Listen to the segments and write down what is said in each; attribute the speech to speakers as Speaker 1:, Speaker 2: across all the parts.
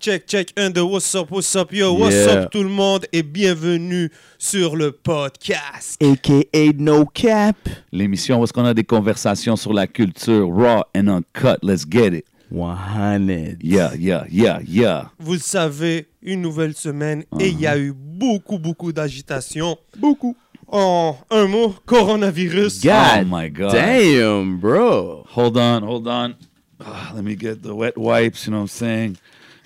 Speaker 1: Check, check, un de what's up, what's up, yo, what's
Speaker 2: Yeah.
Speaker 1: up tout le monde et bienvenue sur le podcast.
Speaker 2: AKA No Cap. L'émission où est-ce qu'on a des conversations sur la culture raw and uncut. Let's get it.
Speaker 3: 100.
Speaker 2: Yeah, yeah, yeah, yeah.
Speaker 1: Vous le savez, une nouvelle semaine et il y a eu beaucoup, beaucoup d'agitation.
Speaker 3: Beaucoup.
Speaker 1: En un mot, coronavirus.
Speaker 2: oh my God.
Speaker 3: Damn, bro.
Speaker 2: Hold on, hold on. Ah, let me get the wet wipes, you know what I'm saying?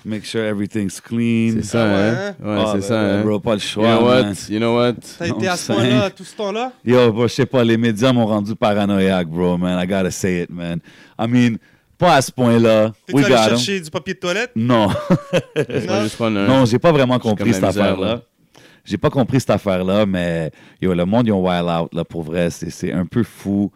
Speaker 2: Make sure everything's clean.
Speaker 3: C'est ça,
Speaker 1: ouais?
Speaker 3: hein? Ouais,
Speaker 2: Ah,
Speaker 3: c'est
Speaker 2: ben,
Speaker 3: ça,
Speaker 2: ben,
Speaker 3: hein?
Speaker 2: Bro, pas le
Speaker 3: You
Speaker 2: choix,
Speaker 3: know what?
Speaker 2: man.
Speaker 3: You know what?
Speaker 1: T'as
Speaker 2: Non,
Speaker 1: été à ce
Speaker 2: ça-
Speaker 1: point-là, tout ce temps-là
Speaker 2: Yo, bro, je sais pas, les médias m'ont rendu paranoïaque, bro, man. I gotta say it, man. I mean, pas à ce point-là.
Speaker 1: T'es
Speaker 2: We
Speaker 1: allé
Speaker 2: got 'em.
Speaker 1: chercher du papier de toilette Hein?
Speaker 2: Non.
Speaker 3: On va juste prendre un.
Speaker 2: Non, j'ai pas vraiment compris
Speaker 3: euh, comme
Speaker 2: cette
Speaker 3: la misère,
Speaker 2: affaire-là.
Speaker 3: là.
Speaker 2: J'ai pas compris cette affaire-là, mais yo, le monde, ils ont wild out, là, pour vrai. C'est c'est un peu fou.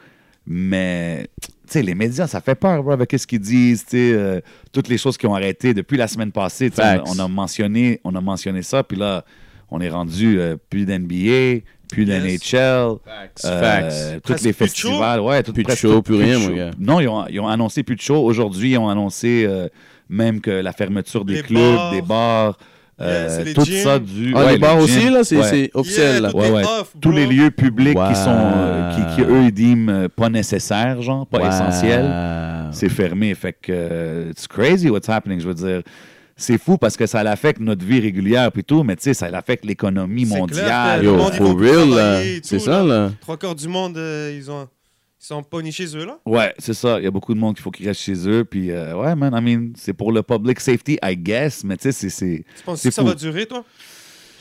Speaker 2: Mais, tu sais, les médias, ça fait peur, bro, avec ce qu'ils disent, tu sais, euh, toutes les choses qui ont arrêté depuis la semaine passée. tu sais,
Speaker 3: Facts.
Speaker 2: On, a- on a mentionné, on a mentionné ça, puis là, on est rendu euh, plus d'NBA, plus
Speaker 1: Yes.
Speaker 2: d'NHL.
Speaker 3: Facts.
Speaker 2: Euh,
Speaker 3: Facts.
Speaker 2: tous
Speaker 1: Presque
Speaker 2: les
Speaker 1: plus de
Speaker 2: festivals, ouais, tout,
Speaker 3: Plus de
Speaker 2: presque
Speaker 3: show, plus rien,
Speaker 2: de
Speaker 3: mon
Speaker 2: show.
Speaker 3: gars.
Speaker 2: Non, ils ont, ils ont annoncé plus de show. Aujourd'hui, ils ont annoncé euh, même que la fermeture des
Speaker 1: Les
Speaker 2: clubs,
Speaker 1: bars.
Speaker 2: des bars, euh,
Speaker 1: Yes, les
Speaker 2: tout
Speaker 1: gyms.
Speaker 2: ça du.
Speaker 3: Ah,
Speaker 2: ouais,
Speaker 3: les bars aussi,
Speaker 2: gyms,
Speaker 3: là, c'est
Speaker 2: ouais.
Speaker 3: c'est officiel,
Speaker 1: Yeah,
Speaker 3: là.
Speaker 1: tout
Speaker 2: Ouais,
Speaker 1: est
Speaker 2: ouais.
Speaker 1: off,
Speaker 2: Tous
Speaker 1: bro.
Speaker 2: les lieux publics
Speaker 3: Wow.
Speaker 2: qui sont, euh, qui, qui, eux, ils diment euh, pas nécessaires, genre, pas
Speaker 3: Wow.
Speaker 2: essentiels c'est fermé. Fait que euh, it's crazy what's happening, je veux dire. C'est fou parce que ça affecte notre vie régulière puis tout, mais tu sais, ça affecte l'économie
Speaker 1: C'est clair
Speaker 2: mondiale.
Speaker 1: que
Speaker 3: Yo,
Speaker 1: le monde, ils
Speaker 3: for
Speaker 1: vont plus
Speaker 3: real, là.
Speaker 1: travailler et
Speaker 3: C'est
Speaker 1: tout,
Speaker 3: ça, là.
Speaker 1: Trois quarts du monde, euh, ils ont. Ils sont pas nichés chez eux, là.
Speaker 2: Ouais, c'est ça. Il y a beaucoup de monde qu'il faut qu'ils restent chez eux. Puis, euh, ouais, man, I mean, c'est pour le public safety, I guess. Mais tu sais, c'est- c'est.
Speaker 1: Tu penses
Speaker 2: C'est
Speaker 1: que ça va
Speaker 2: fou.
Speaker 1: durer, toi?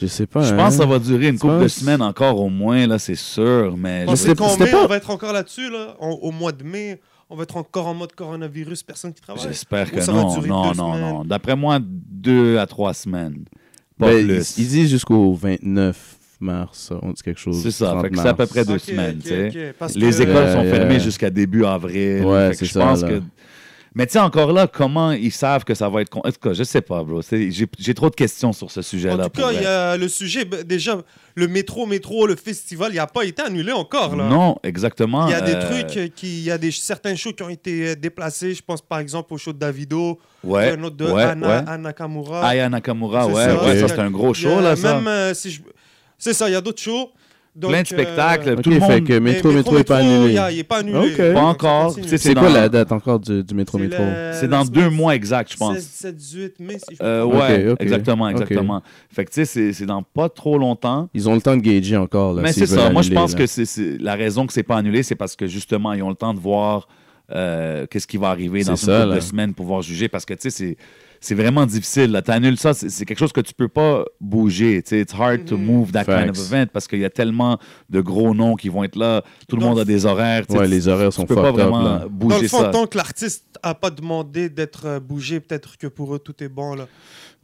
Speaker 3: Je sais pas.
Speaker 2: Je
Speaker 3: hein.
Speaker 2: pense que ça va durer une
Speaker 3: Tu
Speaker 2: couple de
Speaker 3: penses?
Speaker 2: semaines encore au moins, là, c'est sûr. Mais.
Speaker 1: Pensez
Speaker 3: sais-
Speaker 1: qu'en
Speaker 3: c'était
Speaker 1: mai,
Speaker 3: pas-
Speaker 1: on va être encore là-dessus, là, en- au mois de mai. On va être encore en mode coronavirus, personne qui travaille.
Speaker 2: J'espère
Speaker 1: Ou
Speaker 2: que
Speaker 1: ça va
Speaker 2: non.
Speaker 1: durer
Speaker 2: Non,
Speaker 1: deux
Speaker 2: non,
Speaker 1: semaines.
Speaker 2: non. D'après moi, deux à trois semaines. Pas
Speaker 3: Ben,
Speaker 2: plus.
Speaker 3: Ils, ils disent jusqu'au 29 mars, ça, on dit quelque chose.
Speaker 2: C'est ça.
Speaker 3: 30
Speaker 2: Fait que c'est à peu
Speaker 3: mars.
Speaker 2: près deux
Speaker 1: Ok,
Speaker 2: semaines,
Speaker 1: ok,
Speaker 2: tu sais.
Speaker 1: ok, parce
Speaker 2: Les
Speaker 1: que-
Speaker 2: écoles
Speaker 3: Yeah,
Speaker 2: sont
Speaker 3: yeah.
Speaker 2: fermées jusqu'à début avril.
Speaker 3: Ouais,
Speaker 2: Fait que
Speaker 3: c'est
Speaker 2: je
Speaker 3: ça,
Speaker 2: pense
Speaker 3: là.
Speaker 2: que. Mais tu sais, encore là, comment ils savent que ça va être. con- En tout cas, je sais pas, bro. C'est- J'ai j'ai trop de questions sur ce
Speaker 1: En
Speaker 2: sujet-là.
Speaker 1: tout
Speaker 2: pour
Speaker 1: cas, il
Speaker 2: vrai.
Speaker 1: y a le sujet, ben, déjà, le métro, métro, le festival, il n'a pas été annulé encore, là.
Speaker 2: Non, exactement.
Speaker 1: Il y a des
Speaker 2: euh,
Speaker 1: trucs euh, qui, il y a des certains shows qui ont été euh, déplacés. Je pense par exemple au show de Davido,
Speaker 2: Ouais,
Speaker 1: un autre de
Speaker 2: ouais,
Speaker 1: Anna,
Speaker 2: ouais.
Speaker 1: Anna Kamura.
Speaker 2: Ah, Aya Nakamura,
Speaker 1: C'est
Speaker 2: ouais,
Speaker 1: ça,
Speaker 2: ouais,
Speaker 3: ok.
Speaker 2: ça c'est un gros
Speaker 1: Il y
Speaker 2: show,
Speaker 1: a
Speaker 2: là, ça.
Speaker 1: même, euh, si je- c'est ça, il y a d'autres shows. Donc,
Speaker 2: Plein de
Speaker 1: euh,
Speaker 2: spectacles,
Speaker 3: Ok,
Speaker 2: tout le
Speaker 3: fait
Speaker 2: monde.
Speaker 3: que
Speaker 1: mais
Speaker 3: métro, métro est pas
Speaker 1: il y a-
Speaker 3: annulé.
Speaker 1: Il n'est pas annulé.
Speaker 3: Ok.
Speaker 1: Donc,
Speaker 2: Pas
Speaker 1: ça
Speaker 2: encore.
Speaker 1: continue.
Speaker 2: Tu sais,
Speaker 3: C'est quoi
Speaker 2: dans-
Speaker 3: la date encore du, du métro,
Speaker 1: C'est
Speaker 3: métro?
Speaker 1: euh, le-
Speaker 2: C'est dans
Speaker 1: la
Speaker 2: deux
Speaker 1: semaine
Speaker 2: mois exact, je pense.
Speaker 1: 16, 17, 18 mai, si je me
Speaker 2: Euh,
Speaker 1: trompe.
Speaker 2: ouais,
Speaker 3: Ok, ok,
Speaker 2: exactement,
Speaker 3: ok.
Speaker 2: exactement. Fait que tu sais, c'est- c'est dans pas trop longtemps.
Speaker 3: Ils ont le temps de gager encore, là.
Speaker 2: Mais
Speaker 3: s'ils
Speaker 2: c'est ça.
Speaker 3: veulent
Speaker 2: Moi, je
Speaker 3: annuler,
Speaker 2: pense
Speaker 3: là.
Speaker 2: que c'est c'est- la raison que c'est pas annulé, c'est parce que justement, ils ont le temps de voir euh, qu'est-ce qui va arriver dans une
Speaker 3: C'est ça,
Speaker 2: couple de
Speaker 3: là.
Speaker 2: semaines pour pouvoir juger. Parce que tu sais, c'est- c'est vraiment difficile. là. T'annules ça, c'est c'est quelque chose que tu peux pas bouger. tu sais. It's hard to
Speaker 1: Mhm.
Speaker 2: move that kind of
Speaker 3: Facts.
Speaker 2: event parce qu'il y a tellement de gros noms qui vont être là. Tout le
Speaker 1: Dans
Speaker 2: monde
Speaker 1: le
Speaker 2: a des horaires. tu sais,
Speaker 3: Ouais,
Speaker 2: tu-
Speaker 3: les horaires sont
Speaker 2: tu peux pas
Speaker 3: fucked up,
Speaker 2: vraiment
Speaker 3: là.
Speaker 2: bouger
Speaker 1: Dans le fond,
Speaker 2: ça.
Speaker 1: tant que l'artiste n'a pas demandé d'être euh, bougé, peut-être que pour eux, tout est bon. Là.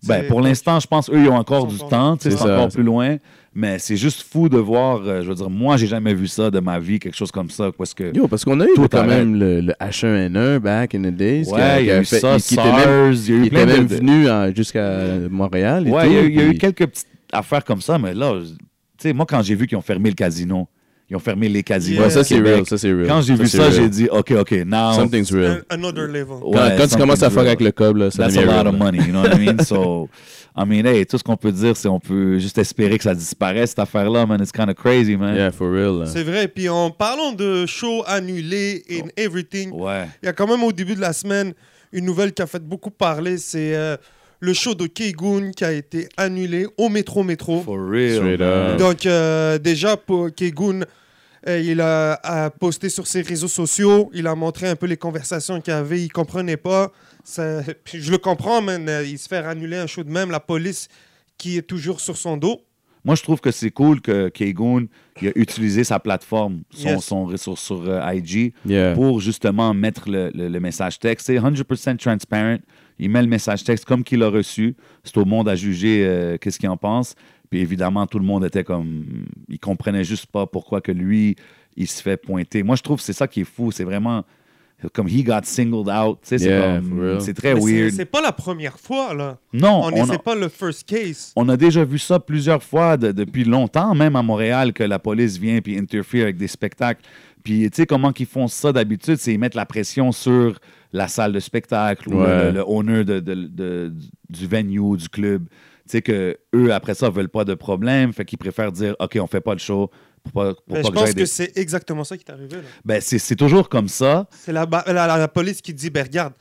Speaker 2: Ben,
Speaker 1: C'est-
Speaker 2: pour
Speaker 1: donc,
Speaker 2: l'instant, je pense eux, ils ont encore
Speaker 1: Ils
Speaker 2: du
Speaker 1: sont
Speaker 2: temps. tu sais,
Speaker 3: C'est
Speaker 2: C'est
Speaker 3: ça.
Speaker 2: encore plus loin. Mais c'est juste fou de voir. euh, je veux dire, moi, j'ai jamais vu ça de ma vie, quelque chose comme ça. Parce que.
Speaker 3: Yo, parce qu'on a eu
Speaker 2: Tout
Speaker 3: le- quand
Speaker 2: arrête.
Speaker 3: même le, le H1N1 back in the days.
Speaker 2: Ouais, il y a eu ça,
Speaker 3: qui était même,
Speaker 2: SARS, il y a
Speaker 3: qui
Speaker 2: eu
Speaker 3: était
Speaker 2: plein
Speaker 3: même
Speaker 2: de...
Speaker 3: venu en- jusqu'à Montréal et
Speaker 2: Ouais,
Speaker 3: tout.
Speaker 2: il y a eu- il y, a eu
Speaker 3: puis-
Speaker 2: quelques petites affaires comme ça, mais là, je- tu sais, moi, quand j'ai vu qu'ils ont fermé le casino, ils ont fermé les casinos
Speaker 3: Ouais,
Speaker 2: au
Speaker 3: ça c'est
Speaker 2: Québec,
Speaker 3: real, ça c'est real.
Speaker 2: Quand j'ai vu
Speaker 3: c'est
Speaker 2: ça,
Speaker 3: real.
Speaker 2: j'ai dit, OK, OK, now...
Speaker 3: Something's real.
Speaker 1: un- Another level.
Speaker 2: euh,
Speaker 3: quand
Speaker 2: ouais,
Speaker 3: quand tu
Speaker 2: something's
Speaker 3: commences à
Speaker 2: real.
Speaker 3: fuck avec le cob, là, ça
Speaker 2: That's
Speaker 3: devient
Speaker 2: a lot
Speaker 3: real.
Speaker 2: of
Speaker 3: là.
Speaker 2: money, you know what I mean? So, I mean, hey, tout ce qu'on peut dire, c'est on peut juste espérer que ça disparaisse, cette affaire-là, man. It's kind of crazy, man.
Speaker 3: Yeah, for real. là.
Speaker 1: C'est vrai. Puis en parlant de show annulé and
Speaker 2: Oh.
Speaker 1: everything,
Speaker 2: Ouais.
Speaker 1: il y a quand même au début de la semaine une nouvelle qui a fait beaucoup parler. C'est euh, le show de Keegun qui a été annulé au métro métro.
Speaker 2: For real.
Speaker 3: Straight
Speaker 2: man.
Speaker 3: up.
Speaker 1: Donc euh, déjà pour Keegun, euh, il a, a posté sur ses réseaux sociaux, il a montré un peu les conversations qu'il avait, il comprenait pas. Ça- puis je le comprends, mais il se fait annuler un show de même, la police qui est toujours sur son dos.
Speaker 2: Moi, je trouve que c'est cool que Kegun il a utilisé sa plateforme, son,
Speaker 1: Yes.
Speaker 2: son ressource sur euh, IG,
Speaker 3: Yeah.
Speaker 2: pour justement mettre le, le- le message texte. C'est 100% transparent. Il met le message texte comme qu'il l'a reçu. C'est au monde à juger euh, qu'est-ce qu'il en pense. Puis évidemment, tout le monde était comme... Il comprenait juste pas pourquoi que lui, il se fait pointer. Moi, je trouve que c'est ça qui est fou. C'est vraiment... Comme he got singled out. Tu sais, c'est
Speaker 3: Yeah,
Speaker 2: comme-
Speaker 3: for real.
Speaker 2: c'est très
Speaker 1: Mais c'est-
Speaker 2: weird.
Speaker 1: C'est pas la première fois là.
Speaker 2: Non,
Speaker 1: On
Speaker 2: on
Speaker 1: n'est
Speaker 2: a-
Speaker 1: pas le first case.
Speaker 2: on a déjà vu ça plusieurs fois de- depuis longtemps, même à Montréal, que la police vient puis interfère avec des spectacles. Puis, tu sais, comment qu'ils font ça d'habitude, c'est ils mettent la pression sur la salle de spectacle ou
Speaker 3: Ouais.
Speaker 2: le, le owner de- de- de- du venue, du club. Tu sais, que eux, après ça, veulent pas de problème, fait qu'ils préfèrent dire, OK, on fait pas le show pour pas, pour
Speaker 1: Mais
Speaker 2: pas
Speaker 1: Ben, je
Speaker 2: que j'aille
Speaker 1: pense
Speaker 2: des-
Speaker 1: que c'est exactement ça qui t'est arrivé. là.
Speaker 2: Ben, c'est c'est toujours comme ça.
Speaker 1: C'est la, ba- la, la- la police qui dit, ben regarde,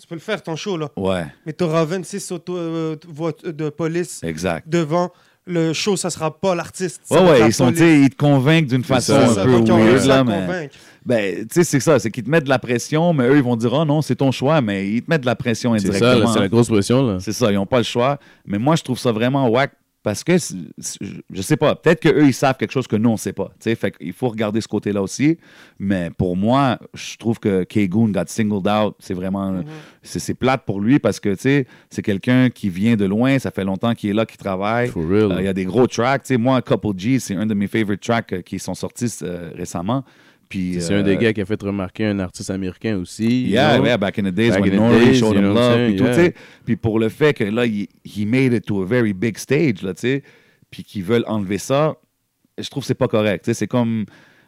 Speaker 1: tu peux le faire ton show, là.
Speaker 2: Ouais,
Speaker 1: Mais t'auras 26 auto, euh, voit- de police
Speaker 2: exact.
Speaker 1: devant. Le show, ça sera pas l'artiste. ça
Speaker 2: Ouais,
Speaker 1: va être
Speaker 2: ouais,
Speaker 1: la
Speaker 2: ils sont, tu
Speaker 1: police.
Speaker 2: sais, ils te convainquent d'une façon
Speaker 1: C'est
Speaker 2: un
Speaker 1: ça,
Speaker 2: peu
Speaker 1: donc ils ont
Speaker 2: weird,
Speaker 1: réussi à
Speaker 2: là,
Speaker 1: te
Speaker 2: mais...
Speaker 1: convaincre.
Speaker 2: Ben, tu sais, c'est ça, c'est qu'ils te mettent de la pression, mais eux, ils vont dire, oh non, c'est ton choix, mais ils te mettent de la pression
Speaker 3: C'est ça, là,
Speaker 2: indirectement.
Speaker 3: c'est la grosse pression, là.
Speaker 2: C'est ça, ils n'ont pas le choix. Mais moi, je trouve ça vraiment whack parce que, c'est- c'est- je- je sais pas, peut-être qu'eux, ils savent quelque chose que nous, on sait pas. Tu sais, fait qu'il faut regarder ce côté-là aussi. Mais pour moi, je trouve que K-Goon got singled out. C'est vraiment,
Speaker 1: Mhm.
Speaker 2: c'est c'est plate pour lui parce que, tu sais, c'est quelqu'un qui vient de loin, ça fait longtemps qu'il est là, qu'il travaille.
Speaker 3: For real.
Speaker 2: Euh, Il y a des gros tracks. Tu sais, moi, Couple G, c'est un de mes favorite tracks euh, qui sont sortis euh, récemment. Puis,
Speaker 3: C'est
Speaker 2: euh,
Speaker 3: un des gars qui a fait remarquer un artiste américain aussi.
Speaker 2: Yeah,
Speaker 3: you know.
Speaker 2: yeah, back in the days
Speaker 3: Back
Speaker 2: when
Speaker 3: in the
Speaker 2: Nori
Speaker 3: days,
Speaker 2: showed
Speaker 3: you know
Speaker 2: him
Speaker 3: what I'm
Speaker 2: love.
Speaker 3: saying?
Speaker 2: Puis tout,
Speaker 3: Yeah.
Speaker 2: tu sais. Puis pour le fait que là, he, he made it to a very big stage, là, tu sais. Puis qu'ils veulent enlever ça, je trouve que c'est pas correct. tu sais. C'est comme,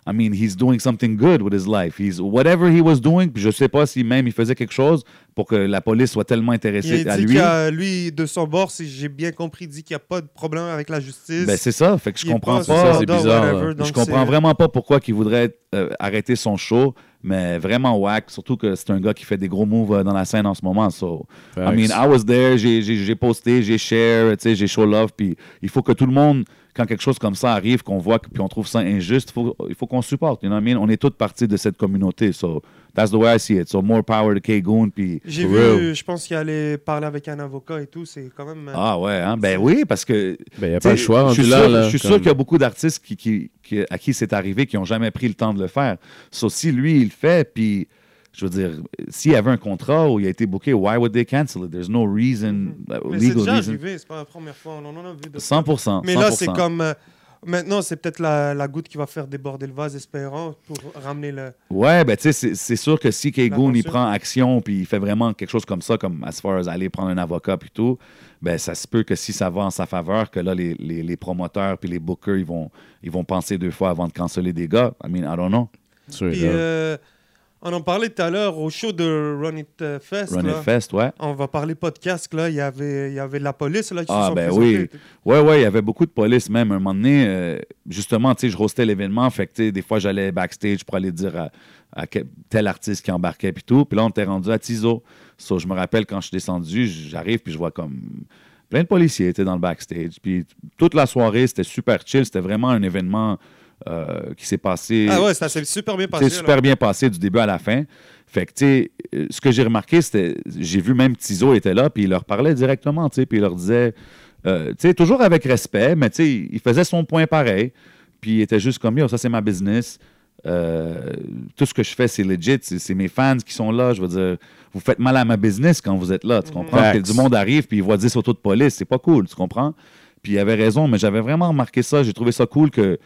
Speaker 2: I mean, he's doing something good with his life. He's whatever he was doing. Puis je sais pas si même il faisait quelque chose pour que la police soit tellement intéressée
Speaker 1: Il a
Speaker 2: à
Speaker 1: dit
Speaker 2: lui.
Speaker 1: qu'il y a, lui, de son bord, si j'ai bien compris, il dit qu'il n'y a pas de problème avec la justice.
Speaker 2: Ben c'est ça. Fait que je
Speaker 1: Il est
Speaker 2: comprends pas.
Speaker 1: sur
Speaker 3: Ça,
Speaker 1: le
Speaker 3: c'est
Speaker 1: dos,
Speaker 3: bizarre,
Speaker 1: whatever,
Speaker 3: là.
Speaker 1: donc
Speaker 2: je comprends
Speaker 1: c'est-
Speaker 2: vraiment pas pourquoi il voudrait euh, arrêter son show, mais vraiment whack, surtout que c'est un gars qui fait des gros moves euh, dans la scène en ce moment. So, I
Speaker 3: Facts.
Speaker 2: mean, I was there, j'ai- j'ai j'ai posté, j'ai share, tu sais, j'ai show love, puis il faut que tout le monde, quand quelque chose comme ça arrive, qu'on voit, que- puis on trouve ça injuste, faut, il faut qu'on supporte, you know what I mean? On est toutes parties de cette communauté, so that's the way I see it. So more power to K-Goon, puis...
Speaker 1: J'ai
Speaker 3: For
Speaker 1: vu, euh,
Speaker 3: real.
Speaker 1: je pense qu'il allait parler avec un avocat et tout. C'est quand même. euh,
Speaker 2: Ah ouais, hein? ben oui, parce que
Speaker 3: Ben, il n'y a pas le
Speaker 2: T'sais,
Speaker 3: choix.
Speaker 2: Je
Speaker 3: rendu
Speaker 2: suis
Speaker 3: là,
Speaker 2: sûr,
Speaker 3: là,
Speaker 2: je suis
Speaker 3: comme-
Speaker 2: sûr qu'il y a beaucoup d'artistes qui, qui- qui- à qui c'est arrivé qui n'ont jamais pris le temps de le faire. Sauf si lui, il le fait, puis je veux dire, s'il y avait un contrat où il a été booké, why would they cancel it? There's no reason,
Speaker 1: Mm-hmm.
Speaker 2: uh,
Speaker 1: mais c'est
Speaker 2: legal
Speaker 1: déjà
Speaker 2: reason.
Speaker 1: arrivé, c'est pas la première fois. On en a vu de
Speaker 2: 100%.
Speaker 1: Mais là,
Speaker 2: 100%.
Speaker 1: c'est comme. euh, maintenant, c'est peut-être la, la goutte qui va faire déborder le vase, espérant, pour ramener le.
Speaker 2: Ouais, ben tu sais, c'est- c'est sûr que si K.
Speaker 1: La
Speaker 2: Goon, il
Speaker 1: poursuite.
Speaker 2: prend action puis il fait vraiment quelque chose comme ça, comme as far as aller prendre un avocat puis tout, ben ça se peut que si ça va en sa faveur, que là, les, les- les promoteurs puis les bookers, ils vont, ils vont penser deux fois avant de canceller des gars. I mean, I don't know.
Speaker 3: Straight
Speaker 1: Puis,
Speaker 3: up.
Speaker 1: euh, on en parlait tout à l'heure au show de Run It euh, Fest.
Speaker 2: Run
Speaker 1: là.
Speaker 2: It Fest, ouais.
Speaker 1: On va parler podcast, là. Il y avait, il y avait de la police, là, qui
Speaker 2: Ah,
Speaker 1: se sont
Speaker 2: ben
Speaker 1: présentés.
Speaker 2: oui. Ouais, ouais, il y avait beaucoup de police même. Un moment donné, euh, justement, tu sais, je hostais l'événement. Fait que, tu sais, des fois, j'allais backstage pour aller dire à, à que- tel artiste qui embarquait, puis tout. Puis là, on était rendu à Tizo. So, je me rappelle quand je suis descendu, j'arrive, puis je vois comme plein de policiers étaient dans le backstage. Puis toute la soirée, c'était super chill. C'était vraiment un événement euh, qui s'est passé.
Speaker 1: Ah ouais, ça s'est super bien passé.
Speaker 2: C'est super bien passé du début à la fin. Fait que, tu sais, euh, ce que j'ai remarqué, c'était, j'ai vu même Tizo était là, puis il leur parlait directement, tu sais, puis il leur disait, euh, tu sais, toujours avec respect, mais tu sais, il faisait son point pareil, puis il était juste comme, yo, ça c'est ma business, Euh, tout ce que je fais, c'est legit, c'est c'est mes fans qui sont là, je veux dire, vous faites mal à ma business quand vous êtes là, tu comprends? Que
Speaker 3: Facts.
Speaker 2: du monde arrive, puis il voit 10 autos de police, c'est pas cool, tu comprends? Puis il avait raison, mais j'avais vraiment remarqué ça, j'ai trouvé ça cool que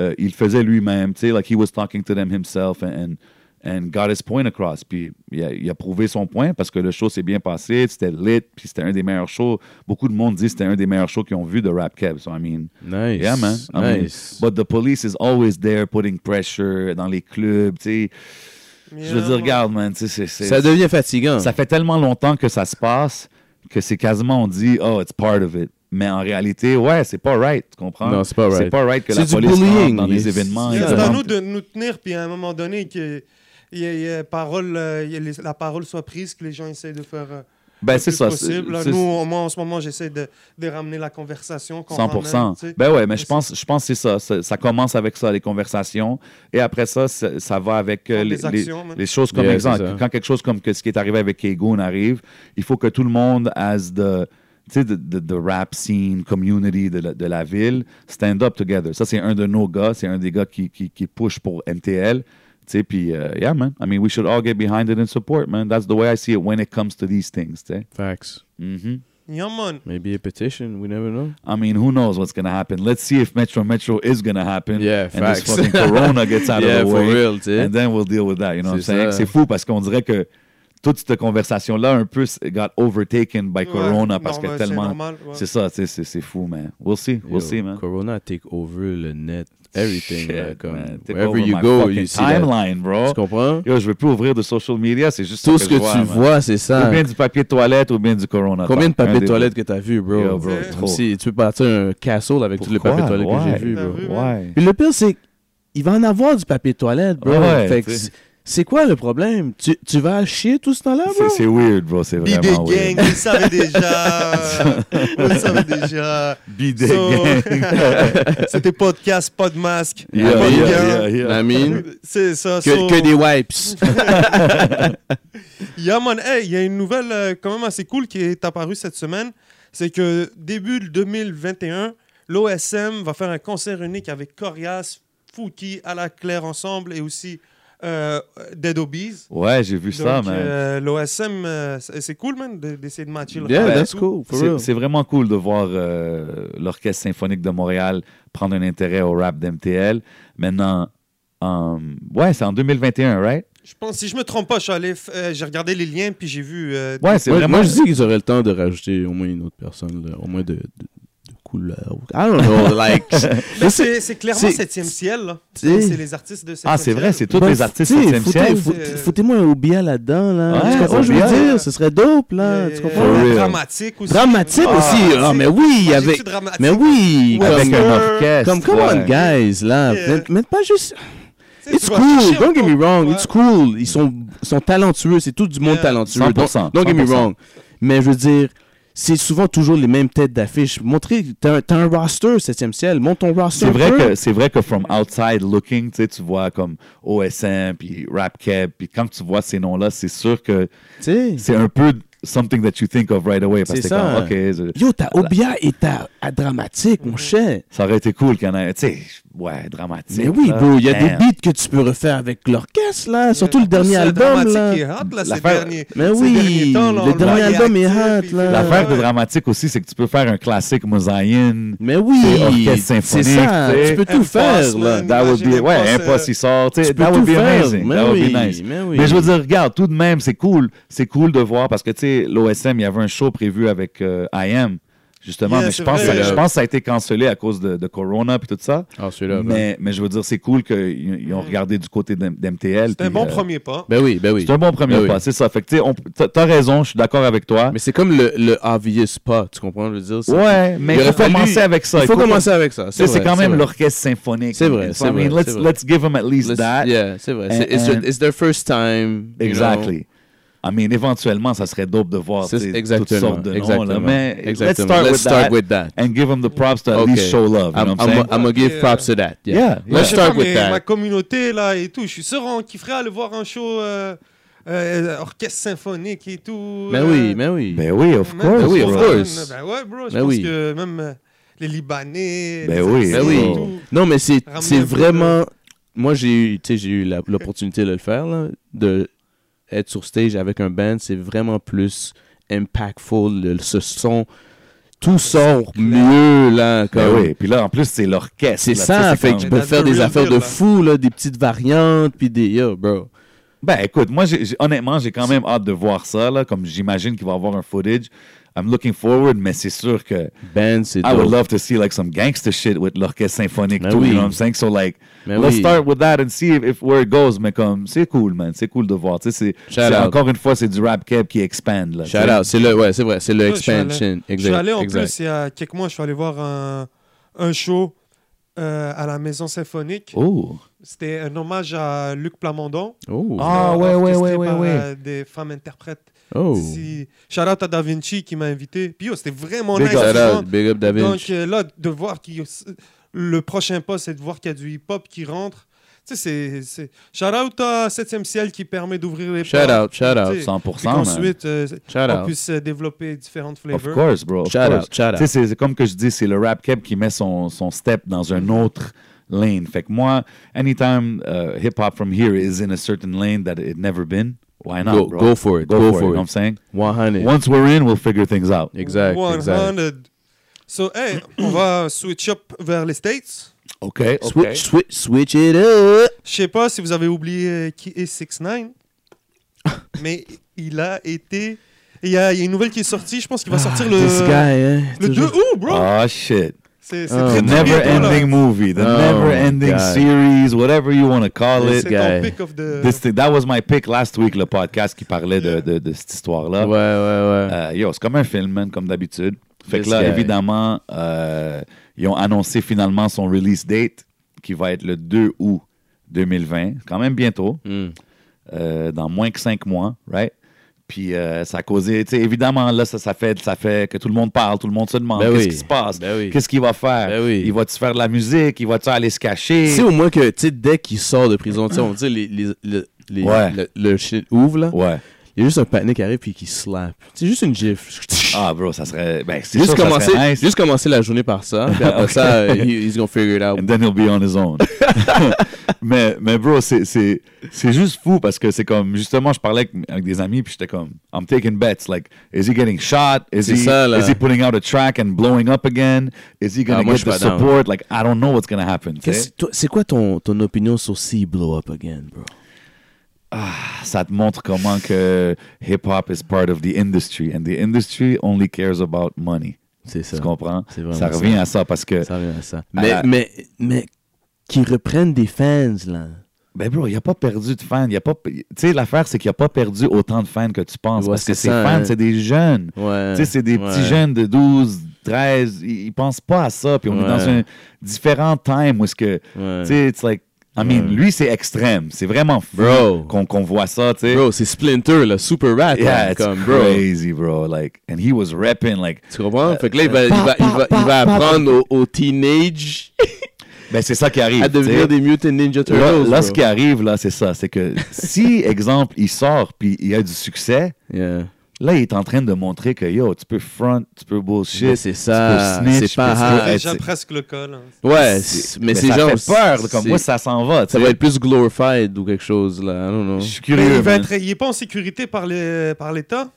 Speaker 2: euh, il faisait lui-même, tu sais, like he was talking to them himself and, and, and got his point across. Puis il a, il a prouvé son point parce que le show s'est bien passé, c'était lit, puis c'était un des meilleurs shows. Beaucoup de monde dit que c'était un des meilleurs shows qu'ils ont vu de Rap Cab. So I mean,
Speaker 3: Nice.
Speaker 2: yeah man. I mean,
Speaker 3: nice.
Speaker 2: but the police is always there putting pressure dans les clubs, tu sais.
Speaker 1: bien.
Speaker 2: Je veux dire, regarde man, tu sais, c'est- c'est-
Speaker 3: ça devient fatigant.
Speaker 2: ça fait tellement longtemps que ça se passe que c'est quasiment on dit oh it's part of it. Mais en réalité, ouais, c'est pas right, tu comprends?
Speaker 3: Non, c'est pas right.
Speaker 2: C'est pas right que
Speaker 3: C'est
Speaker 2: la
Speaker 3: du
Speaker 2: police rentre
Speaker 3: bullying.
Speaker 2: dans les
Speaker 3: C'est-
Speaker 2: événements.
Speaker 1: C'est
Speaker 2: et
Speaker 3: Yeah.
Speaker 1: à
Speaker 2: demande-
Speaker 1: nous de nous tenir, puis à un moment donné, que il y a- il y a parole, euh, il y a les- la parole soit prise, que les gens essayent de faire euh,
Speaker 2: Ben,
Speaker 1: le
Speaker 2: c'est
Speaker 1: plus
Speaker 2: ça. c'est-
Speaker 1: possible. là.
Speaker 2: c'est-
Speaker 1: Nous, au- moi, en ce moment, j'essaie de, de ramener la conversation. qu'on
Speaker 2: 100%.
Speaker 1: ramène, tu sais.
Speaker 2: ben ouais, mais je
Speaker 1: c'est-
Speaker 2: pense, je pense que c'est ça. ça. ça commence avec ça, les conversations. Et après ça, ça, ça va avec euh,
Speaker 1: Prendre
Speaker 2: les,
Speaker 1: des
Speaker 2: les-
Speaker 1: actions, hein. man.
Speaker 2: les choses comme
Speaker 3: Yeah,
Speaker 2: exemple.
Speaker 3: c'est ça.
Speaker 2: Quand quelque chose comme que ce qui est arrivé avec Kegoon arrive, il faut que tout le monde as the tu sais, the, the- the rap scene, community de la, de la ville, stand up together. Ça, c'est un de nos gars. C'est un des gars qui, qui, qui push pour MTL. Tu sais, puis, euh, yeah, man. I mean, we should all get behind it and support, man. That's the way I see it when it comes to these things, tu sais.
Speaker 3: Facts.
Speaker 2: Mhm.
Speaker 1: Yeah, man.
Speaker 3: Maybe a petition, we never know.
Speaker 2: I mean, who knows what's gonna happen? Let's see if Metro Metro is gonna happen.
Speaker 3: Yeah,
Speaker 2: and this
Speaker 3: facts.
Speaker 2: fucking Corona gets out
Speaker 3: yeah,
Speaker 2: of the
Speaker 3: for
Speaker 2: way,
Speaker 3: real, tu sais.
Speaker 2: and then we'll deal with that. You know what I'm
Speaker 3: C'est ça.
Speaker 2: saying? C'est fou parce qu'on dirait que toute cette conversation-là, un peu, s- got overtaken by
Speaker 1: Ouais,
Speaker 2: Corona parce que
Speaker 1: normal, C'est
Speaker 2: tellement.
Speaker 1: normal, ouais.
Speaker 2: C'est ça, tu sais, c'est c'est fou, man. We'll see, we'll
Speaker 3: Yo,
Speaker 2: see, man.
Speaker 3: Corona take over le net, everything.
Speaker 2: Shit,
Speaker 3: là, comme,
Speaker 2: man. Take
Speaker 3: wherever
Speaker 2: over
Speaker 3: you
Speaker 2: my
Speaker 3: go,
Speaker 2: fucking
Speaker 3: you see that.
Speaker 2: timeline, bro.
Speaker 3: Tu comprends?
Speaker 2: Yo, je veux plus ouvrir de social media, c'est juste ça
Speaker 3: Tout ce que
Speaker 2: je vois,
Speaker 3: tu
Speaker 2: man.
Speaker 3: vois, c'est
Speaker 2: Ou
Speaker 3: ça.
Speaker 2: bien du papier de toilette ou bien du Corona.
Speaker 3: Combien de
Speaker 2: Un
Speaker 3: papier
Speaker 2: des
Speaker 3: de toilette que t'as vu, bro?
Speaker 2: Yo, bro,
Speaker 1: C'est-
Speaker 2: trop.
Speaker 3: Si tu peux partir un castle avec tout le
Speaker 2: Pourquoi?
Speaker 3: papier de toilette
Speaker 2: Why?
Speaker 3: que j'ai vu,
Speaker 1: T'as
Speaker 3: bro.
Speaker 1: vu?
Speaker 2: Ouais.
Speaker 3: Puis le pire, c'est qu'il va en avoir du papier de toilette, bro.
Speaker 2: Ouais,
Speaker 3: fait que
Speaker 2: tu sais.
Speaker 3: c'est- c'est quoi le problème? Tu, tu vas chier tout ce temps-là, bro?
Speaker 2: C'est- C'est weird, bro, c'est
Speaker 1: Bidet
Speaker 2: vraiment
Speaker 1: gang,
Speaker 2: weird.
Speaker 1: vous le savez déjà. vous le savez déjà.
Speaker 2: Bidet
Speaker 1: So-
Speaker 2: gang.
Speaker 1: C'était pas de casque, pas de masque,
Speaker 2: Yeah,
Speaker 1: pas de
Speaker 2: yeah,
Speaker 1: gants.
Speaker 2: yeah, yeah.
Speaker 3: La mine,
Speaker 1: C'est ça.
Speaker 3: que,
Speaker 1: so-
Speaker 3: que des wipes.
Speaker 1: Yeah, man. Hey, il y a une nouvelle euh, quand même assez cool qui est apparue cette semaine. C'est que début 2021, l'OSM va faire un concert unique avec Corias, Fouki, À la Claire ensemble et aussi euh, Dead Obies. euh,
Speaker 2: Ouais, j'ai vu ça, man.
Speaker 3: euh,
Speaker 1: L'OSM, c'est c'est cool, man, de- d'essayer de matcher le rap
Speaker 3: yeah,
Speaker 1: et
Speaker 3: that's
Speaker 1: tout.
Speaker 3: cool, oh, for
Speaker 2: C'est
Speaker 3: real.
Speaker 2: c'est vraiment cool de voir euh, l'Orchestre symphonique de Montréal prendre un intérêt au rap d'MTL. Maintenant, euh, ouais, c'est en 2021, right?
Speaker 1: Je pense, si je me trompe pas, je suis allé f- euh, j'ai regardé les liens puis j'ai vu. euh,
Speaker 2: Ouais, c'est
Speaker 3: Moi,
Speaker 2: vraiment.
Speaker 3: moi, je dis qu'ils auraient le temps de rajouter au moins une autre personne, là, au moins de, de, de couleur. I don't know, like...
Speaker 1: mais Ben, c'est c'est clairement
Speaker 3: c'est-
Speaker 1: 7e ciel, là.
Speaker 3: c'est-
Speaker 1: C'est les artistes de 7e
Speaker 2: ah, c'est vrai, c'est tous
Speaker 3: Ben,
Speaker 2: les artistes
Speaker 3: tu sais,
Speaker 2: 7e
Speaker 3: foutez-
Speaker 2: siècle.
Speaker 3: fout-
Speaker 1: C'est-
Speaker 3: Foutez-moi un OBA là-dedans, là.
Speaker 2: Ouais,
Speaker 3: tu comprends ce que je
Speaker 2: OBA.
Speaker 3: veux dire? Ce serait dope, là.
Speaker 1: Il y a-
Speaker 3: Ah, tu
Speaker 2: For
Speaker 3: comprends?
Speaker 2: real.
Speaker 1: Dramatique aussi.
Speaker 3: Dramatique
Speaker 1: Ah,
Speaker 3: aussi. Ah, mais oui,
Speaker 1: J'ai
Speaker 3: avec...
Speaker 1: dit dramatique.
Speaker 3: Mais oui,
Speaker 1: Ouais,
Speaker 2: Avec
Speaker 3: comme,
Speaker 1: euh,
Speaker 2: un orchestre.
Speaker 3: comme come on,
Speaker 2: ouais.
Speaker 3: guys, là.
Speaker 1: Yeah.
Speaker 3: Faites- Mais pas juste...
Speaker 1: Tu sais,
Speaker 3: It's
Speaker 1: tu vas
Speaker 3: cool,
Speaker 1: chercher
Speaker 3: don't get me
Speaker 1: encore.
Speaker 3: wrong,
Speaker 1: Ouais.
Speaker 3: it's cool. Ils sont, ils sont talentueux, c'est tout du monde
Speaker 1: Yeah.
Speaker 3: talentueux. Don't-
Speaker 2: 100%,
Speaker 3: Don't, get me
Speaker 2: 100%.
Speaker 3: wrong. Mais je veux dire, c'est souvent toujours les mêmes têtes d'affiche. Montrez, t'as un, t'as un roster, 7e ciel, monte ton roster.
Speaker 2: C'est vrai,
Speaker 3: un peu.
Speaker 2: que, c'est vrai que from outside looking, tu sais, tu vois comme OSM, puis Rap Cab, puis quand tu vois ces noms-là, c'est sûr que
Speaker 3: Tu sais.
Speaker 2: c'est un peu something that you think of right away. Parce
Speaker 3: C'est
Speaker 2: que t'es comme,
Speaker 3: ça.
Speaker 2: OK, je-
Speaker 3: Yo, t'as Obia et t'as à Dramatique, mon cher.
Speaker 2: ça aurait été cool qu'il y en ait, tu sais, ouais, dramatique.
Speaker 3: Mais oui,
Speaker 2: là, Ben,
Speaker 3: bro, il y a des
Speaker 2: damn.
Speaker 3: beats que tu peux refaire avec l'orchestre, là. Surtout
Speaker 1: En
Speaker 3: le
Speaker 1: plus,
Speaker 3: dernier album,
Speaker 1: Dramatique
Speaker 3: là.
Speaker 1: est hot, là, ces
Speaker 2: L'affaire-
Speaker 1: derniers-
Speaker 3: Mais
Speaker 1: ces
Speaker 3: oui,
Speaker 1: derniers temps, là,
Speaker 3: le
Speaker 1: on
Speaker 3: dernier
Speaker 1: voit, il
Speaker 3: album est
Speaker 1: actif,
Speaker 3: hot, là.
Speaker 1: il-
Speaker 2: L'affaire
Speaker 1: Ouais.
Speaker 2: de dramatique aussi, c'est que tu peux faire un classique mosaïen.
Speaker 3: Mais oui,
Speaker 2: C'est orchestre
Speaker 3: c'est
Speaker 2: symphonique,
Speaker 3: ça.
Speaker 2: tu sais.
Speaker 3: Tu peux tout faire, là.
Speaker 1: Impossible.
Speaker 2: That would be,
Speaker 1: Imagine
Speaker 2: ouais,
Speaker 1: un poste,
Speaker 2: impossible, il sort, tu sais,
Speaker 3: Tu peux
Speaker 2: that would
Speaker 3: tout
Speaker 2: be
Speaker 3: faire.
Speaker 2: amazing.
Speaker 3: Mais
Speaker 2: that would
Speaker 3: oui,
Speaker 2: be nice.
Speaker 3: mais oui.
Speaker 2: Mais je veux dire, regarde, tout de même, c'est cool. C'est cool de voir parce que, tu sais, l'OSM, il y avait un show prévu avec euh, IM, justement,
Speaker 1: Yeah,
Speaker 2: mais
Speaker 1: c'est
Speaker 2: je pense,
Speaker 1: vrai.
Speaker 2: que- je pense que ça a été cancellé à cause de, de Corona et tout ça.
Speaker 3: Ah, celui-là,
Speaker 2: Mais, mais je veux dire, c'est cool qu'ils ils ont regardé du côté d'MTL.
Speaker 1: C'est un bon premier pas.
Speaker 3: Ben oui, ben oui.
Speaker 2: C'est un bon premier
Speaker 3: Ben oui.
Speaker 2: pas, c'est ça. Fait que, tu sais, on- t'as- t'as raison, je suis d'accord avec toi.
Speaker 3: Mais c'est comme le, le obvious pas, tu comprends, je veux dire. c'est-
Speaker 2: ouais, mais
Speaker 3: Il
Speaker 2: il
Speaker 3: aurait
Speaker 2: faut
Speaker 3: fallu-
Speaker 2: commencer avec ça.
Speaker 3: Il faut
Speaker 2: Écoute,
Speaker 3: commencer avec ça.
Speaker 2: tu sais, C'est
Speaker 3: vrai,
Speaker 2: quand même
Speaker 3: vrai.
Speaker 2: l'orchestre symphonique.
Speaker 3: C'est vrai,
Speaker 2: You know
Speaker 3: c'est
Speaker 2: what I mean?
Speaker 3: vrai,
Speaker 2: Let's,
Speaker 3: c'est vrai.
Speaker 2: let's give them at least
Speaker 3: Let's-
Speaker 2: that.
Speaker 3: Yeah, c'est vrai. C'est-
Speaker 2: And-
Speaker 3: it's, their-
Speaker 2: and-
Speaker 3: it's their first time. you know.
Speaker 2: Exactly. I mean, éventuellement, ça serait dope de voir
Speaker 3: C'est-
Speaker 2: tu sais, toutes
Speaker 3: exactement,
Speaker 2: sortes de noms.
Speaker 3: exactement,
Speaker 2: Là, mais let's
Speaker 3: exactement.
Speaker 2: start,
Speaker 3: Let's
Speaker 2: with,
Speaker 3: start
Speaker 2: that
Speaker 3: with that.
Speaker 2: and give them the props to at
Speaker 3: Okay.
Speaker 2: least show love. You know
Speaker 3: I'm,
Speaker 2: what I'm saying?
Speaker 3: I'm, I'm gonna give props to that. Yeah.
Speaker 2: Yeah, yeah.
Speaker 1: Je
Speaker 3: Let's
Speaker 1: sais
Speaker 3: start
Speaker 1: pas,
Speaker 3: with
Speaker 1: mais Ma
Speaker 3: that.
Speaker 1: communauté, là, et tout, je suis sûr qu'on kifferait aller voir un show euh, euh, orchestre symphonique et tout.
Speaker 3: Mais
Speaker 1: euh,
Speaker 3: oui, mais oui.
Speaker 2: ben oui, of
Speaker 1: même
Speaker 2: course.
Speaker 3: Ben oui,
Speaker 1: sur
Speaker 3: of
Speaker 2: bro.
Speaker 1: Jordan,
Speaker 3: course.
Speaker 1: Ben ouais, bro, je
Speaker 3: Ben
Speaker 1: pense
Speaker 3: oui.
Speaker 1: que même euh, les Libanais.
Speaker 2: Ben
Speaker 1: les
Speaker 2: oui,
Speaker 1: Arméniens
Speaker 3: ben
Speaker 1: et
Speaker 3: oui.
Speaker 1: tout.
Speaker 3: Non, mais c'est
Speaker 1: Ramener
Speaker 3: c'est
Speaker 1: un peu de-
Speaker 3: vraiment. Moi, j'ai eu, tu sais, j'ai eu la- l'opportunité de le faire, là, de être sur stage avec un band. C'est vraiment plus impactful. le- ce son, tout sort mieux, là.
Speaker 2: Ben
Speaker 3: Comme,
Speaker 2: oui. Puis là, en plus, c'est l'orchestre.
Speaker 3: C'est
Speaker 2: là, tu sais,
Speaker 3: ça, fait
Speaker 2: comme-
Speaker 3: que je
Speaker 1: Mais
Speaker 3: peux
Speaker 1: that's
Speaker 3: faire
Speaker 1: the
Speaker 3: des
Speaker 1: real
Speaker 3: affaires
Speaker 1: deal,
Speaker 3: de
Speaker 1: là.
Speaker 3: fou, là, des petites variantes, puis des yo, bro.
Speaker 2: Ben écoute, moi, j'ai- j'ai- honnêtement, j'ai quand même hâte de voir ça. Là, comme j'imagine qu'il va y avoir un footage. I'm looking forward, mais c'est sûr que
Speaker 3: Ben, c'est
Speaker 2: I would
Speaker 3: dope.
Speaker 2: love to see like some gangster shit with l'orchestre symphonique
Speaker 3: Ben
Speaker 2: too,
Speaker 3: oui.
Speaker 2: you know what I'm saying? So like,
Speaker 3: Ben
Speaker 2: let's
Speaker 3: oui.
Speaker 2: start with that and see if, if where it goes. Mais comme, c'est cool, man. C'est cool de voir. Tu sais, c'est-
Speaker 3: Shout
Speaker 2: c'est
Speaker 3: out.
Speaker 2: encore une fois, c'est du rap cab qui expand. Là, tu
Speaker 3: Shout
Speaker 2: sais.
Speaker 3: out, c'est le, ouais, c'est vrai, c'est le
Speaker 1: Ouais, je suis allé-
Speaker 3: expansion.
Speaker 1: Je suis
Speaker 3: Exact.
Speaker 1: allé en
Speaker 3: exact.
Speaker 1: plus, il y a quelques mois, je suis allé voir un, un show euh, à la Maison Symphonique.
Speaker 2: Oh.
Speaker 1: C'était un hommage à Luc Plamondon.
Speaker 3: Oh,
Speaker 2: Ah, ouais, ouais,
Speaker 1: orchestré
Speaker 2: ouais, ouais,
Speaker 1: par,
Speaker 2: ouais.
Speaker 1: euh, des femmes interprètes.
Speaker 3: oh.
Speaker 1: Si... Shout out à Da Vinci qui m'a invité. Puis yo, c'était vraiment
Speaker 2: Big
Speaker 1: nice.
Speaker 2: up.
Speaker 3: Shout
Speaker 1: vraiment.
Speaker 3: out, big up David.
Speaker 1: Donc euh, là, de voir qu'il y a- le prochain pas, c'est de voir qu'il y a du hip-hop qui rentre. Tu sais, c'est- c'est. Shout out à 7 ciel qui permet d'ouvrir les
Speaker 3: Shout
Speaker 1: portes.
Speaker 3: out, shout out,
Speaker 1: Tu sais,
Speaker 2: 100%,
Speaker 1: puis
Speaker 2: man.
Speaker 1: qu'ensuite, euh,
Speaker 3: Shout
Speaker 1: on
Speaker 3: out.
Speaker 1: puisse euh, développer différentes
Speaker 2: Of
Speaker 1: flavors.
Speaker 2: course, bro. of
Speaker 3: Shout
Speaker 2: course.
Speaker 3: out, shout out.
Speaker 2: Tu sais, C'est c'est comme que je dis, c'est le rap cab qui met son, son step dans un autre lane. Fait que moi, anytime uh, hip hop from here is in a certain lane that it never been, why not,
Speaker 3: Go-
Speaker 2: bro?
Speaker 3: go for it, go for
Speaker 2: You know
Speaker 3: it.
Speaker 2: what I'm saying?
Speaker 3: 100.
Speaker 2: Once we're in, we'll figure things out.
Speaker 3: Exact, exact.
Speaker 1: 100. So, hey, on va switch up vers les States.
Speaker 2: OK,
Speaker 3: Switch, switch, switch it up.
Speaker 1: Je sais pas si vous avez oublié euh, qui est 6 9 mais il a été. Il y a, il y a une nouvelle qui est sortie, je pense qu'il va sortir
Speaker 3: Ah,
Speaker 1: le,
Speaker 3: this guy, hein,
Speaker 1: le 2
Speaker 3: toujours.
Speaker 1: août, bro.
Speaker 2: Oh shit.
Speaker 1: C'est c'est
Speaker 3: Oh,
Speaker 1: très,
Speaker 2: The
Speaker 1: très
Speaker 2: never
Speaker 1: bientôt, là.
Speaker 2: ending movie, the
Speaker 3: Oh,
Speaker 2: never
Speaker 3: my
Speaker 2: ending
Speaker 3: God.
Speaker 2: series, whatever you want to call
Speaker 1: C'est
Speaker 2: it.
Speaker 1: ton
Speaker 3: guy.
Speaker 1: pick of the-
Speaker 2: This thing- that was my pick last week, le podcast qui parlait de, de, de cette histoire-là.
Speaker 3: Ouais, ouais, ouais.
Speaker 2: Euh, yo, c'est comme un film, man, comme d'habitude. Fait que
Speaker 3: This
Speaker 2: là,
Speaker 3: guy.
Speaker 2: évidemment, euh, ils ont annoncé finalement son release date qui va être le 2 août 2020, C'est quand même bientôt,
Speaker 3: Mm.
Speaker 2: euh, dans moins que cinq mois, right? Puis euh, ça a causé, tu sais, évidemment, là, ça, ça, fait, ça fait que tout le monde parle, tout le monde se demande
Speaker 3: Ben
Speaker 2: qu'est-ce
Speaker 3: oui.
Speaker 2: qui se passe,
Speaker 3: Ben oui.
Speaker 2: qu'est-ce qu'il va faire,
Speaker 3: Ben oui.
Speaker 2: il va-tu faire de la musique, il va-tu aller se cacher?
Speaker 3: Tu sais, au moins que, tu sais, dès qu'il sort de prison, tu sais, on dit, les, les, les, les-
Speaker 2: Ouais.
Speaker 3: le, le shit ouvre, là.
Speaker 2: Ouais.
Speaker 3: Il y a juste un panier qui arrive puis qui slap. C'est juste une gifle.
Speaker 2: Ah, bro, ça serait. Ben, c'est
Speaker 3: juste,
Speaker 2: sûr que ça
Speaker 3: commencer,
Speaker 2: serait nice.
Speaker 3: juste commencer la journée par ça. Puis après ça, euh, he- he's gonna figure it out.
Speaker 2: And then he'll be on his own. mais, mais bro, c'est- c'est c'est juste fou parce que c'est comme, justement, je parlais avec, avec des amis puis j'étais comme, I'm taking bets. Like, is he getting shot? Is
Speaker 3: C'est
Speaker 2: he,
Speaker 3: ça, là.
Speaker 2: is he putting out a track and blowing up again? Is he gonna
Speaker 3: Ah, moi,
Speaker 2: get
Speaker 3: je
Speaker 2: the
Speaker 3: suis pas down.
Speaker 2: support? Like, I don't know what's gonna happen. tu
Speaker 3: Qu'est-ce-
Speaker 2: sais.
Speaker 3: toi, C'est quoi ton, ton opinion sur Si Blow Up Again, bro?
Speaker 2: Ça te montre comment que hip-hop is part of the industry and the industry only cares about money.
Speaker 3: C'est ça.
Speaker 2: Tu comprends?
Speaker 3: C'est vraiment
Speaker 2: Ça revient à ça parce que,
Speaker 3: Ça revient à ça.
Speaker 2: Ah,
Speaker 3: Mais,
Speaker 2: ah.
Speaker 3: mais, mais qu'ils reprennent des fans, là.
Speaker 2: ben bro, il a pas perdu de fans. il a pas- Tu sais, l'affaire, c'est qu'il a pas perdu autant de fans que tu penses
Speaker 3: Ouais,
Speaker 2: parce que
Speaker 3: c'est
Speaker 2: ses
Speaker 3: ça,
Speaker 2: fans,
Speaker 3: hein.
Speaker 2: c'est des jeunes.
Speaker 3: Ouais.
Speaker 2: Tu sais, c'est des petits
Speaker 3: Ouais.
Speaker 2: jeunes de 12, 13, ils, ils pensent pas à ça. Puis on est
Speaker 3: Ouais.
Speaker 2: dans un différent time où est-ce que,
Speaker 3: Ouais.
Speaker 2: tu sais, it's like, I mean,
Speaker 3: Ouais.
Speaker 2: lui, c'est extrême. C'est vraiment fou
Speaker 3: Bro.
Speaker 2: qu'on qu'on voit ça, tu sais.
Speaker 3: Bro, c'est Splinter, là. Super Rat,
Speaker 2: Yeah,
Speaker 3: là,
Speaker 2: it's
Speaker 3: comme, bro.
Speaker 2: crazy, bro. Like, and he was repping, like,
Speaker 3: Tu comprends? Fait que là, il va, il va, il va, il va apprendre aux au teenage
Speaker 2: ben c'est ça qui arrive.
Speaker 3: à
Speaker 2: tu sais.
Speaker 3: devenir des Mutant Ninja Turtles.
Speaker 2: Là, là,
Speaker 3: bro.
Speaker 2: ce qui arrive, là, c'est ça. C'est que si, exemple, il sort puis il a du succès,
Speaker 3: Yeah.
Speaker 2: là, il est en train de montrer que, yo, tu peux front, tu peux
Speaker 3: Mais
Speaker 2: bullshit,
Speaker 3: c'est ça.
Speaker 2: tu peux snitch.
Speaker 3: C'est pas
Speaker 2: puis
Speaker 1: C'est
Speaker 3: hard.
Speaker 2: tu
Speaker 1: déjà
Speaker 2: peux-
Speaker 1: presque le cas, là.
Speaker 3: Ouais,
Speaker 2: c'est-
Speaker 3: c'est- mais c'est
Speaker 2: ça
Speaker 3: genre.
Speaker 2: fait peur. Comme
Speaker 3: c'est-
Speaker 2: moi, ça s'en va, tu
Speaker 3: Ça
Speaker 2: sais.
Speaker 3: va être plus glorified ou quelque chose, là. I don't know.
Speaker 2: Je suis
Speaker 1: Mais
Speaker 2: curieux.
Speaker 1: il, va
Speaker 2: man.
Speaker 1: être, il est pas en sécurité par les- par l'État.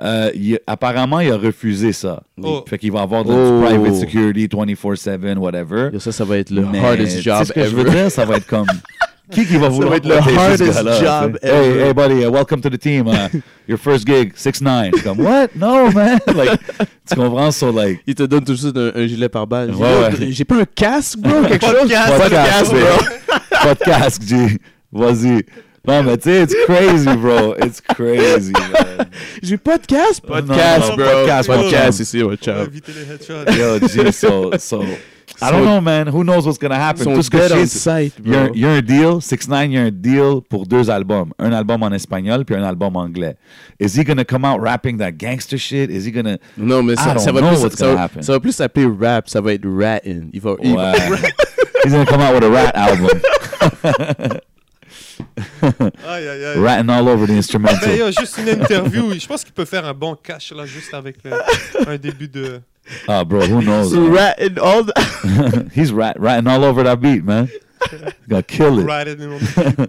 Speaker 2: Euh, il- apparemment, il a refusé ça.
Speaker 1: Oh.
Speaker 2: Fait qu'il va avoir de
Speaker 3: Oh.
Speaker 2: du private security 24-7, whatever.
Speaker 3: Yo, ça, ça va être le
Speaker 2: Mais
Speaker 3: hardest
Speaker 2: tu
Speaker 3: job
Speaker 2: sais ce que je veux
Speaker 3: ever.
Speaker 2: dire, ça va être comme... Qui qui va vouloir
Speaker 3: va être le
Speaker 2: protéger ce
Speaker 3: hardest
Speaker 2: gars-là, tu sais?
Speaker 3: job
Speaker 2: Hey,
Speaker 3: ever.
Speaker 2: hey, buddy, uh, welcome to the team. uh, your first gig, 6'9". Comme, what? No, man. Like, tu comprends? So, like...
Speaker 3: Il te donne tout de suite un, un gilet par balle.
Speaker 2: Ouais, ouais.
Speaker 3: J'ai pas un casque, bro, quelque chose.
Speaker 1: Podcast.
Speaker 3: Podcast,
Speaker 2: bro. Podcast, G. Vas-y. Non, mais tu sais, it's crazy, bro. It's crazy, man.
Speaker 3: J'ai pas de casque.
Speaker 2: Non, non,
Speaker 3: Podcast,
Speaker 2: non,
Speaker 3: bro.
Speaker 2: podcast, podcast.
Speaker 3: podcast ici, watch
Speaker 1: On va
Speaker 3: out.
Speaker 1: éviter les headshots.
Speaker 2: Yo, G, so, so... I don't
Speaker 3: So-
Speaker 2: know, man. Who knows what's gonna happen?
Speaker 3: Ils sont
Speaker 2: Tout ce que je
Speaker 3: dead
Speaker 2: sais,
Speaker 3: on
Speaker 2: c'est-
Speaker 3: site,
Speaker 2: Il y, a un,
Speaker 3: bro.
Speaker 2: il y a un deal, 6 9 il y a un deal pour deux albums. Un album en espagnol puis un album anglais. Is he gonna come out rapping that gangster shit? Is he gonna...
Speaker 3: Non, mais
Speaker 2: I
Speaker 3: ça,
Speaker 2: don't
Speaker 3: ça va
Speaker 2: know
Speaker 3: plus,
Speaker 2: what's
Speaker 3: ça,
Speaker 2: gonna
Speaker 3: va-
Speaker 2: happen.
Speaker 3: ça va plus s'appeler rap, ça va être ratting. Il va, il va-
Speaker 2: Ouais. He's gonna come out with a rat album.
Speaker 1: Aïe, aïe, aïe.
Speaker 2: Ratting all over the
Speaker 1: Ben,
Speaker 2: instrumental.
Speaker 1: yo, juste une interview. Je pense qu'il peut faire un bon cash là, juste avec le- un début de.
Speaker 2: Ah, bro, who knows?
Speaker 3: He's ratting all the...
Speaker 2: He's rat, ratting all over that beat, man. He's gonna kill it.
Speaker 1: Right in the-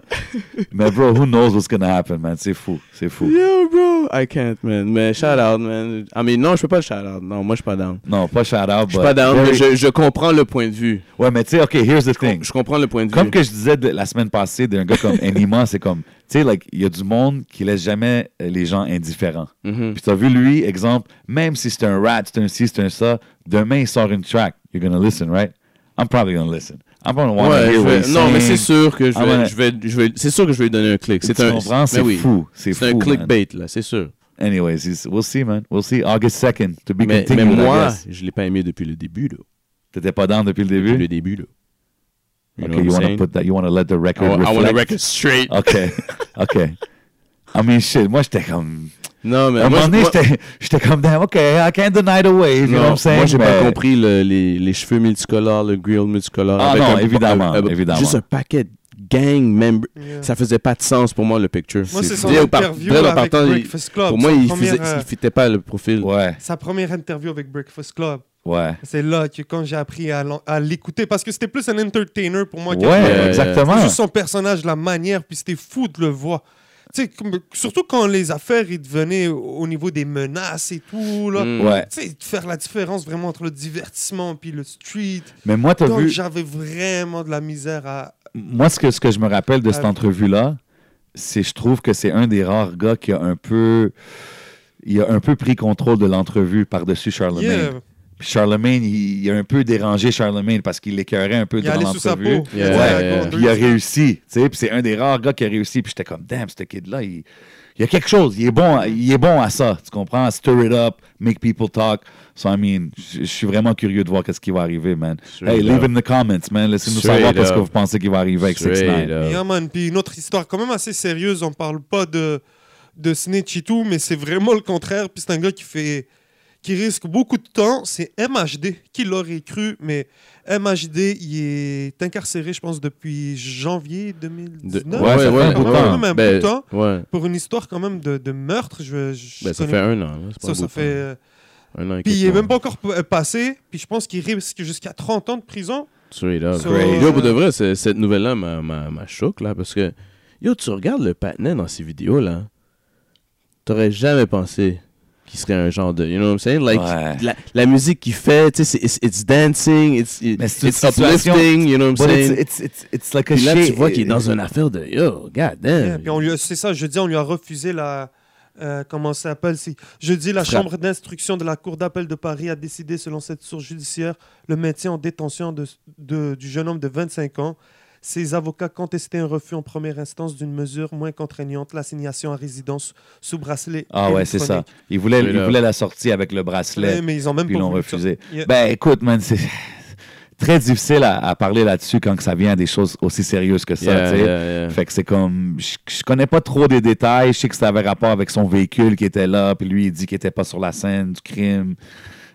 Speaker 2: Mais bro, who knows what's gonna happen, man? C'est fou, c'est fou.
Speaker 3: Yo, bro, I can't, man. Mais shout out, man. I mean, non, je peux pas le shout out. Non, moi, je suis pas down.
Speaker 2: Non, pas shout out,
Speaker 3: Je suis pas down, mais
Speaker 2: very-
Speaker 3: je, je comprends le point de vue.
Speaker 2: Ouais, mais tu sais, OK, here's the thing.
Speaker 3: Je comprends le point de
Speaker 2: Comme
Speaker 3: vue.
Speaker 2: que je disais de- la semaine passée d'un gars comme Enima, c'est comme, tu sais, like, il y a du monde qui laisse jamais euh, les gens indifférents.
Speaker 3: Mhm.
Speaker 2: Puis t'as vu lui, exemple, même si c'est un rat, c'est un ci, c'est un ça, demain il sort une track, you're gonna listen, right? I'm probably gonna listen. I'm gonna wanna
Speaker 3: Ouais,
Speaker 2: hear
Speaker 3: je
Speaker 2: what
Speaker 3: vais-
Speaker 2: he's
Speaker 3: non, mais
Speaker 2: saying.
Speaker 3: c'est sûr que je
Speaker 2: Ah,
Speaker 3: vais,
Speaker 2: ouais.
Speaker 3: je vais, je vais, c'est sûr que je vais lui donner un clic. C'est
Speaker 2: Tu
Speaker 3: un,
Speaker 2: comprends? C'est
Speaker 3: mais oui.
Speaker 2: fou, c'est
Speaker 3: C'est un
Speaker 2: fou, man.
Speaker 3: clickbait là, c'est sûr.
Speaker 2: Anyways, he's- we'll see, man. We'll see. August 2nd, to be
Speaker 3: Mais, mais
Speaker 2: continued, I
Speaker 3: moi,
Speaker 2: guess.
Speaker 3: je l'ai pas aimé depuis le début là.
Speaker 2: T'étais pas down depuis le
Speaker 3: Depuis
Speaker 2: début?
Speaker 3: le début là. You know
Speaker 2: okay, you
Speaker 3: what I'm
Speaker 2: wanna
Speaker 3: saying?
Speaker 2: put that, you wanna let the
Speaker 3: I,
Speaker 2: record
Speaker 3: wa- I
Speaker 2: reflect?
Speaker 3: wanna record straight.
Speaker 2: OK, OK. I mean, shit, moi j'étais comme...
Speaker 3: Non, mais
Speaker 2: À un
Speaker 3: moi,
Speaker 2: moment
Speaker 3: je-
Speaker 2: donné,
Speaker 3: moi-
Speaker 2: j'étais- j'étais comme, damn, OK, I can't deny the wave, you know
Speaker 3: non,
Speaker 2: what I'm saying?
Speaker 3: moi, j'ai pas
Speaker 1: Ben,
Speaker 2: Mais-
Speaker 3: compris le- les, les cheveux multicolores, le grill multicolore.
Speaker 2: Ah
Speaker 3: avec
Speaker 2: non,
Speaker 3: un-
Speaker 2: évidemment, évidemment.
Speaker 3: Juste un paquet de gang member.
Speaker 1: Yeah.
Speaker 3: Ça faisait pas de sens pour moi le picture.
Speaker 1: Moi, c'est son
Speaker 3: Dès au par-
Speaker 1: interview
Speaker 3: dès le
Speaker 1: avec
Speaker 3: partant, il-
Speaker 1: Breakfast Club.
Speaker 3: Pour moi,
Speaker 1: sa
Speaker 3: il
Speaker 1: première,
Speaker 3: faisait-
Speaker 1: euh,
Speaker 3: il fitait pas le profil.
Speaker 2: Ouais,
Speaker 1: Sa première interview avec Breakfast Club.
Speaker 2: ouais.
Speaker 1: C'est là que quand j'ai appris à l'en- à l'écouter, parce que c'était plus un entertainer pour moi.
Speaker 2: Ouais,
Speaker 1: qu'un-
Speaker 3: euh,
Speaker 2: exactement.
Speaker 1: C'était juste son personnage, la manière, puis c'était fou de le voir. Tu sais, comme- surtout quand les affaires ils devenaient au- au niveau des menaces et tout. Là.
Speaker 3: Mm.
Speaker 2: Ouais.
Speaker 1: Tu sais, de faire la différence vraiment entre le divertissement puis le street.
Speaker 2: Mais moi, t'as
Speaker 1: Donc
Speaker 2: vu,
Speaker 1: j'avais vraiment de la misère à.
Speaker 2: moi, ce que, ce que je me rappelle de cette
Speaker 1: Ah.
Speaker 2: entrevue-là, c'est, je trouve que c'est un des rares gars qui a un peu, il a un peu pris contrôle de l'entrevue par-dessus Charlemagne.
Speaker 1: Yeah,
Speaker 2: Puis Charlemagne, il, il a un peu dérangé Charlemagne parce qu'il l'écœurait un peu
Speaker 1: il est
Speaker 2: dans
Speaker 1: allé sous sa
Speaker 2: l'entrevue.
Speaker 1: peau. Il
Speaker 3: Yeah.
Speaker 1: a dit,
Speaker 3: Ouais.
Speaker 1: raconte-le.
Speaker 2: Puis il a réussi, tu sais, puis c'est un des rares gars qui a réussi. Puis j'étais comme, damn, ce kid-là, il, il y a quelque chose, il est, bon, à- il est bon à ça, tu comprends? Stir it up, make people talk. So, I mean, je je suis vraiment curieux de voir qu'est-ce qui va arriver, man.
Speaker 3: Straight
Speaker 2: hey, leave
Speaker 3: up.
Speaker 2: in the comments, man. Laissez-nous
Speaker 3: Straight
Speaker 2: savoir qu'est-ce
Speaker 3: up.
Speaker 2: que vous pensez qui va arriver avec 6
Speaker 3: Straight up.
Speaker 1: Yeah, man. Puis une autre histoire quand même assez sérieuse. On parle pas de, de Snitch et tout, mais c'est vraiment le contraire. Puis c'est un gars qui fait qui risque beaucoup de temps. C'est MHD. Qui l'aurait cru? Mais MHD, il est incarcéré, je pense, depuis janvier 2019.
Speaker 2: Ouais, ça fait un bout de
Speaker 1: quand
Speaker 2: temps.
Speaker 1: même un bout
Speaker 3: Ben,
Speaker 1: de temps.
Speaker 3: ouais.
Speaker 1: Pour une histoire quand même de, de meurtre. Je, je
Speaker 3: Ben, ça
Speaker 1: connais-
Speaker 3: fait un hein. an. là. C'est
Speaker 1: ça,
Speaker 3: pas un bout
Speaker 1: ça
Speaker 3: de
Speaker 1: fait...
Speaker 3: temps.
Speaker 1: euh,
Speaker 3: un an. et
Speaker 1: Puis il
Speaker 3: quelques
Speaker 1: est même
Speaker 3: mois.
Speaker 1: pas encore p- euh, passé. Puis je pense qu'il risque jusqu'à 30 ans de prison.
Speaker 3: Straight up.
Speaker 1: So,
Speaker 2: Great.
Speaker 3: Yo,
Speaker 1: euh,
Speaker 3: pour de vrai, c'est- cette nouvelle-là m'a, m'a, m'a choque, là, parce que, yo, tu regardes le patinet dans ces vidéos-là, t'aurais jamais pensé qu'il serait un genre de, you know what I'm saying? Like,
Speaker 2: Ouais.
Speaker 3: la, la musique qu'il fait, tu sais, c'est- it's, it's dancing, it's, it-
Speaker 2: Mais c'est une
Speaker 3: it's
Speaker 2: situation-
Speaker 3: uplifting, you know what I'm
Speaker 2: But it's,
Speaker 3: saying?
Speaker 2: it's, it's, it's like a
Speaker 3: Puis là, tu
Speaker 2: shit.
Speaker 3: vois qu'il est dans une affaire de, yo, god
Speaker 1: Yeah,
Speaker 3: damn.
Speaker 2: Euh,
Speaker 1: puis on lui a- c'est ça, jeudi, on lui a refusé la. euh, comment ça s'appelle c'est- Jeudi, la
Speaker 3: Frappe.
Speaker 1: chambre d'instruction de la Cour d'appel de Paris a décidé, selon cette source judiciaire, le maintien en détention de, de- du jeune homme de 25 ans. Ses avocats contestaient un refus en première instance d'une mesure moins contraignante, l'assignation à résidence sous bracelet.
Speaker 2: Ah ouais, c'est ça.
Speaker 1: électronique.
Speaker 2: Il voulait,
Speaker 3: Straight
Speaker 2: il
Speaker 3: up.
Speaker 2: voulait la sortie avec le
Speaker 1: Mais,
Speaker 2: bracelet,
Speaker 1: mais ils ont même
Speaker 2: puis ils
Speaker 1: pas
Speaker 2: l'ont
Speaker 1: voulu ça.
Speaker 2: refusé.
Speaker 1: Yeah.
Speaker 2: Ben écoute, man, c'est très difficile à, à parler là-dessus quand que ça vient des choses aussi sérieuses que ça,
Speaker 3: Yeah,
Speaker 2: tu sais.
Speaker 3: yeah, yeah.
Speaker 2: Fait que c'est comme. Je, je connais pas trop des détails. Je sais que ça avait rapport avec son véhicule qui était là, puis lui, il dit qu'il était pas sur la scène du crime.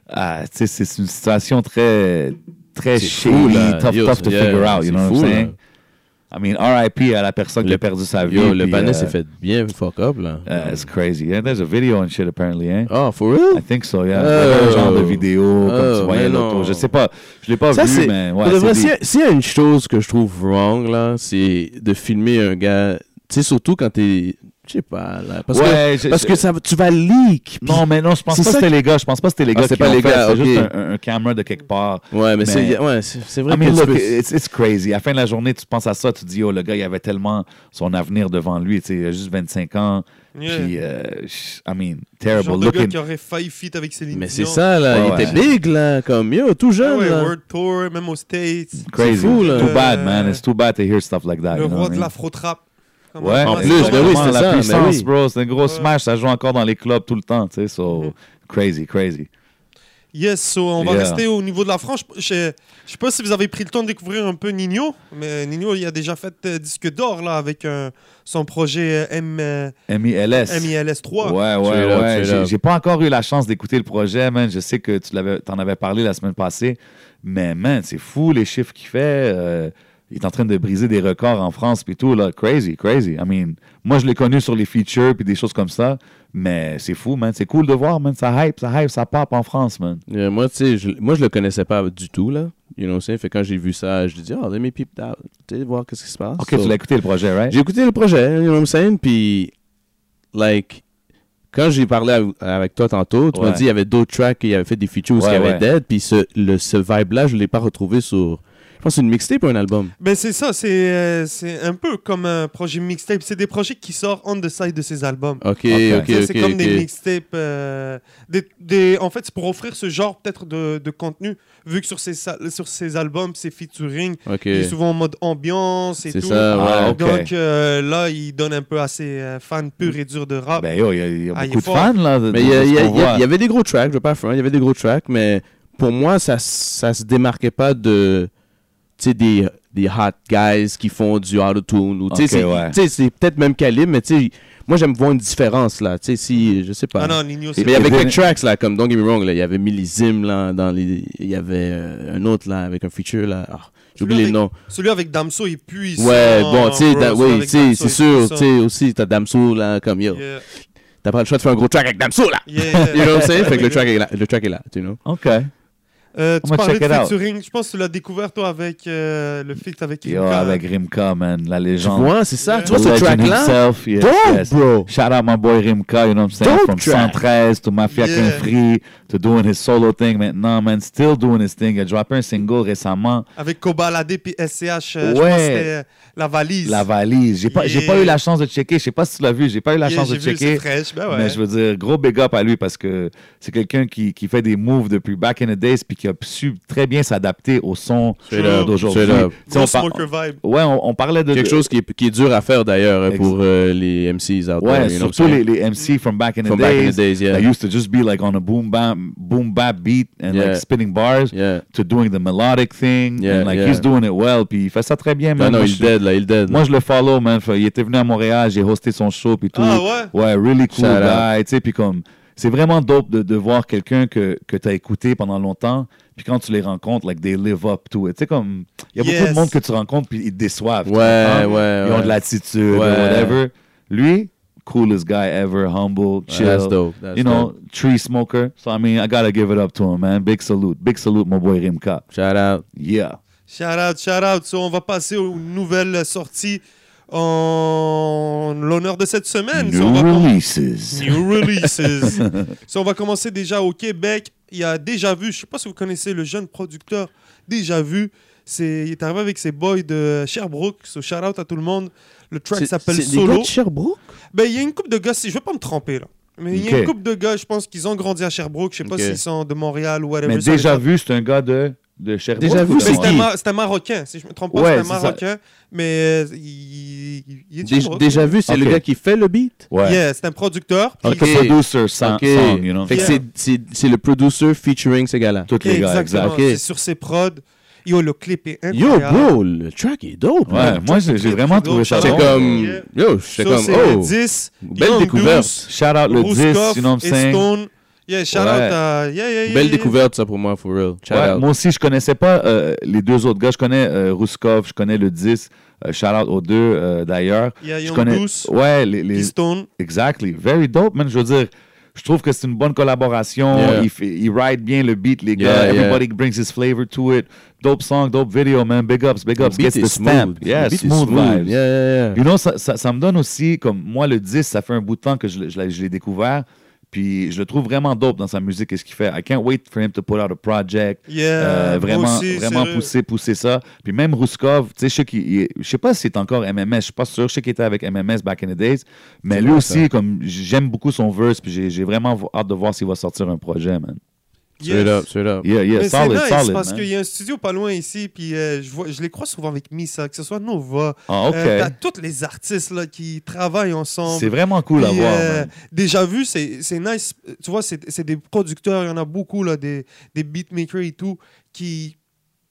Speaker 2: Ah, tu sais, c'est une situation très. Très
Speaker 3: C'est
Speaker 2: shady,
Speaker 3: fou, là.
Speaker 2: tough,
Speaker 3: Yo,
Speaker 2: tough to
Speaker 3: yeah,
Speaker 2: figure out, you
Speaker 3: c'est
Speaker 2: know
Speaker 3: fou,
Speaker 2: what I'm
Speaker 3: là.
Speaker 2: saying? I mean, RIP à la personne qui
Speaker 3: Le-
Speaker 2: a perdu sa vie.
Speaker 3: Yo, le
Speaker 2: puis,
Speaker 3: patinet
Speaker 2: euh,
Speaker 3: s'est fait bien fuck up, là.
Speaker 2: uh, it's crazy. Yeah, there's a video and shit, apparently, hein?
Speaker 3: Oh, for real?
Speaker 2: I think so, yeah.
Speaker 3: Oh.
Speaker 2: Un genre de vidéo, comme
Speaker 3: Oh,
Speaker 2: tu voyais
Speaker 3: mais
Speaker 2: l'auto.
Speaker 3: non.
Speaker 2: Je sais pas, je l'ai pas
Speaker 3: Ça,
Speaker 2: vu,
Speaker 3: c'est-
Speaker 2: mais
Speaker 3: Pour de
Speaker 2: ouais,
Speaker 3: vrai,
Speaker 2: c'est
Speaker 3: s'il y
Speaker 2: des-
Speaker 3: a- s'il y a une chose que je trouve wrong, là, c'est de filmer un gars. Tu sais, surtout quand t'es. Je sais pas, là. Parce
Speaker 2: Ouais,
Speaker 3: que,
Speaker 2: je-
Speaker 3: parce
Speaker 2: je-
Speaker 3: que ça, va- tu vas leak. puis-
Speaker 2: Non, mais non, je pense
Speaker 3: C'est
Speaker 2: pas que
Speaker 3: ça
Speaker 2: c'était les gars. Je pense pas que c'était les
Speaker 3: Ah,
Speaker 2: gars.
Speaker 3: c'est
Speaker 2: qui
Speaker 3: pas
Speaker 2: l'ont
Speaker 3: les
Speaker 2: fait,
Speaker 3: gars,
Speaker 2: C'est juste
Speaker 3: ok.
Speaker 2: un, un- un camera de quelque part.
Speaker 3: Ouais, mais,
Speaker 2: Mais-
Speaker 3: c'est ouais, c'est- c'est vrai
Speaker 2: I mean,
Speaker 3: que tu
Speaker 2: look,
Speaker 3: peux-
Speaker 2: it's, it's crazy. À la fin de la journée, tu penses à ça, tu dis, oh, le gars, il avait tellement son avenir devant lui. Tu sais, il a juste 25 ans.
Speaker 1: Yeah.
Speaker 2: Puis, euh, sh- I mean,
Speaker 1: Le
Speaker 2: terrible
Speaker 1: genre de gars
Speaker 2: looking.
Speaker 1: qui aurait failli fit avec Céline
Speaker 3: Mais c'est
Speaker 1: Dion.
Speaker 3: ça, là.
Speaker 2: Ouais,
Speaker 3: il était
Speaker 2: ouais.
Speaker 3: big, là. Comme, yo, tout
Speaker 1: Ah
Speaker 3: jeune,
Speaker 1: ouais,
Speaker 3: là.
Speaker 1: World Tour, même aux States.
Speaker 2: Crazy.
Speaker 3: fou, là.
Speaker 2: Too bad,
Speaker 1: Euh,
Speaker 2: man. It's too bad to hear stuff like that.
Speaker 1: Le
Speaker 2: you know
Speaker 1: roi
Speaker 2: what I
Speaker 1: de
Speaker 2: mean?
Speaker 1: l'afro-trap. Comment-
Speaker 2: Ah, Ouais,
Speaker 1: comment
Speaker 2: en
Speaker 1: c'est
Speaker 2: plus,
Speaker 1: tombé?
Speaker 2: ben oui, c'est
Speaker 3: ça,
Speaker 2: la
Speaker 3: mais
Speaker 2: puissance,
Speaker 3: oui.
Speaker 2: bro. C'est un gros
Speaker 1: Ouais.
Speaker 2: smash. Ça joue encore dans les clubs tout le temps, tu sais. So, crazy, crazy.
Speaker 1: Yes, so on va
Speaker 2: Yeah.
Speaker 1: rester au niveau de la France. Je je- je sais pas si vous avez pris le temps de découvrir un peu Nino, mais Nino, il a déjà fait euh, disque d'or là avec euh, son projet euh, M, euh,
Speaker 2: M.I.L.S.
Speaker 1: MILS 3.
Speaker 2: Ouais,
Speaker 3: Tu es
Speaker 2: ouais,
Speaker 3: là,
Speaker 2: ouais.
Speaker 3: tu es là.
Speaker 2: J'ai- J'ai pas encore eu la chance d'écouter le projet, man. Je sais que tu l'avais, t'en avais parlé la semaine passée, mais man, c'est fou les chiffres qu'il fait. Euh, il est en train de briser des records en France puis tout là, crazy, crazy. I mean, moi je l'ai connu sur les features puis des choses comme ça, mais c'est fou, man. C'est cool de voir, man. Ça hype, ça hype, ça pop en France, man.
Speaker 3: Euh, moi, tu sais, je, moi, je le connaissais pas du tout, là. You know, c'est fait que quand j'ai vu ça, je dis, oh, let me peep that. Tu sais, voir qu'est-ce qui se passe.
Speaker 2: Ok,
Speaker 3: So-
Speaker 2: tu l'as écouté le projet, right?
Speaker 3: J'ai écouté le projet, you know what I'm saying? Puis, like, quand j'ai parlé av- avec toi tantôt, tu m'as
Speaker 2: Ouais.
Speaker 3: dit qu'il y avait d'autres tracks qui avaient fait des features ou ce
Speaker 2: Ouais,
Speaker 3: qu'il y avait
Speaker 2: ouais.
Speaker 3: dead. Puis ce, le- ce vibe-là, je ne l'ai pas retrouvé sur. Je pense que c'est une mixtape ou un album.
Speaker 1: Ben c'est ça, c'est euh, c'est un peu comme un projet mixtape. C'est des projets qui sortent on the side de ses albums.
Speaker 3: Ok, ok,
Speaker 2: Ça,
Speaker 3: ok.
Speaker 1: Ça, c'est comme
Speaker 3: ok.
Speaker 1: des mixtapes. euh, des- des- en fait, c'est pour offrir ce genre peut-être de, de contenu, vu que sur ses, sal- sur ses albums, c'est featuring,
Speaker 3: Ok.
Speaker 1: il est souvent en mode ambiance et
Speaker 3: C'est
Speaker 1: tout.
Speaker 3: ça, ouais.
Speaker 2: Ah, ok.
Speaker 1: Donc euh, là, il donne un peu à ses euh, fans purs et durs de rap.
Speaker 2: Ben yo, il y a, il y a
Speaker 1: Ah, il est
Speaker 2: beaucoup de
Speaker 1: fort.
Speaker 2: fans là. de-
Speaker 3: Mais
Speaker 2: de-
Speaker 3: il y, a-
Speaker 2: de ce
Speaker 3: il y a-
Speaker 2: qu'on
Speaker 3: il y a-
Speaker 2: voit.
Speaker 3: il y avait des gros tracks, je veux pas front, il y avait des gros tracks, mais pour moi, ça, ça se démarquait pas de. Tu sais, des, des hot guys qui font du auto-tune. ou tu sais,
Speaker 2: Ok,
Speaker 3: c'est-
Speaker 2: ouais.
Speaker 3: tu sais, c'est peut-être même calibre, mais tu sais, moi, j'aime voir une différence, là. Tu sais, si, je sais pas.
Speaker 1: Ah non, Nino, c'est
Speaker 3: Mais il y avait
Speaker 2: Et
Speaker 3: quelques
Speaker 2: Dennis-
Speaker 3: tracks là, comme Don't Get Me Wrong, là. il y avait Millésime là, dans les. Il y avait euh, un autre là avec un feature là. Ah, J'ai oublié
Speaker 1: Celui
Speaker 3: les noms.
Speaker 1: Celui avec Damso, il pue. il
Speaker 3: Ouais,
Speaker 1: sort,
Speaker 3: bon, tu sais,
Speaker 1: bro,
Speaker 3: da-
Speaker 1: celui
Speaker 3: oui,
Speaker 1: avec
Speaker 3: tu sais,
Speaker 1: Damso,
Speaker 3: c'est
Speaker 1: il pue
Speaker 3: sûr,
Speaker 1: ça.
Speaker 3: tu sais, aussi, t'as Damso là, comme yo.
Speaker 1: Yeah,
Speaker 3: T'as pas le choix de faire un gros track avec Damso là.
Speaker 1: yeah.
Speaker 3: You know what I'm saying? Fait que le track est là, le track est là, tu know.
Speaker 2: Ok.
Speaker 1: Euh, tu
Speaker 2: I'ma
Speaker 1: parlais
Speaker 2: check
Speaker 1: de
Speaker 2: it out.
Speaker 1: featuring. Je pense que tu l'as découvert, toi, avec euh, le feat avec
Speaker 2: Yo,
Speaker 1: Rimka.
Speaker 2: avec Rimka, man, la
Speaker 3: Tu
Speaker 2: légende.
Speaker 3: vois, c'est ça. Tu
Speaker 2: The
Speaker 3: vois ce
Speaker 2: legend
Speaker 3: track-là?
Speaker 2: himself, yes,
Speaker 3: Dope,
Speaker 2: yes.
Speaker 3: bro.
Speaker 2: Shout out my boy Rimka, you know what I'm saying?
Speaker 3: Dope
Speaker 2: From
Speaker 3: track.
Speaker 2: 113 to Mafia
Speaker 1: Yeah.
Speaker 2: Country to doing his solo thing maintenant, man. Still doing his thing. Il a droppé un single récemment.
Speaker 1: Avec Kobalade puis SCH. euh, Je
Speaker 2: Ouais.
Speaker 1: pense que c'était euh, La Valise.
Speaker 2: La valise. J'ai pas, j'ai pas
Speaker 1: Yeah.
Speaker 2: eu la chance de checker. Je sais pas si tu l'as vu. J'ai pas eu la chance de checker.
Speaker 1: fraîche. Ben ouais.
Speaker 2: Mais je veux dire, gros big up à lui parce que c'est quelqu'un qui, qui fait des moves depuis back in the days puis qui a su très bien s'adapter au son
Speaker 3: Straight
Speaker 2: euh,
Speaker 3: up,
Speaker 2: d'aujourd'hui.
Speaker 3: straight up.
Speaker 2: Tu sais,
Speaker 1: Gros
Speaker 2: on par-
Speaker 1: smoker vibe.
Speaker 2: Ouais, on, on parlait de.
Speaker 3: Quelque chose qui est, qui est dur à faire d'ailleurs hein,
Speaker 2: Ex-
Speaker 3: pour euh, les MCs out
Speaker 2: Ouais,
Speaker 3: there. you know
Speaker 2: surtout
Speaker 3: what I'm
Speaker 2: les, les MC from back in the
Speaker 3: From
Speaker 2: days.
Speaker 3: back in the days, yeah.
Speaker 2: They used to just be like on a boom bap, boom bap beat and
Speaker 3: Yeah.
Speaker 2: like spinning bars.
Speaker 3: saying? Yeah.
Speaker 2: To doing the melodic thing.
Speaker 3: Yeah,
Speaker 2: and like
Speaker 3: yeah.
Speaker 2: he's doing it well. Puis il fait ça très bien,
Speaker 3: Ah Non,
Speaker 2: man.
Speaker 3: non,
Speaker 2: Moi,
Speaker 3: il
Speaker 2: je-
Speaker 3: dead là, il dead.
Speaker 2: Moi, je le follow, man. Fait, Il était venu à Montréal, j'ai hosté son show, puis tout.
Speaker 1: Ah
Speaker 2: ouais? really cool
Speaker 3: Shout out.
Speaker 2: guy, tu sais, puis comme... C'est vraiment dope de, de voir quelqu'un que, que tu as écouté pendant longtemps, puis quand tu les rencontres, like, they live up to it. Tu sais, comme... Il y a beaucoup
Speaker 1: Yes.
Speaker 2: de monde que tu rencontres, puis ils te déçoivent. tu
Speaker 3: Ouais,
Speaker 2: comprends?
Speaker 3: ouais,
Speaker 2: Ils ont
Speaker 3: ouais.
Speaker 2: de l'attitude,
Speaker 3: Ouais.
Speaker 2: or whatever. Lui, coolest guy ever, humble, chill.
Speaker 3: that's dope, that's
Speaker 2: you know, tree smoker. So, I mean, I gotta give it up to him, man. Big salute. Big salute, mon boy Rimka.
Speaker 3: Shout out.
Speaker 2: Yeah.
Speaker 1: Shout out, shout out. So, on va passer aux nouvelles sorties en l'honneur de cette semaine. So, on va
Speaker 2: New
Speaker 1: com-
Speaker 2: releases.
Speaker 1: New releases. So, on va commencer déjà au Québec. Il y a déjà vu, je ne sais pas si vous connaissez le jeune producteur déjà vu. C'est, il est arrivé avec ses boys de Sherbrooke. So shout out à tout le monde. Le track s'appelle Solo.
Speaker 3: Sherbrooke?
Speaker 1: Ben, il y a une coupe de gars, si je ne veux pas me tromper là. Mais il y a
Speaker 2: Ok.
Speaker 1: une coupe de gars, je pense qu'ils ont grandi à Sherbrooke. Je ne sais pas
Speaker 3: Ok.
Speaker 1: s'ils sont de Montréal ou whatever.
Speaker 2: Mais
Speaker 1: Ça
Speaker 2: déjà
Speaker 1: dépend.
Speaker 2: vu, c'est un gars de, de Sherbrooke.
Speaker 3: Déjà
Speaker 2: ou
Speaker 3: vu,
Speaker 2: de
Speaker 1: Mais
Speaker 3: c'est
Speaker 1: C'était
Speaker 2: Montréal?
Speaker 3: qui?
Speaker 1: ma- c'était marocain, si je me trompe pas,
Speaker 2: Ouais,
Speaker 1: c'était
Speaker 2: c'est ça.
Speaker 1: marocain. Mais euh, il, il- il est de
Speaker 3: Déjà,
Speaker 1: Sherbrooke.
Speaker 3: déjà vu, c'est le
Speaker 2: Ok.
Speaker 3: gars qui fait le beat.
Speaker 2: Ouais.
Speaker 1: Yeah, c'est un producteur. puis
Speaker 2: Like a producer sans,
Speaker 3: Ok.
Speaker 2: sans, you know.
Speaker 3: Fait que
Speaker 1: Yeah.
Speaker 3: c'est- c'est c'est le producer featuring ce gars-là.
Speaker 2: Tous les gars,
Speaker 1: Exactement,
Speaker 2: exact.
Speaker 3: exact.
Speaker 1: c'est sur ses prods. Yo, le clip est
Speaker 3: Yo,
Speaker 1: incroyable.
Speaker 3: bro, le track est dope. là.
Speaker 2: Ouais, moi, j'ai j'ai vraiment trouvé ça
Speaker 3: C'est
Speaker 1: Shout-out.
Speaker 2: bon.
Speaker 3: comme.
Speaker 1: Yeah.
Speaker 3: Yo,
Speaker 1: Ça,
Speaker 3: j'étais comme.
Speaker 1: c'est le
Speaker 3: Oh,
Speaker 1: 10.
Speaker 3: belle
Speaker 1: Young
Speaker 3: découverte.
Speaker 1: Goose,
Speaker 2: Shout out le 10,
Speaker 1: Rouskoff
Speaker 2: you know what I'm
Speaker 1: et
Speaker 2: saying?
Speaker 1: Stone. Yeah, shout
Speaker 2: Ouais.
Speaker 1: out à... Yeah, yeah, yeah, yeah,
Speaker 3: Belle
Speaker 1: yeah.
Speaker 3: découverte, ça pour moi, for real. Shout
Speaker 2: Ouais,
Speaker 3: out.
Speaker 2: moi aussi, je connaissais pas euh, les deux autres gars. Je connais euh, Rouskov, je connais le 10. euh, shout out aux deux euh, d'ailleurs.
Speaker 1: Il y a
Speaker 2: Je
Speaker 1: Young
Speaker 2: connais.
Speaker 1: Goose,
Speaker 2: Ouais, les, les-
Speaker 1: puis Stone.
Speaker 2: Exactly. Very dope, man. Je veux dire, je trouve que c'est une bonne collaboration.
Speaker 3: Yeah.
Speaker 2: Il, fait- il ride bien le beat, les gars.
Speaker 3: Yeah, yeah.
Speaker 2: Everybody brings his flavor to it. Dope song, dope video, man. Big ups, big
Speaker 3: Le
Speaker 2: ups.
Speaker 3: beat
Speaker 2: Gets
Speaker 3: est
Speaker 2: the stamp.
Speaker 3: smooth.
Speaker 2: Yeah,
Speaker 3: Le beat est
Speaker 2: smooth vibes.
Speaker 3: Yeah, yeah, yeah.
Speaker 2: You know, ça, ça, ça me donne aussi, comme moi, le 10, ça fait un bout de temps que je, l'ai- je l'ai- je l'ai découvert. Puis je le trouve vraiment dope dans sa musique et ce qu'il fait. I can't wait for him to put out a project.
Speaker 1: Yeah,
Speaker 2: Euh,
Speaker 1: moi
Speaker 2: vraiment
Speaker 1: aussi,
Speaker 2: vraiment
Speaker 1: sérieux.
Speaker 2: pousser, pousser ça. Puis même Rouskov, tu sais, je sais qu'il- il est- je sais pas si c'est encore MMS, je suis pas sûr, je sais qu'il était avec MMS back in the days, mais lui
Speaker 3: vrai,
Speaker 2: aussi, comme j'aime beaucoup son verse, puis j'ai- j'ai vraiment vo- hâte de voir s'il va sortir un projet, man.
Speaker 1: Yes.
Speaker 3: Straight up, straight up.
Speaker 2: Yeah, yeah,
Speaker 1: Mais c'est
Speaker 2: solid,
Speaker 1: nice
Speaker 2: solid,
Speaker 1: parce
Speaker 2: man.
Speaker 1: qu'il y a un studio pas loin ici, puis euh, je, vois, je les crois souvent avec Misa, que ce soit Nova.
Speaker 2: Ah, ok.
Speaker 1: Euh, t'as tous les artistes là, qui travaillent ensemble.
Speaker 2: c'est vraiment cool à
Speaker 1: Puis,
Speaker 2: voir,
Speaker 1: euh,
Speaker 2: man.
Speaker 1: Déjà vu, c'est c'est nice. Euh, Tu vois, c'est c'est des producteurs, il y en a beaucoup, là, des, des beatmakers et tout, qui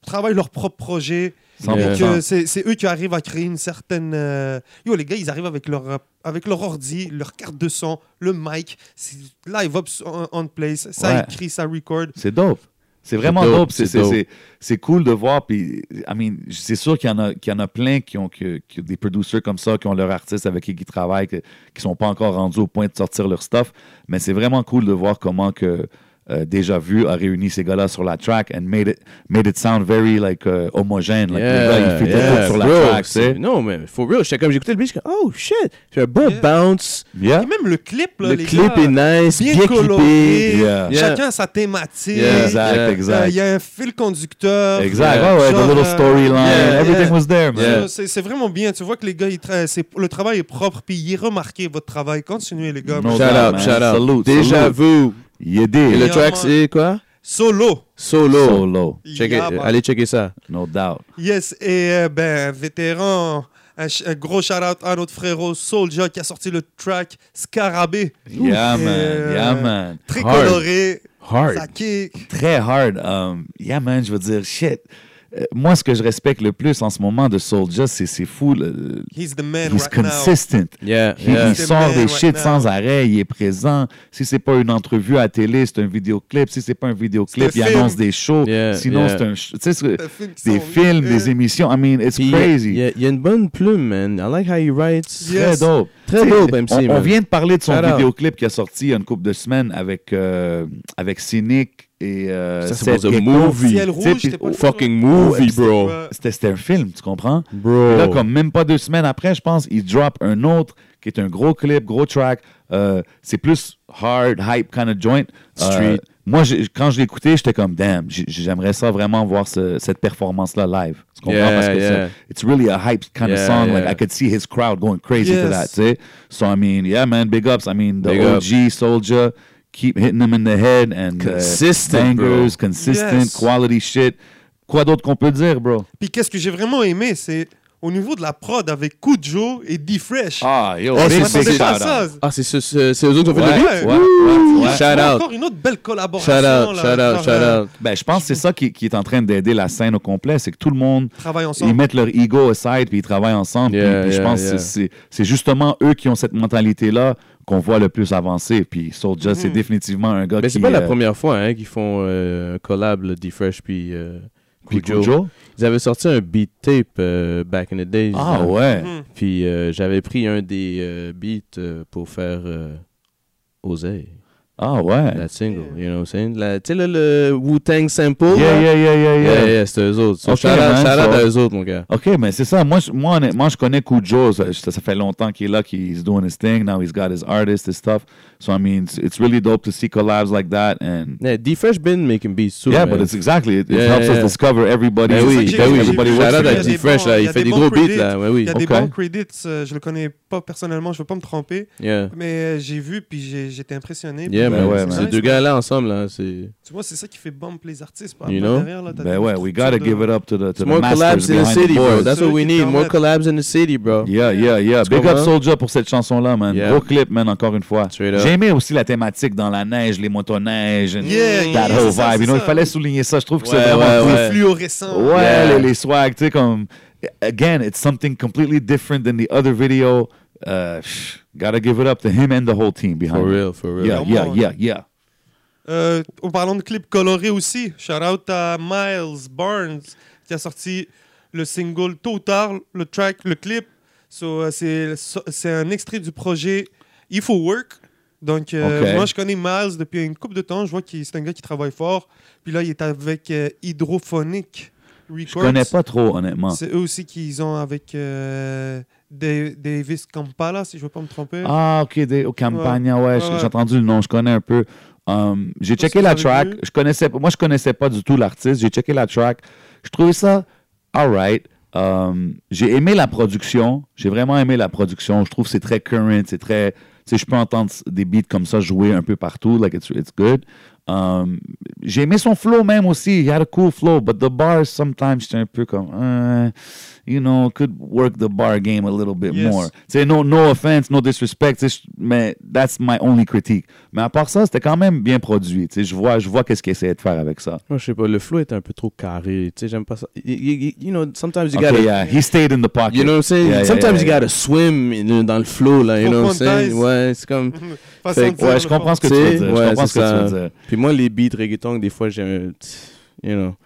Speaker 1: travaillent leur propre projet. Et
Speaker 2: 100%.
Speaker 1: que euh, c'est c'est eux qui arrivent à créer une certaine. euh, Yo, les gars, ils arrivent avec leur, euh, avec leur ordi, leur carte de son, le mic, c'est live up on, on place, ça
Speaker 2: Ouais.
Speaker 1: écrit, ça record.
Speaker 2: C'est dope. C'est vraiment
Speaker 3: dope,
Speaker 2: dope. C'est,
Speaker 3: c'est
Speaker 2: c'est-
Speaker 3: dope.
Speaker 2: c'est- c'est cool de voir. Puis, I mean, c'est sûr qu'il y en a, qu'il y en a plein qui ont, que- qui ont des producers comme ça, qui ont leur artiste avec qui ils travaillent, que- qui sont pas encore rendus au point de sortir leur stuff. Mais c'est vraiment cool de voir comment que euh, Déjà Vu a réuni ces gars-là sur la track and made it, made it sound very like, euh, homogène. Like, les gars, ils faisaient tout sur la
Speaker 3: bro,
Speaker 2: track, tu sais.
Speaker 3: c'est- Non, mais for real, j'étais comme, j'écoutais le beat, j'étais comme, oh shit, j'ai un bon
Speaker 1: Yeah.
Speaker 3: bounce,
Speaker 2: Yeah.
Speaker 1: Et même le clip, là,
Speaker 3: le
Speaker 1: les
Speaker 3: clip
Speaker 1: gars,
Speaker 3: est nice,
Speaker 1: bien
Speaker 3: bien,
Speaker 1: coloré.
Speaker 3: clippé.
Speaker 2: Yeah.
Speaker 3: Yeah.
Speaker 1: Chacun a sa thématique.
Speaker 3: Yeah, yeah.
Speaker 2: Exact,
Speaker 1: Il y a-
Speaker 2: exact.
Speaker 1: il y a un fil conducteur.
Speaker 2: Exact.
Speaker 3: Yeah.
Speaker 2: Oh, ouais, the
Speaker 1: Genre,
Speaker 2: little
Speaker 1: euh,
Speaker 2: storyline.
Speaker 1: yeah,
Speaker 2: Everything
Speaker 1: yeah.
Speaker 2: was there, man.
Speaker 3: Yeah.
Speaker 1: C'est c'est vraiment bien. Tu vois que les gars, ils tra- c'est- le travail est propre, puis il est remarqué, votre travail. Continuez, les gars.
Speaker 2: No
Speaker 3: Shout
Speaker 2: doubt,
Speaker 3: out,
Speaker 2: man.
Speaker 3: shout out.
Speaker 2: Salute,
Speaker 3: Déjà
Speaker 2: salute.
Speaker 3: vu.
Speaker 2: Yeah, did.
Speaker 3: Et le
Speaker 1: Yeah,
Speaker 3: track,
Speaker 1: man.
Speaker 3: c'est quoi?
Speaker 1: Solo.
Speaker 3: Solo.
Speaker 2: Solo.
Speaker 3: Check
Speaker 1: Yeah,
Speaker 3: it-
Speaker 1: man.
Speaker 3: Allez checker ça.
Speaker 2: No doubt.
Speaker 1: Yes, et euh, ben, vétéran, un, ch- un gros shout-out à notre frérot Soulja qui a sorti le track Scarabée.
Speaker 2: Yeah,
Speaker 1: Ouf.
Speaker 2: man.
Speaker 1: Euh,
Speaker 2: Yeah, man.
Speaker 1: Très
Speaker 3: Hard.
Speaker 1: coloré, ça
Speaker 2: Hard.
Speaker 1: kick.
Speaker 2: Très hard. Um, yeah, man, je veux dire, shit. Euh, Moi, ce que je respecte le plus en ce moment de Soulja, c'est c'est fou. le- le-
Speaker 1: He's the man
Speaker 2: he's
Speaker 1: right
Speaker 2: consistent.
Speaker 3: Yeah,
Speaker 2: Il-
Speaker 3: yeah.
Speaker 2: Il
Speaker 1: He's the
Speaker 2: sort
Speaker 1: man
Speaker 2: des
Speaker 1: right
Speaker 2: shit
Speaker 1: now.
Speaker 2: sans arrêt, il est présent. Si c'est pas une entrevue à télé, c'est un vidéoclip. Si c'est pas un vidéoclip,
Speaker 1: C'est
Speaker 2: il
Speaker 1: un film.
Speaker 2: annonce des shows.
Speaker 3: Yeah,
Speaker 2: Sinon,
Speaker 3: yeah.
Speaker 2: c'est un. sh- Tu sais, c'est-
Speaker 1: now. Le film qui
Speaker 2: des
Speaker 1: sort,
Speaker 2: films,
Speaker 1: euh,
Speaker 2: des émissions. I mean, it's
Speaker 3: Puis,
Speaker 2: crazy.
Speaker 3: Il y, a- il y a une bonne plume, man. I like how he writes.
Speaker 1: Yeah.
Speaker 2: Très
Speaker 1: Yes.
Speaker 2: dope.
Speaker 3: Très
Speaker 2: Tu sais,
Speaker 3: dope, MC,
Speaker 2: On, on
Speaker 3: man.
Speaker 2: vient de parler de son
Speaker 3: Shout out.
Speaker 2: vidéoclip qui a sorti il y a une couple de semaines avec, euh, avec Cynic, Et euh,
Speaker 3: Ça, c'est pour The
Speaker 2: Gecko-
Speaker 3: Movie.
Speaker 1: Ciel
Speaker 2: Tu sais,
Speaker 1: rouge,
Speaker 2: puis-
Speaker 1: t'es pas le
Speaker 3: Fucking
Speaker 2: Ouais,
Speaker 3: movie,
Speaker 1: C'était
Speaker 3: bro.
Speaker 1: quoi?
Speaker 2: C'était c'était un film, tu comprends?
Speaker 3: Bro.
Speaker 2: Et là, comme même pas deux semaines après, je pense, il drop un autre qui est un gros clip, gros track. Euh, c'est plus hard, hype kind of joint. Euh,
Speaker 3: Street.
Speaker 2: moi, j'ai- quand je l'écoutais, j'étais comme, damn, j'ai- j'aimerais ça vraiment voir ce- cette performance-là live. Tu comprends?
Speaker 3: Yeah,
Speaker 2: Parce que
Speaker 3: yeah.
Speaker 2: c'est- it's really a hype kind of
Speaker 3: Yeah,
Speaker 2: song.
Speaker 3: yeah.
Speaker 2: Like, I could see his crowd going crazy
Speaker 1: Yes.
Speaker 2: for that, tu sais? So, I mean, yeah, man, big ups. I mean, the
Speaker 3: Big up.
Speaker 2: OG Soldier, keep hitting him in the head and uh,
Speaker 3: Consistent, bro.
Speaker 2: bangers, consistent,
Speaker 1: Yes.
Speaker 2: quality shit. Quoi d'autre qu'on peut dire, bro?
Speaker 1: Puis qu'est-ce que j'ai vraiment aimé, c'est au niveau de la prod avec Kujo et D-Fresh.
Speaker 2: Ah, yo,
Speaker 3: Oh,
Speaker 1: je
Speaker 2: big,
Speaker 1: m'attendais
Speaker 2: big
Speaker 1: pas à
Speaker 2: shout-out.
Speaker 1: ça.
Speaker 3: Ah, c'est ce- ce- c'est eux autres qui ont fait
Speaker 2: Ouais,
Speaker 3: le beat?
Speaker 2: ouais, ouais, ouais.
Speaker 3: Shout out.
Speaker 1: Encore une autre belle collaboration.
Speaker 3: Shout out,
Speaker 1: là,
Speaker 3: shout out,
Speaker 1: genre,
Speaker 3: shout
Speaker 1: euh,
Speaker 3: out.
Speaker 2: Ben, je pense que c'est ça qui, qui est en train d'aider la scène au complet, c'est que tout le monde,
Speaker 1: Travaille
Speaker 2: ils
Speaker 1: ensemble.
Speaker 2: mettent leur ego aside, puis ils travaillent ensemble. puis-
Speaker 3: Yeah,
Speaker 2: puis je
Speaker 3: yeah,
Speaker 2: pense
Speaker 3: yeah.
Speaker 2: que c'est- c'est justement eux qui ont cette mentalité-là qu'on voit le plus avancer. Puis Soulja, c'est
Speaker 1: Mhm.
Speaker 2: définitivement un gars
Speaker 3: Mais
Speaker 2: qui...
Speaker 3: c'est pas la
Speaker 2: euh,
Speaker 3: première fois hein, qu'ils font euh, un collab, le D-Fresh puis euh,
Speaker 2: puis
Speaker 3: Cujo.
Speaker 2: Cujo.
Speaker 3: Ils avaient sorti un beat tape euh, back in the days.
Speaker 2: Ah
Speaker 3: là.
Speaker 2: ouais.
Speaker 1: Mhm.
Speaker 3: Puis euh, j'avais pris un des euh, beats euh, pour faire euh, Oseille,
Speaker 2: Ah ouais.
Speaker 3: la single, you know what I'm saying? La- Tu sais, le, le Wu-Tang sample.
Speaker 2: Yeah,
Speaker 3: là?
Speaker 2: yeah, yeah, yeah, yeah.
Speaker 3: Yeah, yeah, c'est eux autres. So,
Speaker 2: Ok,
Speaker 3: shout out,
Speaker 2: man,
Speaker 3: shout out
Speaker 2: so-
Speaker 3: à eux autres, mon gars.
Speaker 2: OK, mais c'est ça. Moi, je, moi, honnêtement, je connais Cujo. Ça, ça- ça fait longtemps qu'il est là, qu'il- he's doing his thing. Now he's got his artist, his stuff. So, I mean, it's, it's really dope to see collabs like that. And
Speaker 3: Yeah, D-Fresh been making beats too.
Speaker 2: yeah,
Speaker 3: man.
Speaker 2: but it's exactly, it, it
Speaker 3: Yeah,
Speaker 2: helps
Speaker 3: yeah,
Speaker 2: us
Speaker 3: yeah.
Speaker 2: discover everybody.
Speaker 1: C'est
Speaker 3: Ben
Speaker 1: ça
Speaker 3: oui,
Speaker 1: que j'ai-
Speaker 3: ben oui.
Speaker 1: j'ai
Speaker 2: Everybody
Speaker 1: vu.
Speaker 3: Shout
Speaker 2: works
Speaker 3: out à
Speaker 2: together.
Speaker 1: Il y a des
Speaker 3: D-Fresh,
Speaker 1: bons-
Speaker 3: là.
Speaker 1: il y
Speaker 3: Il
Speaker 1: a
Speaker 3: fait
Speaker 1: des
Speaker 3: des
Speaker 1: bons
Speaker 3: gros beats,
Speaker 1: credits.
Speaker 3: là. Ouais,
Speaker 1: Il
Speaker 3: oui.
Speaker 1: y a des
Speaker 2: Ok.
Speaker 1: bons credits, euh, je le connais pas personnellement, je veux pas me tromper,
Speaker 3: Yeah.
Speaker 1: mais euh, j'ai vu puis j'ai- j'étais impressionné.
Speaker 3: Yeah,
Speaker 1: Puis, euh,
Speaker 2: Ben
Speaker 3: man.
Speaker 2: ouais,
Speaker 1: c'est
Speaker 2: man.
Speaker 1: nice,
Speaker 3: Ces deux
Speaker 1: quoi.
Speaker 3: gars-là ensemble, là, c'est...
Speaker 1: Tu vois, c'est ça qui fait bump les artistes par
Speaker 3: You
Speaker 1: par
Speaker 3: know?
Speaker 1: derrière. Là, t'as
Speaker 2: Ben
Speaker 1: des
Speaker 2: ouais, we gotta
Speaker 1: structures de-
Speaker 2: give it up to the, to the
Speaker 3: More
Speaker 2: masters
Speaker 3: collabs in the
Speaker 2: behind the
Speaker 3: city, bro.
Speaker 2: boards.
Speaker 3: That's what we need. More collabs in the city, bro.
Speaker 2: Yeah, yeah, yeah.
Speaker 3: Tu
Speaker 2: Big up
Speaker 3: comprends?
Speaker 2: Soulja pour cette chanson-là, man.
Speaker 3: Yeah.
Speaker 2: Gros clip, man, encore une fois.
Speaker 3: Straight up.
Speaker 2: J'ai aimé aussi la thématique dans la neige, les motoneiges, and
Speaker 1: Yeah, yeah,
Speaker 2: that
Speaker 1: yeah,
Speaker 2: whole
Speaker 1: c'est ça,
Speaker 2: vibe. You
Speaker 1: c'est
Speaker 2: know, il
Speaker 1: ça.
Speaker 2: fallait souligner ça. Je trouve que c'est
Speaker 3: Ouais,
Speaker 2: vraiment cool.
Speaker 3: ouais.
Speaker 1: Les fluorescents.
Speaker 2: Ouais,
Speaker 3: Yeah.
Speaker 2: les, les swags, tu sais, comme. Again, it's something completely different than the other video. Uh, pff, gotta give it up to him and the whole team behind
Speaker 3: For
Speaker 2: it.
Speaker 3: real, for real.
Speaker 2: Yeah, yeah, yeah, yeah.
Speaker 1: Euh, en parlant de clips colorés aussi, shout out à Miles Barnes qui a sorti le single tôt ou tard, le track, le clip. So, euh, c'est c'est un extrait du projet Il faut work. Donc, euh,
Speaker 2: Ok.
Speaker 1: moi, je connais Miles depuis une couple de temps. Je vois que c'est un gars qui travaille fort. Puis là, il est avec euh, Hydrophonic
Speaker 2: Je
Speaker 1: Records.
Speaker 2: connais pas trop, honnêtement.
Speaker 1: C'est eux aussi qu'ils ont avec euh, Da- Davis Kampala, si je ne veux pas me tromper.
Speaker 2: Ah, ok, des, au Campagna, ouais, j'ai-
Speaker 1: ouais.
Speaker 2: j'ai entendu le nom, je connais un peu. Um, j'ai
Speaker 1: Parce
Speaker 2: checké
Speaker 1: que
Speaker 2: la
Speaker 1: vous avez
Speaker 2: track,
Speaker 1: vu.
Speaker 2: je connaissais, moi je connaissais pas du tout l'artiste, j'ai checké la track, je trouvais ça alright. Um, j'ai aimé la production, j'ai vraiment aimé la production, je trouve que c'est très current, c'est très, tu sais, je peux entendre des beats comme ça jouer un peu partout, like it's, it's good. Um, j'ai aimé son flow même aussi, he had a cool flow, but the bars sometimes j'étais un peu comme, euh, you know, could work the bar game a little bit
Speaker 1: Yes.
Speaker 2: more. Tu sais, no, no offense, no disrespect, tu sais, je- mais that's my only critique. Mais à part ça, c'était quand même bien produit. Tu sais, je vois, je vois qu'est-ce qu'il essayait de faire avec ça.
Speaker 3: Moi, je sais pas, le flow est un peu trop carré. Tu sais, j'aime pas ça. You, you- you know, sometimes you
Speaker 2: Okay,
Speaker 3: gotta...
Speaker 2: yeah, he stayed in the pocket.
Speaker 3: You know what I'm saying?
Speaker 2: Yeah, yeah,
Speaker 3: sometimes
Speaker 2: yeah, yeah.
Speaker 3: you gotta swim in- dans le flow, là. You
Speaker 1: Faut
Speaker 3: know what I'm saying?
Speaker 1: qu'on le
Speaker 3: Ouais, c'est comme...
Speaker 1: Façon
Speaker 3: Fait
Speaker 1: de
Speaker 3: que-
Speaker 1: dire,
Speaker 2: ouais, je
Speaker 1: le fond.
Speaker 2: comprends ce que tu veux
Speaker 3: C'est-
Speaker 2: dire.
Speaker 3: ouais,
Speaker 2: je comprends ce
Speaker 3: c'est
Speaker 2: que tu veux
Speaker 3: ça.
Speaker 2: dire.
Speaker 3: Puis moi, les beats reggaeton, des fois, j'aime... You know.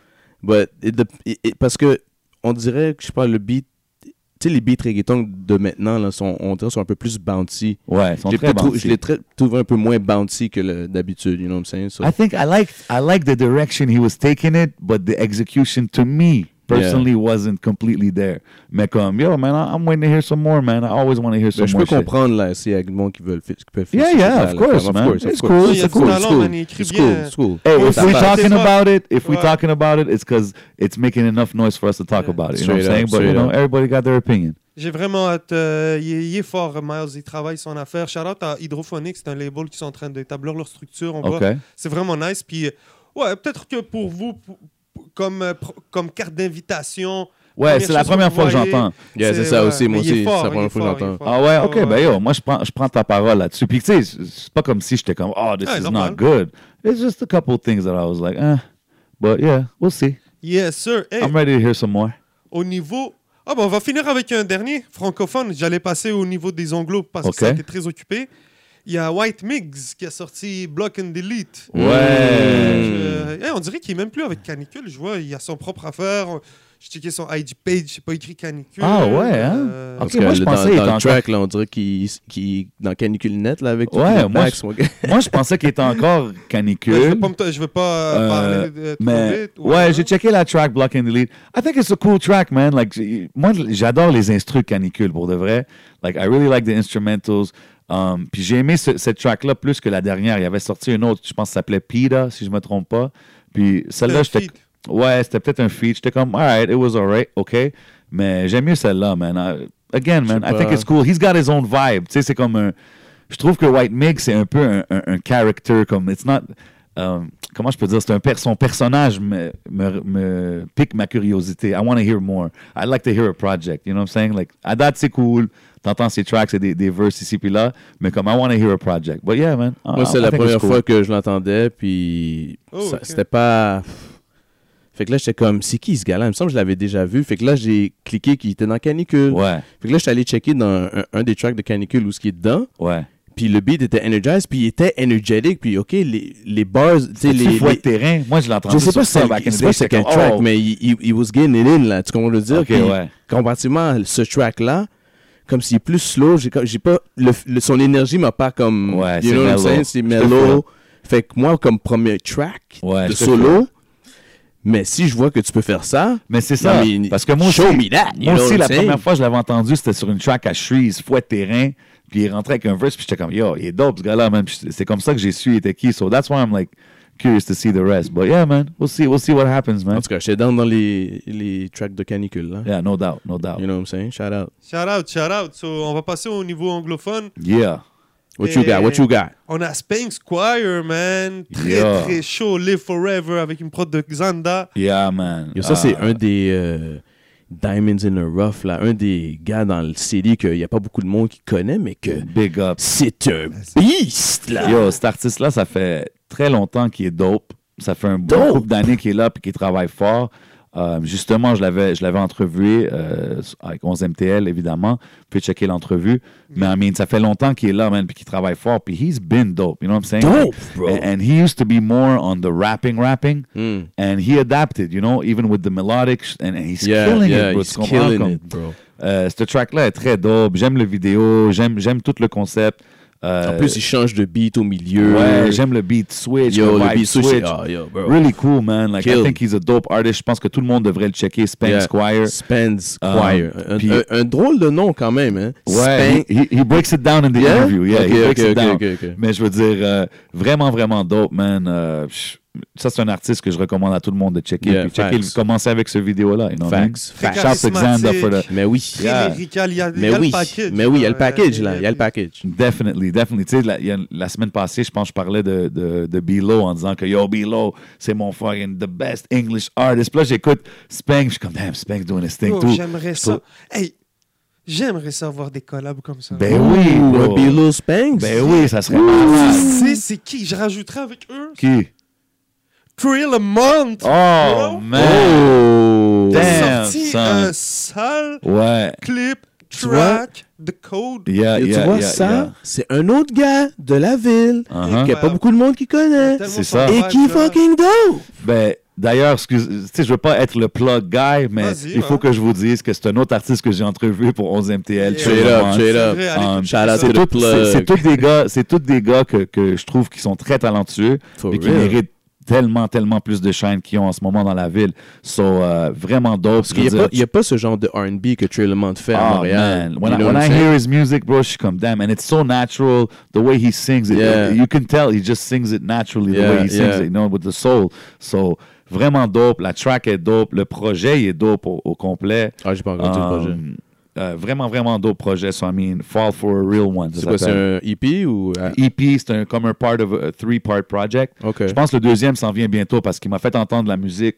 Speaker 3: But, it dep- it- it- parce que, on dirait que, je sais pas, le beat... Tu sais, les beats reggaeton de maintenant, là, sont, on dirait, sont un peu plus bouncy.
Speaker 2: Ouais, ils sont
Speaker 3: J'ai
Speaker 2: très
Speaker 3: pas trop-
Speaker 2: bons.
Speaker 3: Je les tra- trouve un peu moins bouncy que le- d'habitude, you know what I'm saying? So,
Speaker 2: I think I liked I liked the direction he was taking it, but the execution to me personally wasn't completely there. Mais comme yo man, I- I'm waiting to hear some more, man. I always want to hear some
Speaker 3: Ben, je
Speaker 2: more.
Speaker 3: peux
Speaker 2: shit.
Speaker 3: comprendre là, s'il y a des gens qui veulent fi- qui peuvent
Speaker 2: Yeah,
Speaker 3: faire
Speaker 2: yeah,
Speaker 3: ça,
Speaker 2: of
Speaker 3: là,
Speaker 2: course,
Speaker 3: comme,
Speaker 2: man. It's cool,
Speaker 1: Il y a
Speaker 2: it's
Speaker 1: du
Speaker 2: cool,
Speaker 1: talent, man, il écrit
Speaker 3: It's
Speaker 1: bien.
Speaker 3: cool, it's cool.
Speaker 2: Hey, if
Speaker 1: Ça
Speaker 2: we're
Speaker 1: passe.
Speaker 2: talking
Speaker 1: C'est ça.
Speaker 2: about it, if we're
Speaker 1: Ouais.
Speaker 2: talking about it, it's because it's making enough noise for us to talk
Speaker 1: Yeah.
Speaker 2: about it. You know what
Speaker 3: Straight
Speaker 2: I'm saying?
Speaker 3: up,
Speaker 2: But you
Speaker 3: straight
Speaker 2: know,
Speaker 3: up.
Speaker 2: everybody got their opinion.
Speaker 1: J'ai vraiment hâte. euh, il, est, il est fort, Miles. Il travaille son affaire. Shout out à Hydrophonics, c'est un label qui sont en train d'établir leur structure. On voit.
Speaker 2: Okay.
Speaker 1: C'est vraiment nice. Puis, euh, ouais, peut-être que pour vous, pour- pour- comme, euh, pro- comme carte d'invitation.
Speaker 2: Ouais, c'est la
Speaker 1: chose
Speaker 2: première
Speaker 1: vous
Speaker 2: fois que
Speaker 1: voyez,
Speaker 2: j'entends.
Speaker 3: Yeah, c'est ça aussi, moi
Speaker 1: mais il est
Speaker 3: aussi,
Speaker 1: fort,
Speaker 3: c'est la
Speaker 1: il
Speaker 3: première
Speaker 1: est
Speaker 3: fois que
Speaker 1: fort, il est
Speaker 3: j'entends.
Speaker 1: fort.
Speaker 2: Ah ouais, ok,
Speaker 1: ouais.
Speaker 2: ben yo, moi je prends, je prends ta parole là-dessus. Puis tu sais, c'est- c'est pas comme si j'étais comme, oh, this
Speaker 1: Ouais,
Speaker 2: is
Speaker 1: normal.
Speaker 2: not good. It's just a couple things that I was like, eh. But yeah, we'll see.
Speaker 1: Yes, sir. Hey,
Speaker 2: I'm ready to hear some more.
Speaker 1: au niveau. Ah, ben, on va finir avec un dernier francophone. J'allais passer au niveau des anglo parce
Speaker 2: Ok.
Speaker 1: que ça a été très occupé. Il y a White Mix qui a sorti Block and Delete.
Speaker 2: Ouais.
Speaker 1: Euh, hey, on dirait qu'il est même plus avec Canicule. Je vois, il a son propre affaire. J'ai checké son ID page, c'est pas écrit canicule.
Speaker 2: Ah ouais, hein?
Speaker 1: Euh,
Speaker 2: Ok,
Speaker 3: Parce que
Speaker 2: moi, je
Speaker 3: le- dans,
Speaker 2: pensais qu'il
Speaker 3: dans
Speaker 2: était
Speaker 3: le
Speaker 2: encore-
Speaker 3: track, là, on dirait qu'il qu'il- dans Canicule Net, là, avec
Speaker 2: Ouais,
Speaker 3: tous les
Speaker 2: moi,
Speaker 3: blacks,
Speaker 2: je-
Speaker 3: mon gars.
Speaker 2: Moi, je pensais qu'il était encore
Speaker 1: Je
Speaker 2: canicule.
Speaker 1: veux pas, me- je veux pas euh,
Speaker 2: Euh,
Speaker 1: parler de trop
Speaker 2: Mais
Speaker 1: vite.
Speaker 2: ouais, j'ai checké la track Block and Delete. I think it's a cool track, man. Like j'ai- moi, j'adore les instrus canicule pour de vrai. Like I really like the instrumentals. Um, puis j'ai aimé ce- cette track là plus que la dernière. Il y avait sorti une autre, je pense, que ça s'appelait Pida, si je me trompe pas. Puis celle-là,
Speaker 1: un
Speaker 2: j'étais
Speaker 1: feat.
Speaker 2: ouais, c'était peut-être un feat. J'étais comme alright, it was alright, ok. Mais j'aime mieux celle-là, man. I- again, man, I
Speaker 3: pas.
Speaker 2: think it's cool. He's got his own vibe. Tu sais, c'est comme un. Je trouve que White Mig, c'est un peu un, un, un character, comme. It's not. um, comment je peux dire? C'est un per- son personnage me, me, me pique ma curiosité. I want to hear more. I'd like to hear a project. You know what I'm saying? Like, à date, c'est cool. T'entends ses tracks et des, des verses ici puis là. Mais comme, I want to hear a project. But yeah, man.
Speaker 3: Moi, c'est la première fois que je l'entendais, puis
Speaker 1: Oh,
Speaker 3: ça-
Speaker 1: ok.
Speaker 3: c'était pas. Fait que là, j'étais comme, c'est qui ce gars-là? Il me semble que je l'avais déjà vu. Fait que là, j'ai cliqué qu'il était dans Canicule.
Speaker 2: Ouais,
Speaker 3: Fait que là, j'étais allé checker dans un, un des tracks de Canicule où ce qui est dedans.
Speaker 2: ouais.
Speaker 3: Puis le beat était energized, puis il était energetic, puis ok, les, les bars, tu sais, les.
Speaker 2: Les fois de
Speaker 3: les-
Speaker 2: terrain, moi, je
Speaker 3: Je
Speaker 2: l'entendais.
Speaker 3: sais pas si
Speaker 2: sur
Speaker 3: c'est
Speaker 2: ça back
Speaker 3: je
Speaker 2: in the
Speaker 3: sais
Speaker 2: day,
Speaker 3: pas si c'est
Speaker 2: j'étais
Speaker 3: quel
Speaker 2: comme,
Speaker 3: track,
Speaker 2: oh,
Speaker 3: mais il, il, il was getting it in, là. Tu comprends ce que je veux dire?
Speaker 2: Ok,
Speaker 3: Puis,
Speaker 2: ouais.
Speaker 3: Comparativement à ce track-là, comme s'il est plus slow, j'ai comme- j'ai pas. le- le- son énergie m'a pas comme.
Speaker 2: Ouais,
Speaker 3: you
Speaker 2: c'est
Speaker 3: know what I'm
Speaker 2: mellow.
Speaker 3: saying? C'est
Speaker 2: Je te
Speaker 3: mellow. Fait que moi, comme premier track
Speaker 2: Ouais,
Speaker 3: de
Speaker 2: je te
Speaker 3: solo, mais si je vois que tu peux faire ça.
Speaker 2: Mais c'est ça.
Speaker 3: Non, mais
Speaker 2: parce que moi aussi,
Speaker 3: show me that, you
Speaker 2: moi
Speaker 3: know
Speaker 2: aussi
Speaker 3: what
Speaker 2: la
Speaker 3: I'm saying?
Speaker 2: première fois que je l'avais entendu, c'était sur une track à Shreeze, fouet de terrain. Puis il rentrait avec un verse, puis j'étais comme, yo, il est dope ce gars-là, man. Puis C'est comme ça que j'ai su il était qui. So that's why I'm like curious to see the rest. But yeah, man, we'll see, we'll see what happens, man.
Speaker 3: En tout cas, j'étais down dans les, les tracks de canicule, là.
Speaker 2: Yeah, no doubt, no doubt.
Speaker 3: You know what I'm saying? Shout out.
Speaker 1: Shout out, shout out. So, on va passer au niveau anglophone.
Speaker 2: Yeah.
Speaker 3: What you got? What you got?
Speaker 1: On a Spank Squire, man. Très,
Speaker 2: Yeah.
Speaker 1: très chaud. Live Forever avec une prod de Xanda.
Speaker 2: Yeah, man.
Speaker 3: Yo, ça,
Speaker 2: Ah,
Speaker 3: c'est un des euh, Diamonds in the Rough, là. Un des gars dans le CD qu'il n'y a pas beaucoup de monde qui connaît, mais que
Speaker 2: Big up.
Speaker 3: c'est un
Speaker 2: Ah,
Speaker 3: beast, là.
Speaker 2: Yo, cet artiste-là, ça fait très longtemps qu'il est dope. Ça fait un bon
Speaker 3: Dope.
Speaker 2: couple d'années qu'il est là et qu'il travaille fort. Euh, justement, je l'avais, je l'avais entrevué euh, avec 11MTL, évidemment. Vous pouvez checker l'entrevue. Mais, I mean, ça fait longtemps qu'il est là, man, puis qu'il travaille fort. Puis, he's been dope. You know what I'm saying?
Speaker 3: Dope, bro. Hmm.
Speaker 2: And, and he used to be more on the rapping, rapping. And he adapted, you know, even with the melodic. sh- And, and he's
Speaker 3: Yeah,
Speaker 2: killing
Speaker 3: yeah,
Speaker 2: it, bro.
Speaker 3: he's
Speaker 2: Tu comprends?
Speaker 3: killing
Speaker 2: Comme-
Speaker 3: it, bro.
Speaker 2: Euh, ce track-là est très dope. J'aime le vidéo. J'aime, j'aime tout le concept.
Speaker 3: En
Speaker 2: Euh,
Speaker 3: plus, il change de beat au milieu.
Speaker 2: Ouais, j'aime le beat switch,
Speaker 3: Yo,
Speaker 2: le
Speaker 3: le
Speaker 2: vibe
Speaker 3: beat switch,
Speaker 2: switch.
Speaker 3: ah, yo, bro.
Speaker 2: Really cool, man. Like, I
Speaker 3: Kill.
Speaker 2: think he's a dope artist. Je pense que tout le monde devrait le checker. Spank
Speaker 3: Yeah.
Speaker 2: Squire.
Speaker 3: Spence
Speaker 2: Um,
Speaker 3: Choir. Un-
Speaker 2: puis-
Speaker 3: un, un drôle de nom, quand même, hein? Spence-
Speaker 2: Ouais, he, he- he breaks it down in the
Speaker 3: Yeah?
Speaker 2: interview. Yeah, he
Speaker 3: Ok,
Speaker 2: breaks
Speaker 3: ok,
Speaker 2: it down.
Speaker 3: ok, ok, ok.
Speaker 2: Mais je veux dire, euh, vraiment, vraiment dope, man. Euh, pff, ça, c'est un artiste que je recommande à tout le monde de checker.
Speaker 3: Yeah,
Speaker 2: Puis checker,
Speaker 3: facts.
Speaker 2: commencer avec ce vidéo-là. You know what I mean?
Speaker 3: Facts,
Speaker 1: Très
Speaker 3: facts.
Speaker 2: Shout out to Xander for the-
Speaker 3: Mais oui.
Speaker 1: Très
Speaker 2: Yeah.
Speaker 1: lyrical. Il y a, il y
Speaker 3: Mais
Speaker 1: a le
Speaker 3: oui.
Speaker 1: package.
Speaker 3: Mais oui, il y a le
Speaker 1: Euh,
Speaker 3: package, là. Il y a le package.
Speaker 2: Definitely, definitely. Tu sais, la, il y a- la semaine passée, je pense que je parlais de, de, de B-Lo en disant que Yo, B-Lo, c'est mon fucking the best English artist. Puis là, j'écoute Spank, je suis comme Damn, Spank doing his thing
Speaker 1: Oh,
Speaker 2: too.
Speaker 1: J'aimerais ça. Hey, j'aimerais ça avoir des collabs comme ça.
Speaker 2: Ben oui,
Speaker 3: Ouh,
Speaker 2: bro.
Speaker 3: un Bilo Spence.
Speaker 2: Ben oui, ça serait malade.
Speaker 1: Tu sais, c'est qui Je rajouterais avec eux
Speaker 2: Qui?
Speaker 1: Trill a Month.
Speaker 2: Oh, man.
Speaker 3: Oh!
Speaker 2: Damn,
Speaker 1: sorti
Speaker 2: son.
Speaker 1: un sale
Speaker 2: Ouais.
Speaker 1: clip
Speaker 3: Tu vois?
Speaker 1: track de code.
Speaker 2: Yeah,
Speaker 3: Et
Speaker 2: Ah, yeah,
Speaker 3: tu vois,
Speaker 2: yeah,
Speaker 3: ça,
Speaker 2: yeah.
Speaker 3: c'est un autre gars de la ville
Speaker 2: Uh-huh.
Speaker 3: qu'il n'y a pas beaucoup de monde qui connaît.
Speaker 1: Tellement
Speaker 2: c'est
Speaker 1: son
Speaker 2: ça.
Speaker 1: vibe,
Speaker 3: Et qui
Speaker 1: là.
Speaker 3: fucking dope!
Speaker 2: Ben, d'ailleurs, excuse, tu sais, je veux pas être le plug guy, mais
Speaker 1: Vas-y,
Speaker 2: il faut
Speaker 3: hein.
Speaker 1: ouais.
Speaker 2: que je vous dise que c'est un autre artiste que j'ai entrevu pour 11MTL.
Speaker 1: Yeah.
Speaker 2: Trey
Speaker 3: Straight up,
Speaker 2: Lamont.
Speaker 3: straight
Speaker 1: C'est
Speaker 3: up.
Speaker 1: vrai, allez,
Speaker 2: Um,
Speaker 1: écoutez
Speaker 3: shout out
Speaker 1: ça.
Speaker 3: to the
Speaker 2: C'est tout- c'est- C'est
Speaker 3: plug.
Speaker 2: tous des gars, c'est tous des gars que, que je trouve qui sont très talentueux
Speaker 3: For
Speaker 2: et qui
Speaker 3: real.
Speaker 2: méritent tellement, tellement plus de chaînes qu'ils ont en ce moment dans la ville. So, euh, vraiment dope.
Speaker 3: Parce qu'il n'y a, pas- il y a pas ce genre de R&B que Trey Lamont fait à Montréal.
Speaker 2: Ah, man. When,
Speaker 3: You
Speaker 2: I,
Speaker 3: know
Speaker 2: when
Speaker 3: what I'm
Speaker 2: I
Speaker 3: saying?
Speaker 2: hear his music, bro, je suis comme, damn, and it's so natural, the way he sings it.
Speaker 3: Yeah.
Speaker 2: You can tell he just sings it naturally, the
Speaker 3: Yeah,
Speaker 2: way he sings
Speaker 3: yeah.
Speaker 2: it, you know, with the soul. So, vraiment dope. La track est dope. Le projet, il est dope au, au complet.
Speaker 3: Ah, j'ai pas encore entendu le
Speaker 2: Euh,
Speaker 3: projet.
Speaker 2: euh, vraiment, vraiment dope projet. So, I mean, Fall for a Real One. ça
Speaker 3: C'est quoi, c'est
Speaker 2: s'appelle. E
Speaker 3: un EP ou... ah,
Speaker 2: EP, c'est un, comme un part of a three-part project.
Speaker 3: OK.
Speaker 2: Je pense que le deuxième s'en vient bientôt parce qu'il m'a fait entendre la musique.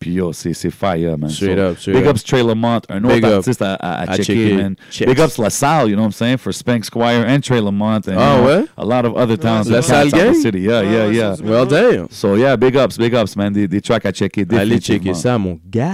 Speaker 2: Puis yo, c'est c'est fire, man.
Speaker 3: Straight up, straight
Speaker 2: big
Speaker 3: up.
Speaker 2: ups Trey Lamont, un autre
Speaker 3: Big up.
Speaker 2: artiste à, à, à
Speaker 3: À
Speaker 2: checker,
Speaker 3: checker.
Speaker 2: man.
Speaker 3: Checks.
Speaker 2: Big ups LaSalle, you know what I'm saying, for Spank Squire and Trey Lamont. And,
Speaker 3: Ah
Speaker 2: you know,
Speaker 3: ouais?
Speaker 2: A lot of other towns
Speaker 1: La Ah
Speaker 2: and
Speaker 3: Salle
Speaker 2: cats out the
Speaker 3: gang?
Speaker 2: city. Yeah,
Speaker 1: Ouais,
Speaker 2: yeah,
Speaker 1: ouais,
Speaker 2: yeah.
Speaker 1: c'est du
Speaker 3: Well damn!
Speaker 2: So yeah, big ups, big ups, man. Des, des tracks à checker,
Speaker 3: Allez
Speaker 2: définitivement.
Speaker 3: checker ça, mon gars!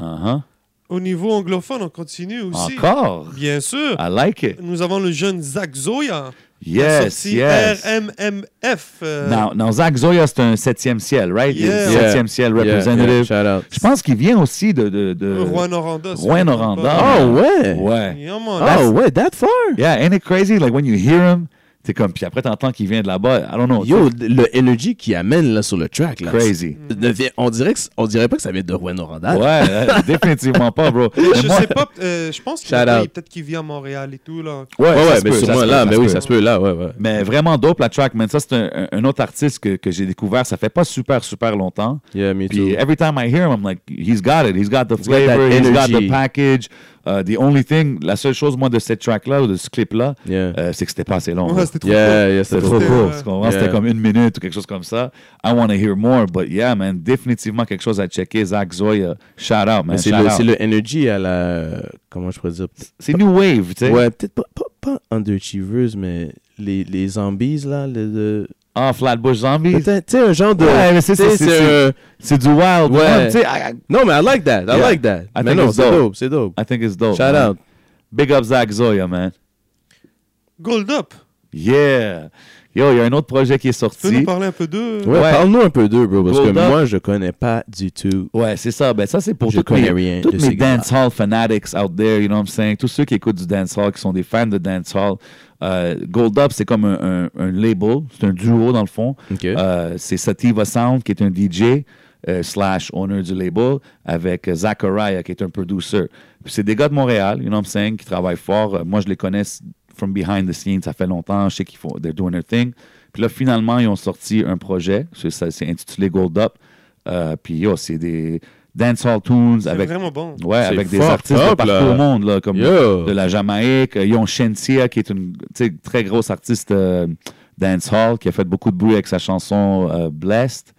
Speaker 2: Uh-huh.
Speaker 1: Au niveau anglophone, on continue aussi.
Speaker 2: Encore? Ah.
Speaker 1: Bien sûr.
Speaker 2: I like it.
Speaker 1: Nous avons le jeune Zach Zoya.
Speaker 2: Yes,
Speaker 1: sorti
Speaker 2: yes.
Speaker 1: RMMF. euh,
Speaker 2: Non, non, Zach Zoya, c'est un septième ciel, right?
Speaker 1: Yeah.
Speaker 2: Septième ciel
Speaker 3: Yeah,
Speaker 2: representative.
Speaker 3: yeah, shout out.
Speaker 2: Je pense qu'il vient aussi de. de, de...
Speaker 1: Rouen Oranda.
Speaker 2: euh, Rouen Oranda.
Speaker 3: Oh, ouais.
Speaker 2: Ouais.
Speaker 1: Yeah, man.
Speaker 3: Oh, ouais, that far.
Speaker 2: Yeah, ain't it crazy? Like when you hear him, t'es comme. Puis après, t'entends qu'il vient de là-bas. I don't know.
Speaker 3: Yo, le energy qu'il amène là sur le track,
Speaker 2: c'est
Speaker 3: là.
Speaker 2: crazy.
Speaker 3: ça devient- Mm. on, dirait que, on dirait pas que ça vient de Rouen Oranda.
Speaker 2: Ouais, euh, définitivement pas, bro. Mais
Speaker 1: Je
Speaker 2: moi-
Speaker 1: sais pas, euh, je pense qu'il
Speaker 3: Shout out.
Speaker 1: peut-être qu'il vit à Montréal et tout. Là.
Speaker 2: Ouais,
Speaker 3: Ouais,
Speaker 2: ça
Speaker 3: ouais,
Speaker 2: se
Speaker 3: mais
Speaker 2: peut,
Speaker 3: sûrement
Speaker 2: se
Speaker 3: là,
Speaker 2: peut,
Speaker 3: mais
Speaker 2: se
Speaker 3: oui,
Speaker 2: peut.
Speaker 3: ça se peut là, ouais, ouais.
Speaker 2: Mais vraiment dope la track, man. Ça, c'est un, un- un autre artiste que, que j'ai découvert. Ça fait pas super, super longtemps.
Speaker 3: Yeah, me
Speaker 2: Puis eh,
Speaker 3: too.
Speaker 2: every time I hear him, I'm like, he's got it. He's got
Speaker 3: got
Speaker 2: the
Speaker 3: that
Speaker 2: flavor, he's got the
Speaker 3: energy.
Speaker 2: package. Uh, the only thing, la seule chose, moi, de cette track-là ou de ce clip-là,
Speaker 3: Yeah.
Speaker 2: euh, c'est que c'était pas assez long.
Speaker 1: Ouais,
Speaker 2: là.
Speaker 1: c'était trop
Speaker 3: Yeah, yeah, c'est
Speaker 2: C'était trop
Speaker 3: trop
Speaker 1: C'était-
Speaker 2: court.
Speaker 1: ouais.
Speaker 2: Tu comprends? C'était
Speaker 3: Yeah.
Speaker 2: comme une minute ou quelque chose comme ça. I want to hear more, but yeah, man, définitivement quelque chose à checker. Zach Zoya, shout out, man.
Speaker 3: Mais c'est
Speaker 2: shout
Speaker 3: le,
Speaker 2: out.
Speaker 3: c'est le energy à la. Comment je pourrais dire
Speaker 2: C'est New Wave, tu sais.
Speaker 3: Ouais, peut-être pas, pas, pas underachieveuse, mais les, les zombies, là. Le, le-
Speaker 2: Ah, Flatbush Zombie.
Speaker 3: Peut-être, tu sais, un genre de.
Speaker 2: Ouais, mais c'est-
Speaker 3: tu sais,
Speaker 2: c'est- c'est-
Speaker 3: un-
Speaker 2: C'est du wild.
Speaker 3: Ouais.
Speaker 2: man, tu sais, I, I-
Speaker 3: Non, mais I like that. I
Speaker 2: Yeah.
Speaker 3: like that.
Speaker 2: I
Speaker 3: mais
Speaker 2: think
Speaker 3: non,
Speaker 2: it's
Speaker 3: c'est
Speaker 2: dope.
Speaker 3: dope, c'est dope.
Speaker 2: I think it's dope.
Speaker 3: Shout
Speaker 2: man.
Speaker 3: out.
Speaker 2: Big up Zach Zoya, man.
Speaker 1: Gold Up,
Speaker 2: Yeah. Yo, il y a un autre projet qui est
Speaker 1: tu veux nous
Speaker 2: sorti.
Speaker 1: parler un peu d'eux
Speaker 3: Ouais,
Speaker 2: Ouais.
Speaker 3: parle-nous un peu d'eux, bro, parce
Speaker 2: Gold
Speaker 3: que
Speaker 2: Up.
Speaker 3: moi, je connais pas du tout.
Speaker 2: Ouais, c'est ça. Ben, ça, c'est pour
Speaker 3: Je
Speaker 2: toutes mes,
Speaker 3: connais rien
Speaker 2: toutes
Speaker 3: de
Speaker 2: mes
Speaker 3: ces gars-là.
Speaker 2: dancehall fanatics out there, you know what I'm saying? Tous ceux qui écoutent du dancehall, qui sont des fans de dancehall. Euh, Gold Up, c'est comme un, un- un label, c'est un duo dans le fond.
Speaker 3: Ok.
Speaker 2: Euh, c'est Sativa Sound, qui est un DJ euh, slash owner du label, avec euh, Zachariah, qui est un producer. Puis c'est des gars de Montréal, you know what I'm saying, qui travaillent fort. Euh, moi, je les connais s- from behind the scenes, ça fait longtemps, je sais qu'ils font, they're doing their thing. Puis là, finalement, ils ont sorti un projet, c'est ça- c'est intitulé Gold Up. Euh, puis yo, c'est des dancehall tunes
Speaker 1: C'est
Speaker 2: avec Oh.
Speaker 1: vraiment bon.
Speaker 2: Ouais,
Speaker 3: C'est
Speaker 2: avec des
Speaker 3: fucked
Speaker 2: artistes de
Speaker 3: up,
Speaker 2: partout
Speaker 3: là.
Speaker 2: au monde, là, comme
Speaker 3: Yo.
Speaker 2: de la Jamaïque. Euh, Ils ont Shensia, qui est une tu sais, très grosse artiste euh, dancehall, qui a fait beaucoup de bruit avec sa chanson euh, Blessed.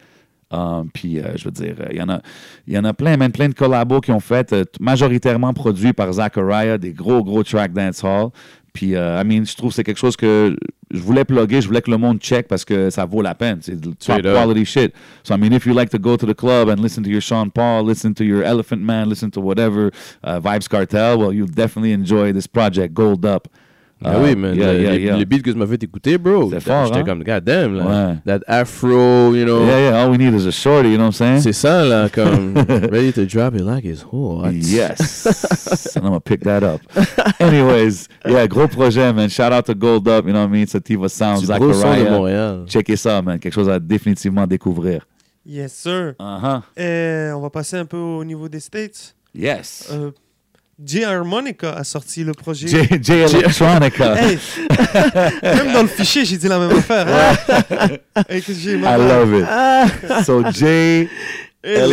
Speaker 2: Euh, puis, euh, je veux dire, euh, il y en a, il y en a plein, même plein de collabos qui ont fait, euh, t- majoritairement produits par Zachariah, des gros, gros tracks dancehall. Puis, euh, I mean, je trouve que c'est quelque chose que je voulais plugger, je voulais que le monde check parce que ça vaut la peine. C'est de- top
Speaker 3: Straight up.
Speaker 2: quality shit. So, I mean, if you like to go to the club and listen to your Sean Paul, listen to your Elephant Man, listen to whatever, uh, Vibes Cartel, well, you'll definitely enjoy this project, Gold Up.
Speaker 3: Ah
Speaker 2: Uh,
Speaker 3: oui, man.
Speaker 2: yeah,
Speaker 3: le,
Speaker 2: yeah,
Speaker 3: les-
Speaker 2: yeah.
Speaker 3: le beat que je m'avais écouté, bro.
Speaker 2: C'est fort,
Speaker 3: J'étais
Speaker 2: hein?
Speaker 3: comme, god damn, là.
Speaker 2: Ouais.
Speaker 3: That afro, you know.
Speaker 2: Yeah, yeah, all we need is a shorty, you know what I'm saying?
Speaker 3: C'est ça, là, comme. ready to drop it like it's hot.
Speaker 2: Yes. and I'm going to pick that up. Anyways, yeah, gros projet, man. Shout out to Gold Up, you know what I mean? Sativa Sound,
Speaker 3: Du gros son de
Speaker 2: Zachariah.
Speaker 3: Montréal.
Speaker 2: Checkez ça, man. Quelque chose à définitivement découvrir.
Speaker 1: Yes, sir.
Speaker 2: Uh-huh.
Speaker 1: Et on va passer un peu au niveau des States.
Speaker 2: Yes.
Speaker 1: Euh, J. Harmonica a sorti le projet.
Speaker 2: J, J Electronica.
Speaker 1: Hey, même dans le fichier, j'ai dit la même affaire. hein. Hey, qu'est-ce que j'ai,
Speaker 2: I
Speaker 1: man?
Speaker 2: love it. So J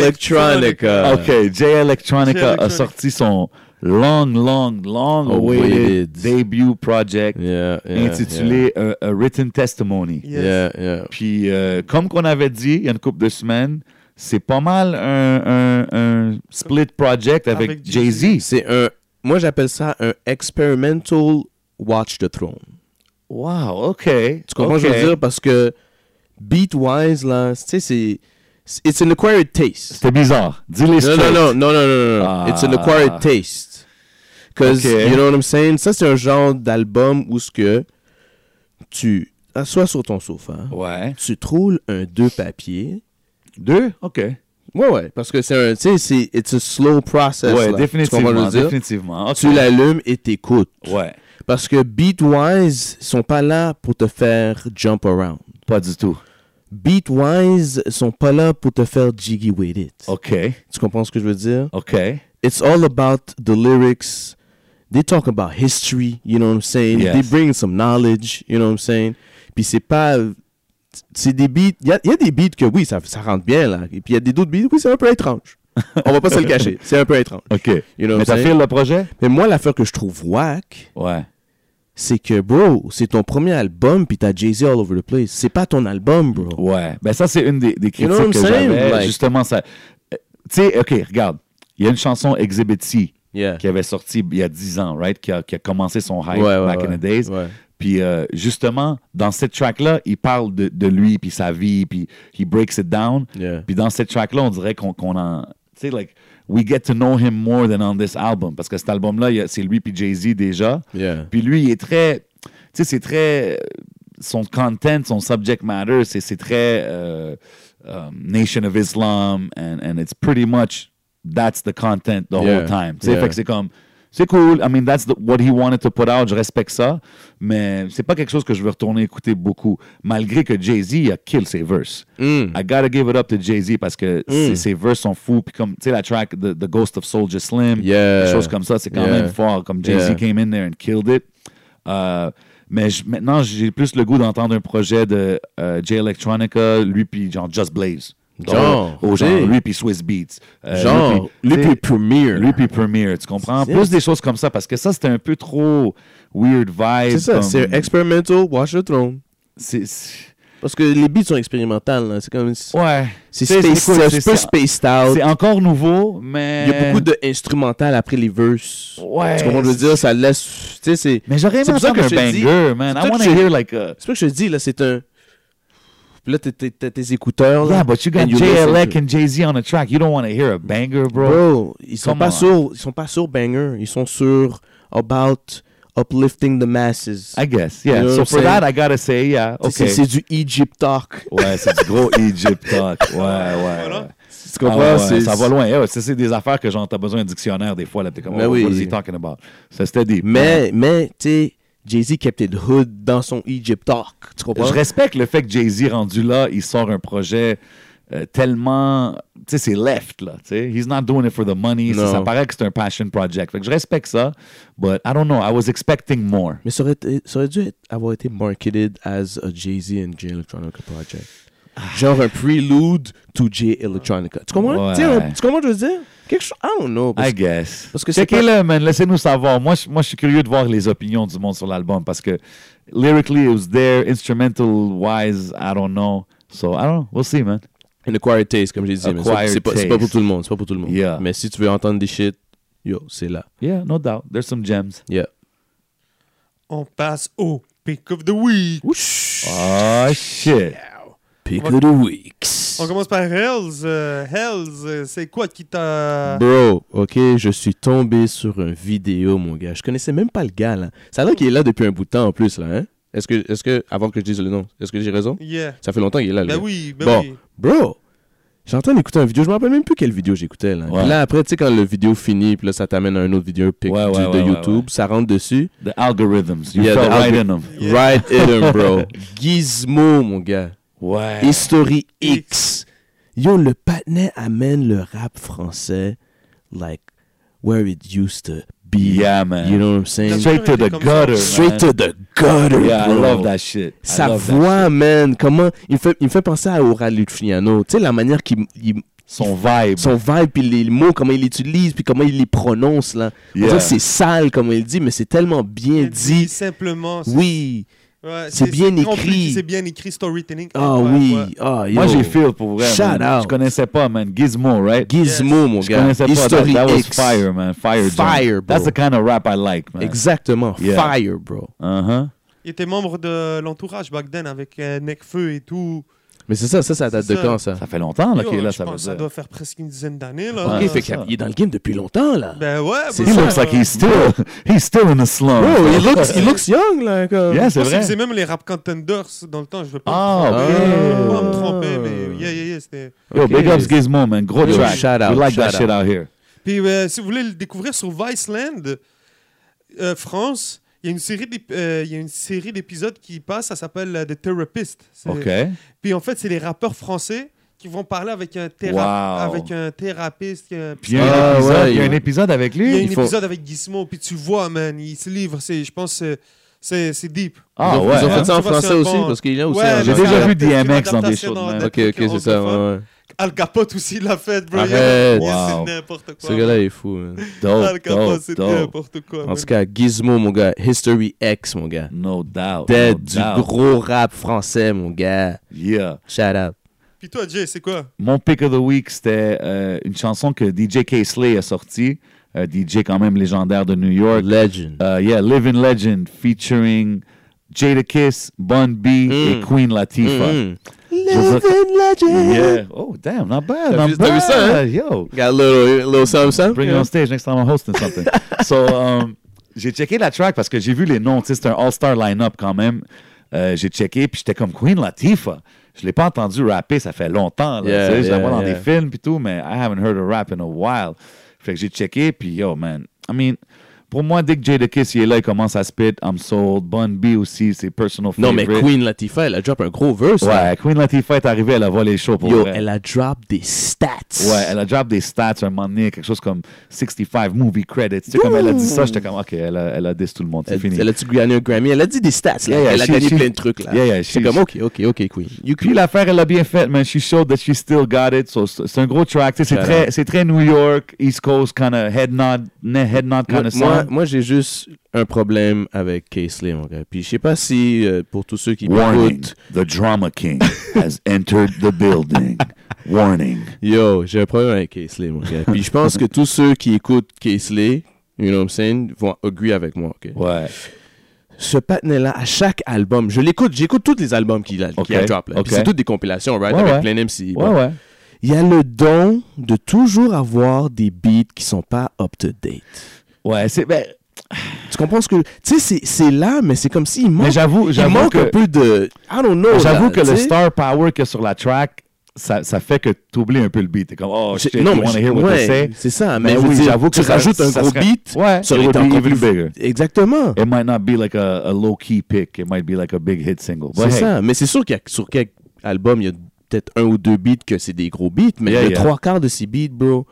Speaker 3: Electronica.
Speaker 2: OK, Jay Electronica
Speaker 1: Jay Electronica.
Speaker 2: a sorti son long, long, long awaited
Speaker 3: Awaited.
Speaker 2: debut project
Speaker 3: Yeah, yeah.
Speaker 2: intitulé euh, A, A Written Testimony.
Speaker 1: Yes.
Speaker 3: Yeah, yeah. yeah.
Speaker 2: Puis, euh, comme qu'on avait dit il y a une couple de semaines, c'est pas mal un, un- un split project avec,
Speaker 1: Avec Jay-Z.
Speaker 2: Jay-Z.
Speaker 3: C'est un. Moi, j'appelle ça un experimental Watch the Throne.
Speaker 2: Wow, OK.
Speaker 3: Tu comprends ce que
Speaker 2: OK.
Speaker 3: je veux dire? Parce que beat-wise, là, tu sais, c'est. c'est- It's an acquired taste.
Speaker 2: C'était bizarre. Dis-les
Speaker 3: Non,
Speaker 2: straight.
Speaker 3: non, non, non, non, non, non.
Speaker 2: Ah.
Speaker 3: It's an acquired taste. Because,
Speaker 2: Ok.
Speaker 3: you know what I'm saying? Ça, c'est un genre d'album où ce que tu assois sur ton sofa,
Speaker 2: Ouais.
Speaker 3: tu troules un deux papiers.
Speaker 2: Deux? OK.
Speaker 3: Ouais, ouais, parce que c'est un, tu sais, c'est, it's a slow process.
Speaker 2: Ouais,
Speaker 3: là. Tu comprends
Speaker 2: définitivement.
Speaker 3: ce que je veux dire?
Speaker 2: définitivement. OK.
Speaker 3: Tu l'allumes et t'écoutes.
Speaker 2: Ouais.
Speaker 3: Parce que Beatwise sont pas là pour te faire jump around.
Speaker 2: Pas du tout.
Speaker 3: Beatwise sont pas là pour te faire jiggy with it.
Speaker 2: OK.
Speaker 3: Tu comprends ce que je veux dire?
Speaker 2: OK.
Speaker 3: It's all about the lyrics. They talk about history, you know what I'm saying?
Speaker 2: Yes.
Speaker 3: They bring some knowledge, you know what I'm saying? Puis c'est pas... C'est des beats... Il y a, il y a des beats que oui, ça, ça rentre bien, là. Et puis il y a des autres beats, oui, c'est un peu étrange. On va pas se le cacher. C'est un peu étrange.
Speaker 2: OK.
Speaker 3: You know what
Speaker 2: Mais
Speaker 3: I'm
Speaker 2: t'as
Speaker 3: saying?
Speaker 2: fait le projet?
Speaker 3: Mais moi, l'affaire que je trouve whack,
Speaker 2: Ouais.
Speaker 3: c'est que, bro, c'est ton premier album, puis t'as Jay-Z all over the place. C'est pas ton album, bro.
Speaker 2: Ouais. Ben ça, c'est une des, des critiques
Speaker 3: know what I'm
Speaker 2: que
Speaker 3: saying?
Speaker 2: j'avais.
Speaker 3: Like-
Speaker 2: Justement, ça... Euh, Tu sais, OK, regarde. Il y a une chanson, Exhibit C,
Speaker 3: Yeah.
Speaker 2: qui avait sorti il y a 10 ans, right? Qui a, qui a commencé son hype
Speaker 3: Ouais, ouais,
Speaker 2: back in
Speaker 3: ouais.
Speaker 2: the days.
Speaker 3: Ouais.
Speaker 2: Puis euh, justement, dans cette track-là, il parle de, de lui, puis sa vie, puis he breaks it down.
Speaker 3: Yeah.
Speaker 2: Puis dans cette track-là, on dirait qu'on qu'on en... Tu sais, like, we get to know him more than on this album. Parce que cet album-là, il y a- c'est lui puis Jay-Z déjà.
Speaker 3: Yeah.
Speaker 2: Puis lui, il est très... sais, c'est très. Son content, son subject matter, c'est c'est très euh, um, Nation of Islam, and, and it's pretty much that's the content the
Speaker 3: Yeah.
Speaker 2: whole time. Tu sais,
Speaker 3: Yeah.
Speaker 2: fait que c'est comme. C'est cool. I mean, that's the- what he wanted to put out. Je respecte ça. Mais c'est pas quelque chose que je veux retourner écouter beaucoup. Malgré que Jay-Z a kill ses verses.
Speaker 3: Mm.
Speaker 2: I gotta give it up to Jay-Z parce que ses,
Speaker 3: Mm.
Speaker 2: ses verses sont fous. Puis comme, tu sais, la track the, The Ghost of Soldier Slim,
Speaker 3: Yeah.
Speaker 2: des choses comme ça, c'est quand
Speaker 3: Yeah.
Speaker 2: même fort. Comme Jay-Z
Speaker 3: Yeah.
Speaker 2: came in there and killed it. Euh, mais je- maintenant, j'ai plus le goût d'entendre un projet de euh, Jay Electronica, lui puis genre Just Blaze.
Speaker 3: Genre,
Speaker 2: Au genre,
Speaker 3: t'sais.
Speaker 2: lui puis Swiss Beats. Euh,
Speaker 3: Genre, E
Speaker 2: lui
Speaker 3: lui puis
Speaker 2: puis-
Speaker 3: Premier.
Speaker 2: lui puis Premier, E tu comprends?
Speaker 3: C'est-
Speaker 2: Plus des choses comme ça, parce que ça, c'était un peu trop weird vibe.
Speaker 3: C'est ça,
Speaker 2: comme-
Speaker 3: c'est experimental, watch the throne.
Speaker 2: c'est- c'est-
Speaker 3: Parce que les beats sont expérimentales, là. c'est comme. C'est
Speaker 2: Ouais.
Speaker 3: c'est
Speaker 2: C'est-
Speaker 3: space,
Speaker 2: écoute,
Speaker 3: c'est un
Speaker 2: c'est-
Speaker 3: peu
Speaker 2: c'est-
Speaker 3: spaced out.
Speaker 2: C'est encore nouveau, mais.
Speaker 3: Il y a beaucoup de instrumental après les verses.
Speaker 2: Ouais.
Speaker 3: Tu comprends ce que je veux dire? Ça laisse. Tu sais, c'est.
Speaker 2: Mais j'aurais aimé
Speaker 3: C'est pour ça
Speaker 2: entendre un
Speaker 3: que je te dis-
Speaker 2: banger, man.
Speaker 3: c'est pour
Speaker 2: I
Speaker 3: ça
Speaker 2: want
Speaker 3: que
Speaker 2: to
Speaker 3: je-
Speaker 2: hear like a.
Speaker 3: C'est pas que je te dis, là, c'est un. Puis là, t'es- t'es- t'as tes écouteurs, là.
Speaker 2: Yeah, but you got
Speaker 3: and you listen
Speaker 2: JLEC
Speaker 3: to-
Speaker 2: and Jay-Z on a track. You don't want to hear a banger, bro.
Speaker 3: Bro, ils sont
Speaker 2: Come on.
Speaker 3: pas sur. Ils sont pas sur banger. Ils sont sur about uplifting the masses.
Speaker 2: I guess,
Speaker 3: You
Speaker 2: yeah.
Speaker 3: know what
Speaker 2: So
Speaker 3: I'm
Speaker 2: for
Speaker 3: saying?
Speaker 2: that, I gotta say, yeah,
Speaker 3: Tu sais,
Speaker 2: okay.
Speaker 3: C'est c'est du Egypt talk.
Speaker 2: Ouais, c'est du gros Egypt talk. Ouais, ouais. ouais.
Speaker 3: Tu
Speaker 2: Ah
Speaker 3: comprends?
Speaker 2: ouais,
Speaker 3: C'est-
Speaker 2: ça va loin. Eh ouais, ça, c'est des affaires que genre, t'as besoin d'un dictionnaire des fois. Là, t'es comme,
Speaker 3: Mais
Speaker 2: oh,
Speaker 3: oui.
Speaker 2: what is he talking about? Ça, c'était deep.
Speaker 3: Mais, mais, tu sais, Jay-Z kept it hood dans son Egypt talk. Tu comprends?
Speaker 2: Je respecte le fait que Jay-Z, rendu là, il sort un projet euh, tellement. Tu sais, c'est left, là. Tu sais, he's not doing it for the money. Ça,
Speaker 3: Non.
Speaker 2: ça paraît que c'est un passion project. Fait que je respecte ça. But I don't know. I was expecting more.
Speaker 3: Mais ça aurait, été- ça aurait dû être- avoir été marketed as a Jay-Z and Jay Electronica project.
Speaker 2: Ah.
Speaker 3: Genre un prelude to Jay Electronica. Tu comprends?
Speaker 2: Ouais.
Speaker 3: Tu sais, un- tu comprends ce que je veux dire? Quelque chose. I don't know. parce
Speaker 2: I guess.
Speaker 3: parce que c'est
Speaker 2: Checkez-le, man. Laissez-nous savoir. Moi, je- moi, je suis curieux de voir les opinions du monde sur l'album parce que lyrically, it was there. Instrumental-wise, I don't know. So, I don't know. We'll see, man.
Speaker 3: que- An acquired taste, comme j'ai dit. mais ça,
Speaker 2: Acquired
Speaker 3: C'est pas, c'est pas pour
Speaker 2: taste.
Speaker 3: tout le monde. C'est pas pour tout le monde.
Speaker 2: Yeah.
Speaker 3: Mais si tu veux entendre des shit, yo, c'est là.
Speaker 2: Yeah, no doubt. There's some gems.
Speaker 3: Yeah.
Speaker 1: On passe au pick of the week.
Speaker 2: Oh, shit.
Speaker 3: Pick of the weeks.
Speaker 1: On commence par Hells. Euh, Hells, euh, c'est quoi qui t'a.
Speaker 3: Bro, ok, je suis tombé sur une vidéo, mon gars. Je connaissais même pas le gars, là. Ça a l'air qu'il est là depuis un bout de temps en plus, là, hein? Est-ce que, est que, avant que je dise le nom, est-ce que j'ai raison?
Speaker 1: Yeah.
Speaker 3: Ça fait longtemps qu'il est là, le
Speaker 1: Ben
Speaker 3: gars.
Speaker 1: oui, ben
Speaker 3: Bon.
Speaker 1: oui.
Speaker 3: Bro, j'entends écouter une vidéo, je me rappelle même plus quelle vidéo j'écoutais, là.
Speaker 2: Ouais.
Speaker 3: Puis là, après, tu sais, quand la vidéo finit, puis là, ça t'amène à une autre vidéo pic
Speaker 2: Ouais,
Speaker 3: du-
Speaker 2: ouais,
Speaker 3: de
Speaker 2: ouais, ouais,
Speaker 3: YouTube, ça rentre dessus.
Speaker 2: The algorithms. You
Speaker 3: Yeah,
Speaker 2: fell
Speaker 3: the
Speaker 2: right
Speaker 3: algor-
Speaker 2: in them.
Speaker 1: Yeah.
Speaker 3: Right in him, bro. Gizmo, mon gars.
Speaker 2: Ouais.
Speaker 1: Euh,
Speaker 3: History X. Yo, le patinet amène le rap français, like, where it used to be.
Speaker 2: Yeah, man.
Speaker 3: You know what I'm saying?
Speaker 1: Straight
Speaker 2: Straight to the
Speaker 1: Comme ça.
Speaker 2: gutter,
Speaker 3: Straight
Speaker 2: man.
Speaker 3: to the gutter,
Speaker 2: Yeah, I
Speaker 3: bro.
Speaker 2: love that shit. I
Speaker 3: Sa
Speaker 2: love that shit.
Speaker 3: voix, man, comment... Il me fait, il me fait penser à Aura Luciano. Tu sais, la manière qu'il... il-
Speaker 2: Son vibe.
Speaker 3: son vibe, puis les mots, comment il l'utilise, puis comment il les prononce, là. On
Speaker 2: Yeah.
Speaker 3: dirait que c'est sale, comme il dit, mais c'est tellement bien
Speaker 1: Il dit
Speaker 3: dit.
Speaker 1: simplement. c'est-
Speaker 3: Oui.
Speaker 1: ouais,
Speaker 3: c'est bien
Speaker 1: on peut
Speaker 3: écrit.
Speaker 1: dire que C'est bien écrit, storytelling.
Speaker 3: Ah
Speaker 1: Ouais,
Speaker 3: oui.
Speaker 1: ouais.
Speaker 3: Ah, yo.
Speaker 2: Moi, j'ai feel pour vrai.
Speaker 3: Shout
Speaker 2: man.
Speaker 3: out.
Speaker 2: Je connaissais pas, man. Gizmo, right?
Speaker 3: Gizmo, mon
Speaker 2: Je
Speaker 3: gars.
Speaker 2: connaissais pas. That,
Speaker 3: History
Speaker 2: that was
Speaker 3: X.
Speaker 2: fire, man. Fire. John.
Speaker 3: Fire, bro.
Speaker 2: That's the kind of rap I like, man.
Speaker 3: Exactement.
Speaker 2: Yeah.
Speaker 3: Fire, bro.
Speaker 2: Uh-huh.
Speaker 1: Il était membre de l'entourage back then avec euh, Necfeu et tout.
Speaker 3: Mais c'est ça, ça, ça date
Speaker 1: C'est
Speaker 3: de
Speaker 1: ça.
Speaker 3: quand, ça?
Speaker 2: Ça fait longtemps, là,
Speaker 1: Yo,
Speaker 2: qu'il est Ah, là,
Speaker 1: je
Speaker 2: ça veut
Speaker 1: pense que ça
Speaker 2: dire.
Speaker 1: doit faire presque une dizaine d'années. là.
Speaker 3: Ok,
Speaker 2: Ouais,
Speaker 3: fait
Speaker 2: ça.
Speaker 3: qu'il est dans le game depuis longtemps, là.
Speaker 1: Ben ouais,
Speaker 2: He
Speaker 1: bon, ça,
Speaker 2: looks like
Speaker 1: euh,
Speaker 2: he's still, he's still in the slum.
Speaker 3: Bro, he looks, he looks young, là. Comme...
Speaker 2: Yeah,
Speaker 1: Je
Speaker 2: c'est
Speaker 1: pense qu'il
Speaker 2: vrai.
Speaker 1: faisait même les rap contenders dans le temps. Je veux pas, me,
Speaker 2: Ah,
Speaker 1: tromper,
Speaker 3: ok.
Speaker 1: je veux pas me
Speaker 3: Ah.
Speaker 1: tromper, mais yeah, yeah, yeah, c'était.
Speaker 2: Yo,
Speaker 3: Ok.
Speaker 2: big ups Gizmo, man. Gros
Speaker 3: Yo,
Speaker 2: track.
Speaker 3: shout out,
Speaker 2: We like that
Speaker 3: shout
Speaker 2: shit out here.
Speaker 1: Puis euh, si vous voulez le découvrir sur Viceland, euh, France, il y a une série d'ép- euh, il y a une série d'épisodes qui passent, ça s'appelle euh, The Therapist. C'est-
Speaker 2: OK.
Speaker 1: Puis en fait, c'est les rappeurs français qui vont parler avec un, théra-
Speaker 2: Wow.
Speaker 1: avec un thérapeute. qui est un
Speaker 2: Puis il y a un
Speaker 3: Ah,
Speaker 2: épisode-
Speaker 3: ouais,
Speaker 2: il y a un
Speaker 3: ouais.
Speaker 2: épisode avec
Speaker 1: Il y a
Speaker 2: lui.
Speaker 1: un
Speaker 3: ils font-
Speaker 1: épisode avec Gizmo, puis tu vois, man, il se livre, c'est, je pense, euh, c'est, c'est deep.
Speaker 2: Ah
Speaker 3: ils ont,
Speaker 2: ouais.
Speaker 3: ils ont
Speaker 2: hein?
Speaker 3: fait ça en
Speaker 1: Tu vois, c'est
Speaker 3: français
Speaker 1: un
Speaker 3: aussi,
Speaker 1: bon-
Speaker 3: parce qu'il est là aussi.
Speaker 1: Ouais,
Speaker 3: en
Speaker 1: mais
Speaker 2: J'ai
Speaker 1: hein, c'est
Speaker 3: anglais.
Speaker 2: déjà
Speaker 1: un
Speaker 2: vu
Speaker 1: adapté-
Speaker 2: DMX dans des
Speaker 1: adaptation
Speaker 2: shows de
Speaker 1: dans-
Speaker 2: même.
Speaker 1: dans
Speaker 3: Ok, ok,
Speaker 1: trucs
Speaker 3: c'est ça.
Speaker 1: anglophones.
Speaker 3: ouais, ouais.
Speaker 1: Al Capote aussi l'a fait, bro. Il y a-
Speaker 3: Arrête.
Speaker 1: il y a-
Speaker 2: Wow.
Speaker 1: C'est n'importe quoi.
Speaker 3: Ce gars-là est fou, man.
Speaker 1: Al
Speaker 2: Dope,
Speaker 1: Capote,
Speaker 2: dope,
Speaker 1: c'est
Speaker 2: dope.
Speaker 1: n'importe quoi.
Speaker 3: En
Speaker 1: man.
Speaker 3: tout cas, Gizmo, mon gars. History X, mon gars.
Speaker 2: No doubt.
Speaker 3: Dead,
Speaker 2: no
Speaker 3: du
Speaker 2: doubt.
Speaker 3: gros rap français, mon gars.
Speaker 2: Yeah.
Speaker 3: Shout out.
Speaker 1: Puis toi, Jay, c'est quoi
Speaker 2: Mon pick of the week, c'était euh, une chanson que DJ K-Slay a sortie. Euh, DJ quand même légendaire de New York.
Speaker 3: Legend.
Speaker 2: Euh, yeah, Living Legend featuring Jada Kiss, Bun B et
Speaker 3: Mm.
Speaker 2: Queen Latifah.
Speaker 3: Mm-hmm.
Speaker 2: veux dire-
Speaker 3: Legend.
Speaker 2: Yeah. Oh, damn, not bad.
Speaker 3: T'as
Speaker 2: not
Speaker 3: vu- t'as vu ça,
Speaker 2: bad. Yo.
Speaker 3: Got a little, little something, something.
Speaker 2: Bring it on stage next time I'm hosting something. so, um, J'ai checké la track parce que j'ai vu les noms. tu sais, C'est un all-star line-up quand même. Euh, j'ai checké, puis j'étais comme Queen Latifah. Je l'ai pas entendu rapper, ça fait longtemps. Là,
Speaker 3: Yeah,
Speaker 2: tu sais, je la vois
Speaker 3: yeah,
Speaker 2: dans
Speaker 3: yeah.
Speaker 2: des films et tout, mais I haven't heard her rap in a while. Fait que j'ai checké, puis yo, man. I mean, pour moi, dès que Jadakiss il est là, il commence à spit, I'm sold. Bun B aussi, c'est personal favorite.
Speaker 3: Non, mais Queen Latifah, elle a drop un gros verse. là.
Speaker 2: Ouais, Queen Latifah est arrivée, elle a volé les shows pour
Speaker 3: Yo,
Speaker 2: vrai.
Speaker 3: elle a drop des stats.
Speaker 2: Ouais, elle a drop des stats un moment donné, quelque chose comme 65 movie credits. Tu sais, comme elle a dit ça, j'étais comme, OK, elle a, elle a diss tout le monde, c'est
Speaker 3: Elle,
Speaker 2: fini.
Speaker 3: elle a-tu gagné un Grammy? Elle a dit des stats. là.
Speaker 2: Yeah, yeah,
Speaker 3: elle a
Speaker 2: she-
Speaker 3: gagné
Speaker 2: she-
Speaker 3: plein de trucs. là.
Speaker 2: Yeah, yeah,
Speaker 3: C'est
Speaker 2: she-
Speaker 3: comme, OK, OK, OK, Queen. You
Speaker 2: Puis
Speaker 3: cool.
Speaker 2: l'affaire, elle l'a bien faite, man. She showed that she still got it. So, c'est c'est un gros track. Tu sais, C'est
Speaker 3: Shout
Speaker 2: très, c'est très New York, East Coast, kind of head nod, ne- head nod kind
Speaker 3: Moi,
Speaker 2: of
Speaker 3: moi,
Speaker 2: song.
Speaker 3: moi, j'ai juste un problème avec Casely, mon gars. Puis je sais pas si, euh, pour tous ceux qui
Speaker 2: Warning,
Speaker 3: m'écoutent,
Speaker 2: the drama king has entered the building. Warning.
Speaker 3: yo, j'ai un problème avec Casely, mon gars. Puis je pense que tous ceux qui écoutent Casely, you know what I'm saying, vont agree avec moi, OK?
Speaker 2: Ouais.
Speaker 3: ce patinet-là, à chaque album, je l'écoute, j'écoute tous les albums qu'il a, qu'il a
Speaker 2: Ok,
Speaker 3: drop. là.
Speaker 2: ok.
Speaker 3: Puis C'est toutes des compilations, right?
Speaker 2: Ouais,
Speaker 3: avec
Speaker 2: ouais.
Speaker 3: plein d'MC.
Speaker 2: Ouais, ouais.
Speaker 3: Il y a le don de toujours avoir des beats qui sont pas up-to-date.
Speaker 2: Ouais, c'est. ben,
Speaker 3: Tu comprends ce que... Tu sais, c'est- c'est là, mais c'est comme s'il
Speaker 2: mais
Speaker 3: manque,
Speaker 2: j'avoue,
Speaker 3: il
Speaker 2: j'avoue
Speaker 3: manque
Speaker 2: que.
Speaker 3: un peu de... I don't know.
Speaker 2: J'avoue
Speaker 3: Oh, là,
Speaker 2: que
Speaker 3: tu
Speaker 2: le
Speaker 3: sais.
Speaker 2: star power qu'il y a sur la track, ça, ça fait que tu oublies un peu le beat. T'es comme, oh
Speaker 3: J'ai-
Speaker 2: shit, you wanna
Speaker 3: j'ai-
Speaker 2: hear what
Speaker 3: ouais,
Speaker 2: they say.
Speaker 3: c'est ça. Mais,
Speaker 2: Mais
Speaker 3: je veux
Speaker 2: oui,
Speaker 3: dire,
Speaker 2: j'avoue que
Speaker 3: tu
Speaker 2: ça-
Speaker 3: rajoutes un
Speaker 2: ça
Speaker 3: gros
Speaker 2: serait-
Speaker 3: beat, ça
Speaker 2: Ouais, it
Speaker 3: aurait
Speaker 2: would
Speaker 3: été
Speaker 2: be
Speaker 3: encore
Speaker 2: even
Speaker 3: plus...
Speaker 2: bigger.
Speaker 3: Exactement.
Speaker 2: It might not be like a, a low key pick, it might be like a big hit single. But
Speaker 3: C'est
Speaker 2: hey,
Speaker 3: ça. Mais c'est sûr qu'il y a sur quelques albums, il y a peut-être un ou deux beats que c'est des gros beats, mais
Speaker 2: Yeah,
Speaker 3: le
Speaker 2: yeah.
Speaker 3: trois quarts de ces beats, bro,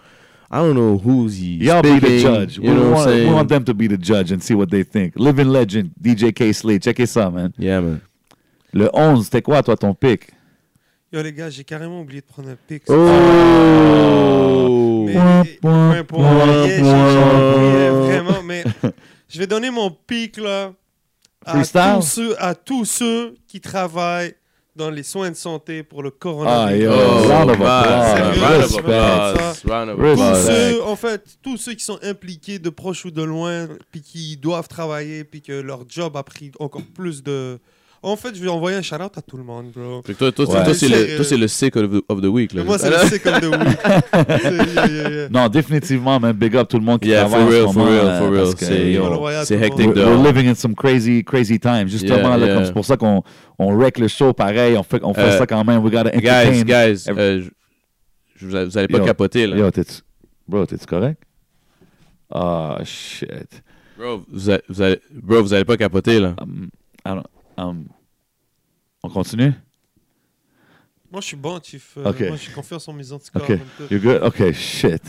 Speaker 3: I don't know who's he.
Speaker 2: Y'all be the
Speaker 3: speaking,
Speaker 2: judge. We
Speaker 3: You know what
Speaker 2: want,
Speaker 3: I'm
Speaker 2: we
Speaker 3: saying?
Speaker 2: want them to be the judge and see what they think. Living Legend, DJ K. Slade, check it ça, man.
Speaker 3: Yeah, man.
Speaker 2: Le 11, c'était quoi, toi, ton pick?
Speaker 1: Yo, les gars, j'ai carrément oublié de prendre un pic.
Speaker 3: Oh!
Speaker 1: Mais,
Speaker 2: Point,
Speaker 1: et- point, point,
Speaker 2: point,
Speaker 1: yeah, j'ai- j'ai
Speaker 2: point.
Speaker 1: oublié, vraiment, mais je vais donner mon pic là à
Speaker 2: Freestyle?
Speaker 1: tous, ceux, à tous ceux qui travaillent dans les soins de santé pour le
Speaker 2: Ah,
Speaker 1: coronavirus.
Speaker 2: yo.
Speaker 3: oh.
Speaker 2: Round of applause.
Speaker 1: sérieux,
Speaker 3: Round of
Speaker 1: respect.
Speaker 3: applause. Round of
Speaker 2: Respect.
Speaker 1: Tous
Speaker 2: Bah,
Speaker 3: applause.
Speaker 1: ceux, en fait, tous ceux qui sont impliqués de proche ou de loin, puis qui doivent travailler, puis que leur job a pris encore plus de. En fait, je vais envoyer un shout-out à tout le monde, bro.
Speaker 3: Fait que Toi, toi,
Speaker 2: Ouais.
Speaker 3: toi, c'est le-
Speaker 1: Sérieux.
Speaker 3: toi, c'est le sick of the, of the week. Là.
Speaker 1: Mais moi, c'est le C comme de oui. C'est- yeah, yeah, yeah.
Speaker 2: Non, définitivement, man. Big up tout le monde qui
Speaker 3: Yeah,
Speaker 2: travaille
Speaker 3: for real,
Speaker 2: en ce
Speaker 3: for
Speaker 2: moment.
Speaker 3: real,
Speaker 2: euh,
Speaker 3: for real.
Speaker 2: parce que,
Speaker 3: C'est
Speaker 2: yo,
Speaker 1: yo,
Speaker 3: c'est hectic,
Speaker 2: We're,
Speaker 1: Dehors.
Speaker 2: we're
Speaker 3: dog.
Speaker 2: living in some crazy, crazy times. Justement,
Speaker 3: Yeah,
Speaker 2: là,
Speaker 3: yeah.
Speaker 2: comme c'est pour ça qu'on on wreck le show pareil. On fait, on fait
Speaker 3: Euh,
Speaker 2: ça quand même. We gotta
Speaker 3: Guys,
Speaker 2: entertain.
Speaker 3: guys,
Speaker 2: every-
Speaker 3: euh, je- vous vous allez pas
Speaker 2: Yo.
Speaker 3: capoter, là.
Speaker 2: Yo, t'es-tu... Bro, t'es-tu correct? Ah, shit.
Speaker 3: Bro, vous allez- vous allez- bro, vous allez pas capoter, là.
Speaker 2: Um, I don't- um, on continue?
Speaker 1: Moi, je suis bon, chief. Euh,
Speaker 2: Ok.
Speaker 1: Moi, je suis confiance en mes anticorps. euh,
Speaker 2: Ok.
Speaker 1: comme tout.
Speaker 2: You good? Okay, shit.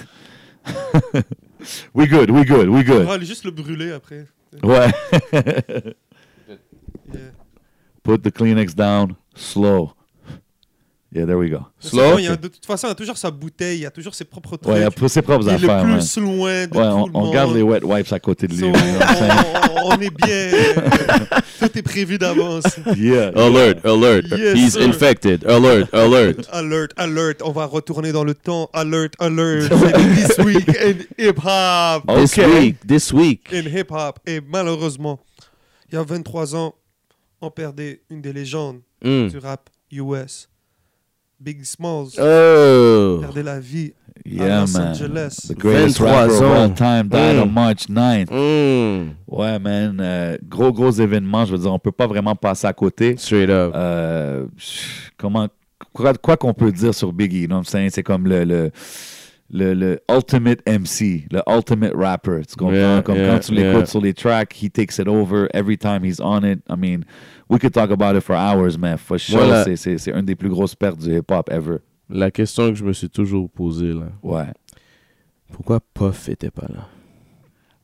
Speaker 2: we good, we good,
Speaker 1: On
Speaker 2: we good.
Speaker 1: va aller juste le brûler après.
Speaker 2: Ouais.
Speaker 1: Yeah.
Speaker 2: Put the Kleenex down slow. Yeah, there we go.
Speaker 1: C'est
Speaker 3: Slow?
Speaker 1: bon, il y a- de toute façon, il y a toujours sa bouteille, il y a toujours ses propres trucs.
Speaker 2: Ouais, il a pris ses propres
Speaker 1: il est
Speaker 2: affaires,
Speaker 1: le
Speaker 2: man.
Speaker 1: plus loin de
Speaker 2: hein. Ouais,
Speaker 1: tout
Speaker 2: on,
Speaker 1: le
Speaker 2: on
Speaker 1: monde.
Speaker 2: garde les wet wipes à côté de lui. hein.
Speaker 1: So,
Speaker 2: you know what I'm saying?
Speaker 1: on, on est bien. Tout est prévu d'avance.
Speaker 2: Yeah.
Speaker 1: Ah,
Speaker 3: Alert, alert.
Speaker 1: Yes,
Speaker 3: He's
Speaker 1: sir.
Speaker 3: infected. Alert, alert.
Speaker 1: Alert, alert. On va retourner dans le temps. Alert, alert. C'est this week in hip hop.
Speaker 3: This
Speaker 2: Okay.
Speaker 3: week, this week.
Speaker 1: In hip hop. Et malheureusement, il y a 23 ans, on perdait une des légendes
Speaker 2: Hmm.
Speaker 3: Mm.
Speaker 1: du rap US. Big Smalls
Speaker 3: Oh.
Speaker 1: perdait la vie à
Speaker 2: Yeah,
Speaker 1: Los
Speaker 2: man.
Speaker 1: Angeles.
Speaker 2: The greatest
Speaker 3: 23
Speaker 2: rapper of
Speaker 3: ans.
Speaker 2: all time died
Speaker 3: Mm.
Speaker 2: on March 9th.
Speaker 3: Mm.
Speaker 2: Ouais, man. euh, gros, gros événement. Je veux dire, on peut pas vraiment passer à côté.
Speaker 3: Straight up.
Speaker 2: Euh, pff, comment quoi quoi qu'on peut dire sur Biggie, you know what I'm saying? C'est comme le, le le le ultimate MC, le ultimate rapper. Tu comprends?
Speaker 3: Yeah,
Speaker 2: comme
Speaker 3: yeah,
Speaker 2: quand tu
Speaker 3: yeah.
Speaker 2: l'écoutes sur les tracks, he takes it over every time he's on it. I mean, we could talk about it for hours, man. For sure,
Speaker 3: Voilà.
Speaker 2: c'est c'est c'est une des plus grosses pertes du hip hop ever.
Speaker 3: La question que je me suis toujours posée, là.
Speaker 2: Ouais.
Speaker 3: Pourquoi Puff était pas là?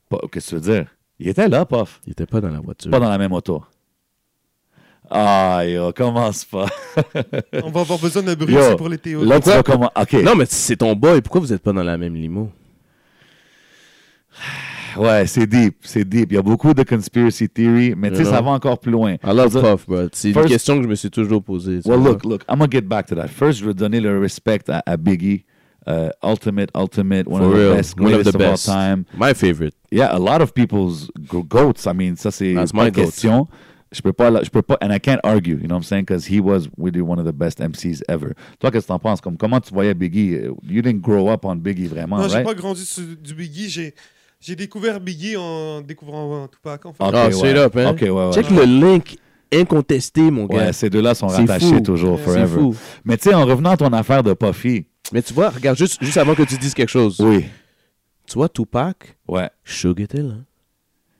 Speaker 2: Pas- Qu'est-ce que tu veux dire? Il était là, Puff.
Speaker 3: Il était pas dans la voiture.
Speaker 2: Pas dans la même auto. Ah, yo, commence pas.
Speaker 1: On va avoir besoin d'un bruit
Speaker 2: Yo,
Speaker 1: aussi pour les théories.
Speaker 2: Là, tu vas comment... OK.
Speaker 3: Non, mais c'est ton boy. Pourquoi vous êtes pas dans la même limo?
Speaker 2: Ouais, c'est deep, c'est deep. Il y a beaucoup de conspiracy theory, mais tu sais,
Speaker 3: Mhm.
Speaker 2: ça va encore plus loin.
Speaker 3: I love
Speaker 2: Je veux dire-
Speaker 3: Puff, bro. C'est une
Speaker 2: First-
Speaker 3: question que je me suis toujours posée. tu
Speaker 2: Well,
Speaker 3: vois.
Speaker 2: look, look, I'm gonna get back to that. First, je veux donner le respect à, à Biggie. Euh, ultimate, ultimate, one
Speaker 3: For
Speaker 2: of
Speaker 3: real.
Speaker 2: the best,
Speaker 3: One of
Speaker 2: greatest
Speaker 3: the
Speaker 2: of,
Speaker 3: best.
Speaker 2: all time.
Speaker 3: My favorite.
Speaker 2: Yeah, a lot of people's go- goats. I mean, ça c'est
Speaker 3: That's
Speaker 2: pas
Speaker 3: my goat.
Speaker 2: question. Je peux pas, la- je peux pas, and I can't argue. You know what I'm saying? Because he was really one of the best MCs ever. Toi, qu'est-ce que t'en penses? Comme comment tu voyais Biggie? You didn't grow up on Biggie vraiment,
Speaker 1: Non, j'ai
Speaker 2: right?
Speaker 1: pas grandi sur du Biggie. J'ai J'ai découvert Biggie en découvrant euh, Tupac. En fait.
Speaker 2: Ok,
Speaker 3: Ah,
Speaker 2: ouais.
Speaker 3: straight up, hein.
Speaker 2: Ok, ouais, ouais.
Speaker 3: Check le link incontesté, mon
Speaker 2: Ouais,
Speaker 3: gars.
Speaker 2: ces deux-là sont
Speaker 3: C'est
Speaker 2: rattachés
Speaker 3: fou.
Speaker 2: toujours,
Speaker 1: C'est
Speaker 3: C'est
Speaker 2: forever.
Speaker 3: fou.
Speaker 2: Mais tu sais, en revenant à ton affaire de Puffy.
Speaker 3: Mais tu vois, regarde, juste, juste avant que tu dises quelque chose.
Speaker 2: Oui.
Speaker 3: Tu vois, Tupac,
Speaker 2: Ouais.
Speaker 3: Suge était là,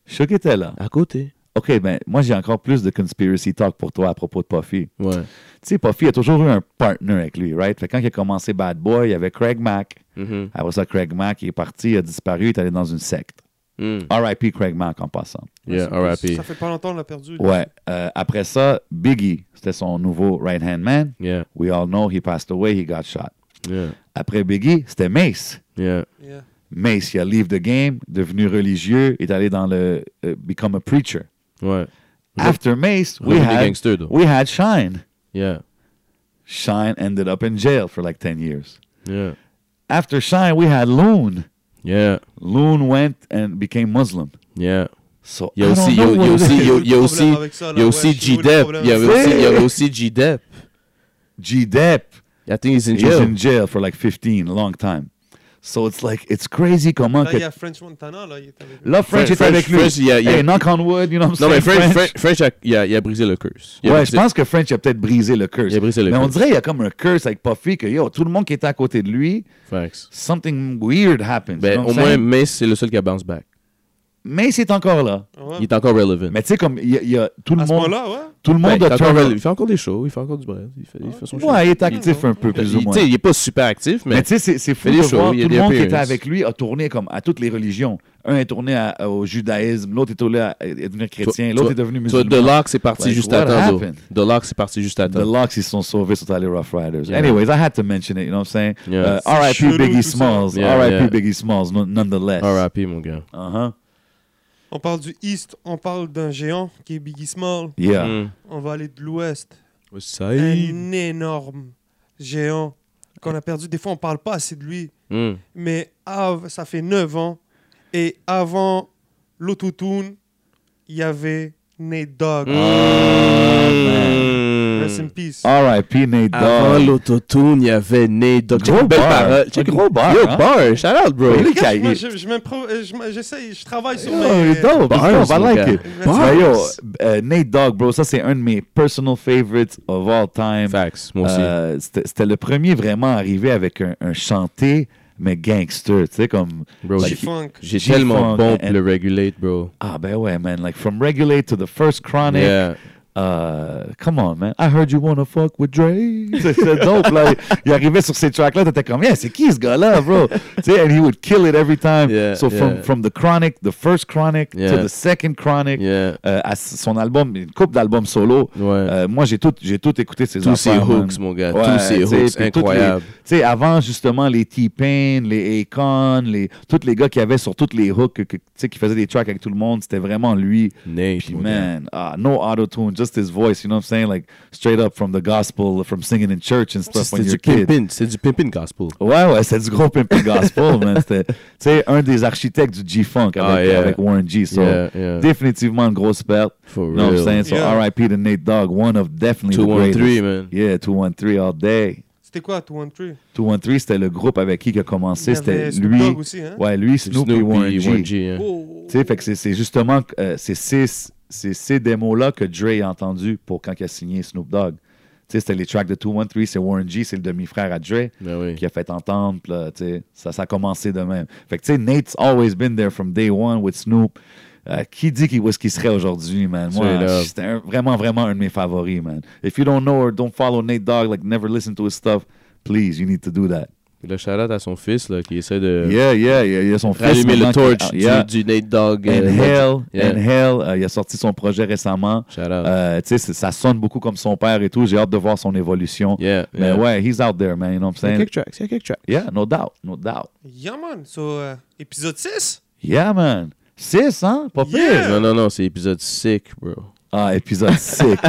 Speaker 2: Shook était là.
Speaker 3: à côté.
Speaker 2: Ah, OK, ben moi, j'ai encore plus de conspiracy talk pour toi à propos de Puffy.
Speaker 3: Ouais.
Speaker 2: Tu sais, Puffy a toujours eu un partner avec lui, right? Fait que quand il a commencé Bad Boy, il y avait Craig Mack.
Speaker 3: Mhm.
Speaker 2: Après ça, Craig Mack, il est parti, il a disparu, il est allé dans une secte.
Speaker 3: Mm.
Speaker 2: R.I.P. Craig Mack en passant.
Speaker 3: Yeah,
Speaker 1: Ouais, c'est-
Speaker 3: R.I.P.
Speaker 1: Ça fait pas longtemps, on l'a perdu.
Speaker 2: Ouais. euh, après ça, Biggie, c'était son nouveau right-hand man.
Speaker 3: Yeah,
Speaker 2: We all know he passed away, he got shot.
Speaker 3: yeah,
Speaker 2: Après Biggie, c'était Mace.
Speaker 3: yeah.
Speaker 1: Yeah.
Speaker 2: Mace, il a leave the game, devenu religieux, est allé dans le euh, become a preacher.
Speaker 3: Ouais.
Speaker 2: After Mace, we
Speaker 3: Revenu
Speaker 2: had,
Speaker 3: gangster, though.
Speaker 2: we had Shine.
Speaker 3: Yeah,
Speaker 2: Shine ended up in jail for like 10 years.
Speaker 3: yeah,
Speaker 2: After Shine, we had Loon.
Speaker 3: yeah,
Speaker 2: Loon went and became Muslim.
Speaker 3: yeah.
Speaker 2: So
Speaker 3: Il y a
Speaker 2: I
Speaker 3: aussi,
Speaker 2: don't
Speaker 3: il y a-
Speaker 2: know
Speaker 3: il y
Speaker 2: what
Speaker 3: a
Speaker 2: it
Speaker 3: aussi, il
Speaker 2: is.
Speaker 3: y a- il y a
Speaker 1: J'ai
Speaker 3: aussi,
Speaker 1: eu le problème avec ça, là,
Speaker 3: il y a
Speaker 1: ouais,
Speaker 3: aussi
Speaker 1: j'ai eu le
Speaker 3: G-Dep.
Speaker 1: problème
Speaker 3: Il y avait
Speaker 1: avec
Speaker 3: aussi,
Speaker 1: ça.
Speaker 3: il y avait aussi G-Dep.
Speaker 2: G-Dep
Speaker 3: I think he's in
Speaker 2: is
Speaker 3: jail.
Speaker 2: in jail for like 15, long time. So it's like, it's crazy comment
Speaker 1: Là, il y
Speaker 2: que...
Speaker 1: a French Montana, là, il est avec
Speaker 2: Là, French,
Speaker 3: French-
Speaker 2: est avec
Speaker 3: French-
Speaker 2: lui.
Speaker 3: French, il y a- il y a-
Speaker 2: Hey, knock on wood, you know what I'm
Speaker 3: Non, mais
Speaker 2: saying?
Speaker 3: French, French, French a, il, a, il a brisé le curse. Il a
Speaker 2: Ouais,
Speaker 3: brisé-
Speaker 2: je pense que French a peut-être brisé le curse.
Speaker 3: Il a brisé le
Speaker 2: mais on
Speaker 3: curse.
Speaker 2: dirait qu'il y a comme un curse avec Puffy que yo, tout le monde qui était à côté de lui,
Speaker 3: Facts.
Speaker 2: something weird happens. you
Speaker 3: Ben,
Speaker 2: know what
Speaker 3: au
Speaker 2: I'm
Speaker 3: moins,
Speaker 2: saying?
Speaker 3: Mace, c'est le seul qui a bounce back.
Speaker 2: mais c'est encore là.
Speaker 3: Il est encore relevant.
Speaker 2: Mais tu sais, comme il y a- il y a tout le
Speaker 1: À ce
Speaker 2: monde,
Speaker 1: moment-là, ouais.
Speaker 2: tout le
Speaker 3: Ouais,
Speaker 2: monde
Speaker 3: il, est
Speaker 2: a
Speaker 3: encore
Speaker 2: turn-
Speaker 3: rele- il fait encore des shows, il fait encore du bref. Il fait, il fait son show.
Speaker 2: Ouais, il est
Speaker 1: Il-
Speaker 2: actif un peu,
Speaker 3: Il-
Speaker 2: plus ou
Speaker 3: tu
Speaker 2: moins.
Speaker 3: sais, il est pas super actif,
Speaker 2: Mais,
Speaker 3: mais
Speaker 2: tu sais, c'est- c'est fou
Speaker 3: fait
Speaker 2: de
Speaker 3: des shows,
Speaker 2: voir
Speaker 3: il y a
Speaker 2: tout le
Speaker 3: des
Speaker 2: monde qui était
Speaker 3: appearances.
Speaker 2: avec lui a tourné comme à toutes les religions. Un est tourné à- au judaïsme, l'autre est tourné à est devenu chrétien,
Speaker 3: tu
Speaker 2: l'autre
Speaker 3: vois-
Speaker 2: est devenu
Speaker 3: tu vois,
Speaker 2: musulman.
Speaker 3: The Lock, c'est parti
Speaker 2: Like,
Speaker 3: juste
Speaker 2: what
Speaker 3: à temps.
Speaker 2: happened?
Speaker 3: though. The Lock, c'est parti juste à
Speaker 2: The
Speaker 3: temps.
Speaker 2: Locks, ils se sont sauvés, sont allés Rough Riders.
Speaker 3: Yeah.
Speaker 2: Anyways, I had to mention it, you know what I'm saying?
Speaker 3: Yeah.
Speaker 2: Uh, R.I.P.
Speaker 1: Chelou,
Speaker 2: Biggie
Speaker 1: tout ça.
Speaker 2: Smalls,
Speaker 3: Yeah,
Speaker 2: R.I.P.
Speaker 3: yeah.
Speaker 2: Biggie Smalls, no- nonetheless.
Speaker 3: R.I.P., mon gars.
Speaker 2: Uh-huh.
Speaker 1: On parle du East, on parle d'un géant qui est Biggie Small.
Speaker 2: Yeah.
Speaker 3: Mm.
Speaker 1: On va aller de l'Ouest.
Speaker 3: Saïd.
Speaker 1: Un énorme géant qu'on a perdu. Des fois, on parle pas assez de lui.
Speaker 3: Mm.
Speaker 1: Mais av- ça fait 9 ans. Et avant l'autotune, il y avait Nate Dogg.
Speaker 2: Mm.
Speaker 3: Hmm.
Speaker 1: Rest in peace.
Speaker 2: Ah, R.I.P. Nate
Speaker 3: Avant
Speaker 2: Dogg.
Speaker 3: l'autotune, il y avait Nate Dogg. Check
Speaker 2: Gros
Speaker 3: une belle
Speaker 2: bar.
Speaker 3: parole. Check
Speaker 2: Un gros bar,
Speaker 3: Yo,
Speaker 2: hein?
Speaker 3: bar. Shout out, bro.
Speaker 2: Mais lui,
Speaker 1: Qu'est-ce que
Speaker 2: il-
Speaker 1: moi, je, je m'impro- euh, je m- j'essaye, je travaille sur
Speaker 2: Oh,
Speaker 1: mes...
Speaker 2: it's dope.
Speaker 3: Bars,
Speaker 2: It's dope. I
Speaker 3: mon
Speaker 2: like
Speaker 3: gars.
Speaker 2: it.
Speaker 1: Bars.
Speaker 2: Mais yo, euh, Nate Dogg, bro, ça c'est un de mes personal favorites of all time.
Speaker 3: Facts, moi aussi.
Speaker 2: Euh, C'était c'était le premier vraiment arrivé avec un, un chanté, mais gangster, tu sais, comme...
Speaker 3: Bro,
Speaker 2: like,
Speaker 3: j'ai-
Speaker 1: G-Funk.
Speaker 3: J'ai
Speaker 2: G-Funk
Speaker 3: tellement bon
Speaker 2: and-
Speaker 3: pour le regulate, bro.
Speaker 2: ah ben ouais, man, like from Regulate to the First Chronic,
Speaker 3: Yeah.
Speaker 2: uh, come on, man, I heard you wanna fuck with Dre. C'était dope, là. Il arrivait sur ces tracks-là, t'étais comme, yeah, c'est qui ce gars-là, bro? tu sais, and he would kill it every time.
Speaker 3: Yeah,
Speaker 2: so from,
Speaker 3: yeah.
Speaker 2: from the Chronic, the First Chronic, to
Speaker 3: Yeah.
Speaker 2: the Second Chronic,
Speaker 3: Yeah.
Speaker 2: euh, à s- son album, une coupe d'albums solo.
Speaker 3: Ouais.
Speaker 2: Euh, moi, j'ai tout, j'ai tout écouté ses
Speaker 3: Tous ces
Speaker 2: affaires, man.
Speaker 3: hooks, mon gars.
Speaker 2: Ouais,
Speaker 3: Tous ces
Speaker 2: tu sais,
Speaker 3: hooks
Speaker 2: puis toutes les-
Speaker 3: incroyables.
Speaker 2: Tu sais, avant, justement, les T-Pain, les Akon, les, tous les gars qui avaient sur toutes les hooks, que- que- tu sais, qui faisaient des tracks avec tout le monde, c'était vraiment lui.
Speaker 3: Nate,
Speaker 2: Puis,
Speaker 3: mon gars.
Speaker 2: man, ah, no auto-tune, just his voice, you know what I'm saying? Like, straight up from the gospel, from singing in church and stuff
Speaker 3: C'était
Speaker 2: when you're a
Speaker 3: du
Speaker 2: kid.
Speaker 3: pimpin. C'est du pimpin gospel.
Speaker 2: Ouais, ouais, c'était du gros Pimpin' Gospel, man. C'était, tu sais, un des architectes du G-Funk avec,
Speaker 3: Ah, yeah.
Speaker 2: avec Warren G. So,
Speaker 3: Yeah, yeah.
Speaker 2: définitivement une grosse perte.
Speaker 3: For
Speaker 2: You know what I'm
Speaker 3: real.
Speaker 2: saying? So,
Speaker 1: Yeah.
Speaker 2: R.I.P. to Nate Dogg, one of definitely the greatest.
Speaker 3: 213, man.
Speaker 2: Yeah, 213 all day.
Speaker 1: C'était quoi, 213
Speaker 2: 213, c'était le groupe avec qui il a
Speaker 1: Il y
Speaker 2: commencé. C'était
Speaker 1: avait Snoop
Speaker 2: lui.
Speaker 1: Dogg aussi, hein?
Speaker 2: Ouais, lui, Snoop, et Warren G.
Speaker 3: Warren G, hein.
Speaker 1: Oh.
Speaker 2: Tu sais, fait que c'est- c'est justement euh, c'est ces, c'est ces démos-là que Dre a entendu pour quand il a signé Snoop Dogg. Tu sais, c'était les tracks de 213, c'est Warren G, c'est le demi-frère à Dre
Speaker 3: Ben oui.
Speaker 2: qui a fait entendre, puis là, tu sais, ça, ça a commencé de même. Fait que, tu sais, Nate's always been there from day one with Snoop. Euh, qui dit qu'il, où est-ce qu'il serait aujourd'hui, man?
Speaker 3: Straight
Speaker 2: Moi,
Speaker 3: up.
Speaker 2: c'était un- vraiment, vraiment un de mes favoris, man. If you don't know or don't follow Nate Dogg, like, never listen to his stuff, please, you need to do that.
Speaker 3: Le shout out à son fils, là, qui essaie de
Speaker 2: Yeah, yeah, yeah, il y a son fils.
Speaker 3: rallumer le
Speaker 2: maintenant qui-
Speaker 3: torch
Speaker 2: ah, yeah.
Speaker 3: du, du Nate Dogg. euh,
Speaker 2: Inhale,
Speaker 3: Yeah.
Speaker 2: Inhale, euh, il a sorti son projet récemment.
Speaker 3: Shout out.
Speaker 2: Euh, tu sais, c'est- ça sonne beaucoup comme son père et tout. J'ai hâte de voir son évolution.
Speaker 3: Yeah,
Speaker 2: Mais
Speaker 3: yeah.
Speaker 2: ben ouais, he's out there, man. You know
Speaker 3: Il y a
Speaker 2: what I'm saying?
Speaker 3: quelques tracks, il y a quelques tracks.
Speaker 2: Yeah, no doubt, no doubt.
Speaker 1: Yeah, man. So, euh, épisode 6
Speaker 2: Yeah, man. 6, hein? Pas pire.
Speaker 1: Yeah.
Speaker 3: Non, non, non, c'est épisode sick, bro.
Speaker 2: Ah, épisode sick.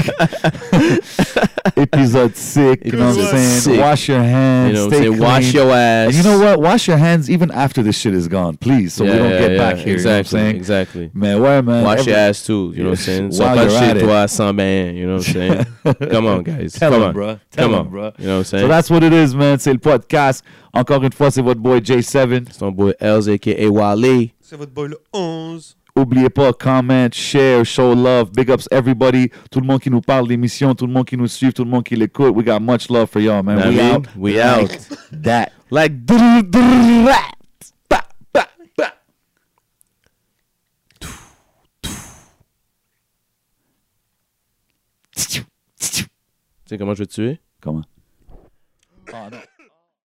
Speaker 2: épisode sick. You know what I'm
Speaker 1: Épisode
Speaker 2: saying?
Speaker 3: sick.
Speaker 2: Wash your hands.
Speaker 3: you know,
Speaker 2: stay
Speaker 3: say
Speaker 2: clean.
Speaker 3: wash your ass.
Speaker 2: And you know what? Wash your hands even after this shit is gone, please, so we
Speaker 3: Yeah,
Speaker 2: don't
Speaker 3: yeah,
Speaker 2: get
Speaker 3: yeah,
Speaker 2: back
Speaker 3: Exactly,
Speaker 2: here. You know what I'm saying?
Speaker 3: exactly.
Speaker 2: Mais ouais, man.
Speaker 3: Wash
Speaker 2: every-
Speaker 3: your ass too, you know what I'm saying? Sois
Speaker 2: While
Speaker 3: pas
Speaker 2: you're at
Speaker 3: chez
Speaker 2: it.
Speaker 3: toi sans bain, you know what I'm saying? Come on, guys.
Speaker 2: Tell
Speaker 3: Come
Speaker 2: him,
Speaker 3: on.
Speaker 2: bro. Tell
Speaker 3: Come
Speaker 2: him,
Speaker 3: on,
Speaker 2: bro.
Speaker 3: You know what I'm
Speaker 2: So
Speaker 3: saying?
Speaker 2: that's what it is, man. C'est le podcast. Encore une fois, c'est votre boy J7.
Speaker 3: C'est ton boy Elz, a.k.a. Wally.
Speaker 1: C'est votre boy le 11.
Speaker 2: Oubliez pas, comment, share, show love. Big ups everybody. Tout le monde qui nous parle d'émission, tout le monde qui nous suit, tout le monde qui l'écoute. We got much love for y'all, man.
Speaker 3: Know what I
Speaker 2: we
Speaker 3: mean?
Speaker 2: out.
Speaker 3: We out.
Speaker 2: That.
Speaker 3: Like, tu sais comment je vais te tuer?
Speaker 2: Comment?